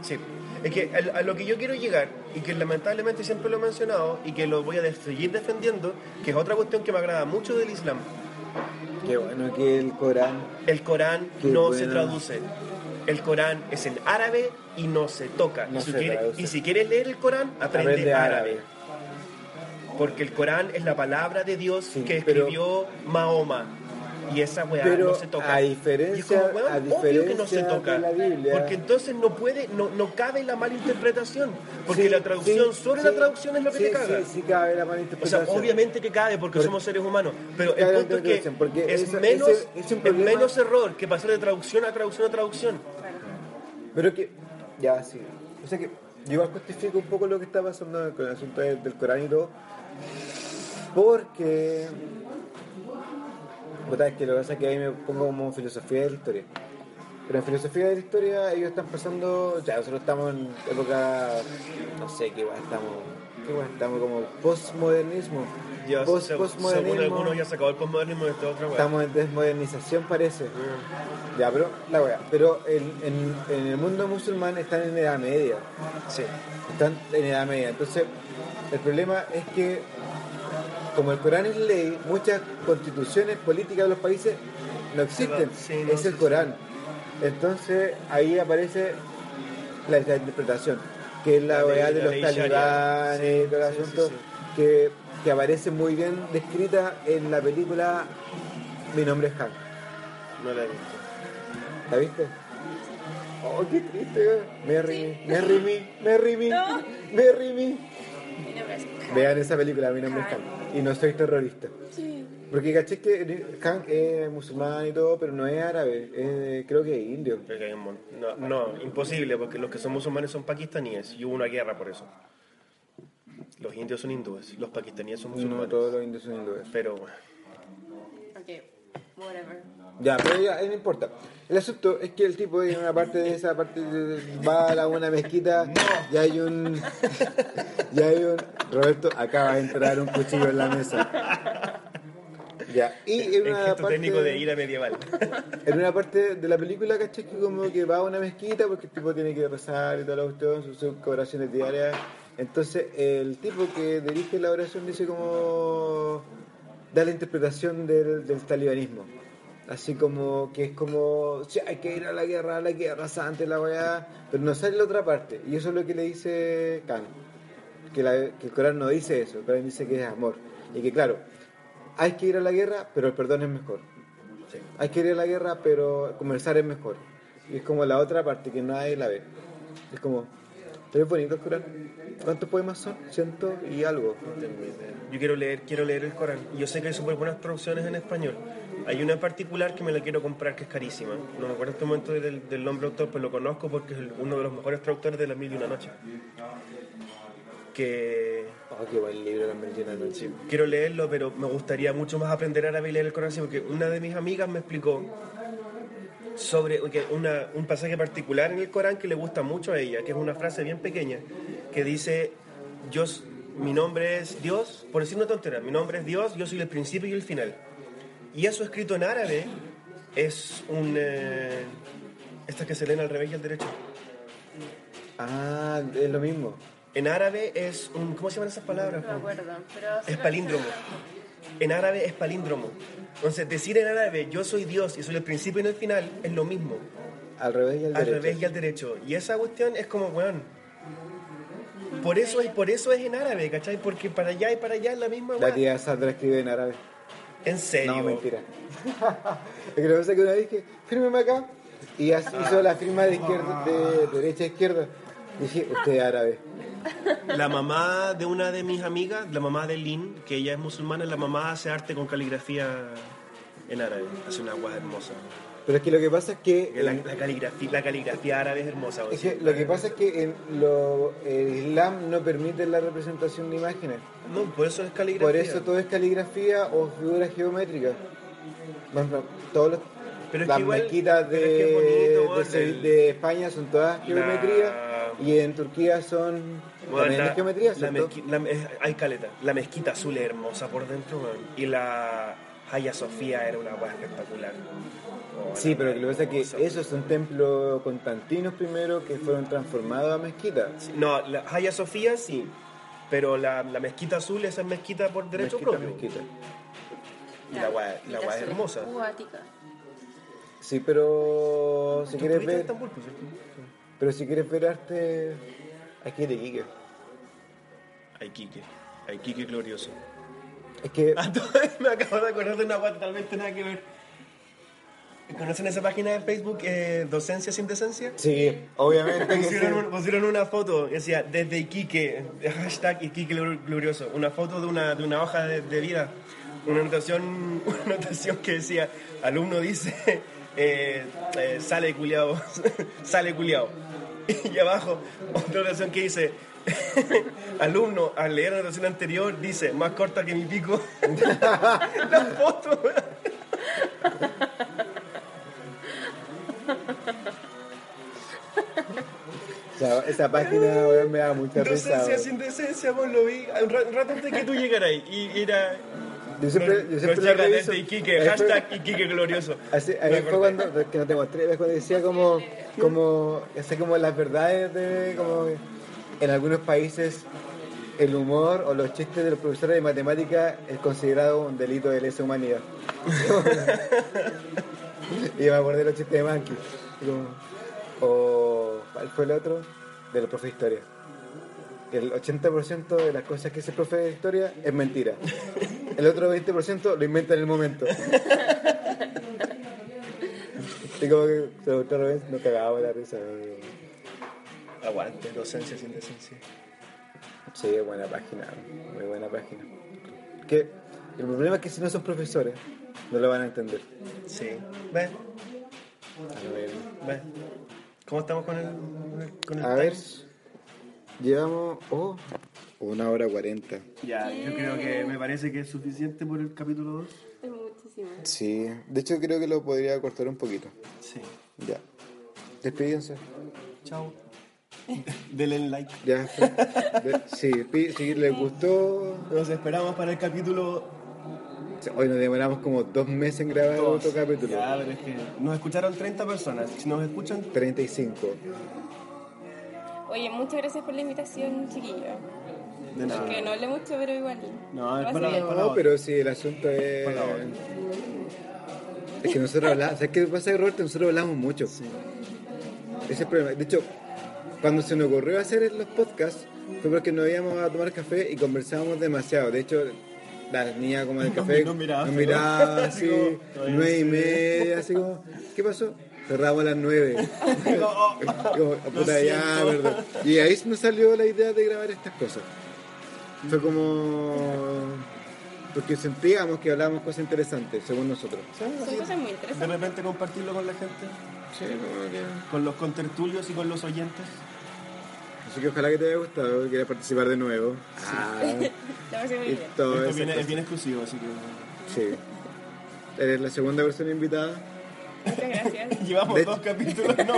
Sí. Es que a, a lo que yo quiero llegar, y que lamentablemente siempre lo he mencionado, y que lo voy a de- seguir defendiendo, que es otra cuestión que me agrada mucho del Islam.
Qué bueno que el Corán.
El Corán
Qué
no
buena.
se traduce. El Corán es en árabe y no se toca.
No
y, si
se
quieres-
traduce.
y si quieres leer el Corán, aprende,
Aprende
árabe.
árabe.
Porque el Corán es la palabra de Dios
Sí,
que
pero-
escribió Mahoma. Y esa weá
Pero
no se toca.
a
Y es
diferencia-
como, weón,
a
obvio que no se
diferencia
toca.
de la Biblia.
Porque entonces no puede, no, no cabe la malinterpretación. Porque
Sí,
la traducción,
sí,
solo
sí,
la traducción es lo que
sí,
te caga.
Sí, sí, cabe la
O sea,
malinterpretación.
obviamente que cabe porque
Por-
somos seres humanos, pero
Cabe
el
la
punto es que
traducción, porque
es,
eso-
menos,
ese- ese es un
es
problema.
menos error que pasar de traducción a traducción a traducción.
Pero que, ya, sí. O sea que, yo igual justifico un poco lo que está pasando con el asunto del, del Corán y todo. Porque. Puta, es que lo que pasa es que ahí me pongo como filosofía de la historia. Pero en filosofía de la historia, ellos están pasando. Ya, nosotros estamos en época. No sé qué guay estamos. Qué guay estamos como postmodernismo.
Ya,
Post-
se- según
postmodernismo.
algunos ya se acabó el postmodernismo de esta otra weá.
Estamos en desmodernización, parece. Ya, pero la wea. Pero en, en- en el mundo musulmán están en edad media.
Sí.
Están en edad media. Entonces, el problema es que, como el Corán es ley, muchas constituciones políticas de los países no existen.
Sí, no,
es el
sí,
Corán. Entonces, ahí aparece la interpretación, que es la
La ley-
wea de
la
los
ley sharia.
talibanes y todo el
Sí, sí,
asunto,
sí.
Que, que aparece muy bien descrita en la película Mi nombre es Hank.
No la he visto.
¿La viste? Oh, qué triste, güey. Merry me, Merry me, Merry me,
No.
Merry me.
Mi nombre es-
Vean esa película, mi nombre es Hank. Y no soy terrorista.
Sí.
Porque caché que Hank es musulmán y todo, pero no es árabe, es, creo que es indio.
Creo que hay un mon- no, no, imposible, porque los que son musulmanes son pakistaníes y hubo una guerra por eso. Los indios son hindúes, los pakistaníes son
No
musulmanes.
todos los indios son hindúes.
Pero bueno,
Ok, whatever.
Ya, pero ya, eh, no importa. El asunto es que el tipo en una parte de esa parte de- va a la- una mezquita y hay un. Y hay un. Roberto acaba de entrar un cuchillo en la mesa. Ya, y en
el
una
gesto
parte.
técnico de ira medieval.
En una parte de la película, ¿cachai? Que como que va a una mezquita porque el tipo tiene que rezar y toda la cuestión, sus sus oraciones diarias. Entonces, el tipo que dirige la oración dice como... da la interpretación del, del talibanismo. Así como que es como, "Sí, hay que ir a la guerra, a la guerra santa, la weá, pero no sale la otra parte. Y eso es lo que le dice Khan. Que, la- que el Corán no dice eso, el Corán dice que es amor. Y que claro, hay que ir a la guerra, pero el perdón es mejor hay que ir a la guerra, pero conversar es mejor. Y es como la otra parte que nadie la ve. Es como, pero es bonito el Corán. ¿Cuántos poemas son? Ciento y algo.
Yo quiero leer, quiero leer el Corán. Yo sé que hay súper buenas traducciones en español. Hay una en particular que me la quiero comprar que es carísima. No me acuerdo en este momento del, del nombre del autor, pero lo conozco porque es el- uno de los mejores traductores de Las Mil y Una Noche. Que
Oh, qué buen libro la menciona
sí, quiero leerlo, pero me gustaría mucho más aprender árabe y leer el Corán así, porque una de mis amigas me explicó sobre que una- un pasaje particular en el Corán que le gusta mucho a ella, que es una frase bien pequeña, que dice, yo, s- mi nombre es Dios, por decir una tontera, mi nombre es Dios, yo soy el principio y el final. Y eso escrito en árabe es un... eh, estas que se leen al revés y al derecho.
Ah, es lo mismo.
En árabe es un... ¿Cómo se llaman esas palabras?
No me acuerdo, pero...
Es palíndromo. En árabe es palíndromo. Entonces, decir en árabe yo soy Dios y soy el principio y no el final es lo mismo.
Al revés y al
al
derecho.
revés y al derecho. Y esa cuestión es como, weón. Por eso, es, por eso es en árabe, ¿cachai? Porque para allá y para allá es la misma
La
weón.
tía Sandra escribe en árabe.
En serio.
No, mentira. Es que lo que pasa es que una vez dije, fírmeme acá. Y as- hizo la firma de, izquierda, de derecha a izquierda. Dije, usted es árabe.
La mamá de una de mis amigas, la mamá de Lynn, que ella es musulmana, la mamá hace arte con caligrafía en árabe. Hace una guada hermosa.
Pero es que lo que pasa es que...
La,
en-
la caligrafía, la caligrafía árabe es hermosa. weón.
Es que lo que pasa es que en lo- el Islam no permite la representación de imágenes.
No, por eso es caligrafía.
Por eso todo es caligrafía o figuras geométricas. Más no, todos los-
Pero es
las
que igual-
mezquitas de,
pero es que es bonito,
de
bueno,
Se-
el-
de España son todas geometría y en Turquía son
Bueno,
también es geometría,
la
¿cierto?
mezqui- la- eh, hay caleta. La mezquita azul es hermosa por dentro, weón. Y la Hagia Sofía era una weá espectacular. Oh,
Sí,
la
pero
weá
lo que pasa es
hermosa.
que esos son templos constantinos primero que fueron transformados a mezquitas.
Sí, No, la Hagia Sofía sí. Pero la, la mezquita azul, esa es mezquita por derecho
Mezquita,
propio.
mezquita.
Y la weá la weá es hermosa.
Cuática.
Sí, pero si
¿Tú
quieres
estuviste en
ver...
Estambul, por cierto?
Pero si quieres ver arte, aquí te Iquique.
Aikike. Aikike glorioso.
Es que
Ah, tú- me acabo de acordar de una weá totalmente nada que ver. ¿Conocen esa página de Facebook, eh, Docencia sin Decencia?
Sí, obviamente que sí.
Pusieron, un- pusieron una foto, decía, desde Iquique, hashtag Iquique Glor- Glorioso, una foto de una, de una hoja de, de vida, una anotación, una anotación que decía, alumno dice, eh, eh, sale culiao, sale culiao. Y abajo, otra anotación que dice, alumno, al leer la anotación anterior, dice, más corta que mi pico. la foto, weón.
O sea, esa página weón, me da mucha risa.
Docencia
weón.
sin decencia, vos lo vi un ra- un rato antes que tú llegaras ahí. Y era.
Yo siempre, yo
nos-
siempre
nos
la
llega
reviso.
desde Iquique,
Ahí fue-
hashtag Iquique glorioso.
Así,
Me
ahí
acordé.
fue cuando, que no te mostré, ves cuando decía como, como, así como las verdades de, como, en algunos países el humor o los chistes de los profesores de matemática es considerado un delito de lesa humanidad. y yo me acordé de los chistes de Mankey. Y como, O, ¿cuál fue el otro? De los profes de historia. Que El 80% de las cosas que dice el profe de historia es mentira. El otro 20% lo inventa en el momento. Y como que se lo otra vez, nos cagábamos la risa. güey.
Aguante, docencia sin decencia.
Sí, buena página, muy buena página. Que el problema es que si no son profesores, no lo van a entender.
Sí. Ve,
A ver,
ve. ¿Cómo estamos con el. con el
a ver, llevamos oh, una hora cuarenta.
Ya, yo creo que me parece que es suficiente por el capítulo 2.
Es muchísimo.
Sí, de hecho creo que lo podría cortar un poquito.
Sí.
Ya. Despídense.
Chao. Denle like.
Ya. fue. De- Sí, pi- si les gustó.
Nos esperamos para el capítulo
Hoy nos demoramos como dos meses en grabar
dos.
otro capítulo.
Ya, pero es que nos escucharon 30 personas. Si nos escuchan
35.
Oye, muchas gracias por la invitación, chiquillo.
de nada.
Que no hablé mucho, pero igual.
No, es
Lo
para-
hacemos.
No, pero si el asunto es.
Por favor.
Es que nosotros hablamos. ¿Sabes qué pasa, Roberto? Nosotros hablamos mucho. Ese es el problema. De hecho, cuando se nos ocurrió hacer los podcasts, fue porque nos íbamos a tomar café y conversábamos demasiado. De hecho, las niñas como del
Nos
café
mi- nos miraba, así
miraba
como-
así,
así como, todavía
nueve y
no sé.
media, así como, ¿qué pasó? Cerramos a las nueve. Como,
oh. Lo
puta, ya,
siento.
verdad. Y ahí nos salió la idea de grabar estas cosas. Fue como. Porque sentíamos que hablábamos cosas interesantes, según nosotros.
Son cosas muy
De
interesantes.
repente compartirlo con la gente,
Sí, como que-
con los contertulios y con los oyentes.
Así que ojalá que te haya gustado, que quieras participar de nuevo. Ah,
La próxima
y
idea.
todo
Esto
eso.
viene- es bien exclusivo, así que.
Sí. Eres la segunda persona invitada.
Muchas gracias.
Llevamos
De-
dos capítulos, no.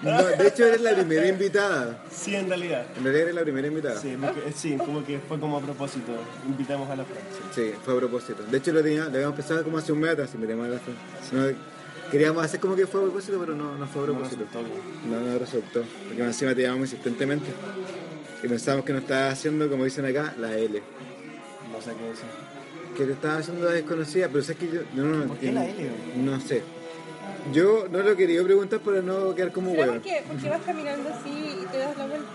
No, de hecho, eres la primera invitada.
sí, en realidad.
En realidad eres la primera invitada.
Sí, porque- sí, como que fue como a propósito. Invitamos a la Francia.
Sí, fue a propósito. De hecho, lo, tenía, lo habíamos pensado como hace un mes atrás, si miremos la fe. No, queríamos hacer como que fue a propósito, pero no, no fue a propósito.
pues.
No, no resultó. Porque más encima te llamamos insistentemente. Y pensamos que nos estabas haciendo, como dicen acá, la L.
No sé qué decir.
Que te estaba haciendo la desconocida, pero sabes que yo, yo no lo
¿Por qué la
entiendo.
L,
No sé. Yo no lo quería preguntar para no quedar como
¿Será
huevo.
porque, porque vas caminando así y te das la vuelta?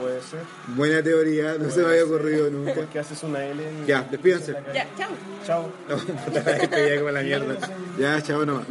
Puede ser.
Buena teoría, no se me había ocurrido nunca.
Porque haces una L. y-
Ya, despídense.
Ya, chao.
Chao.
No, puta, la despedida como la mierda. Ya, chao nomás.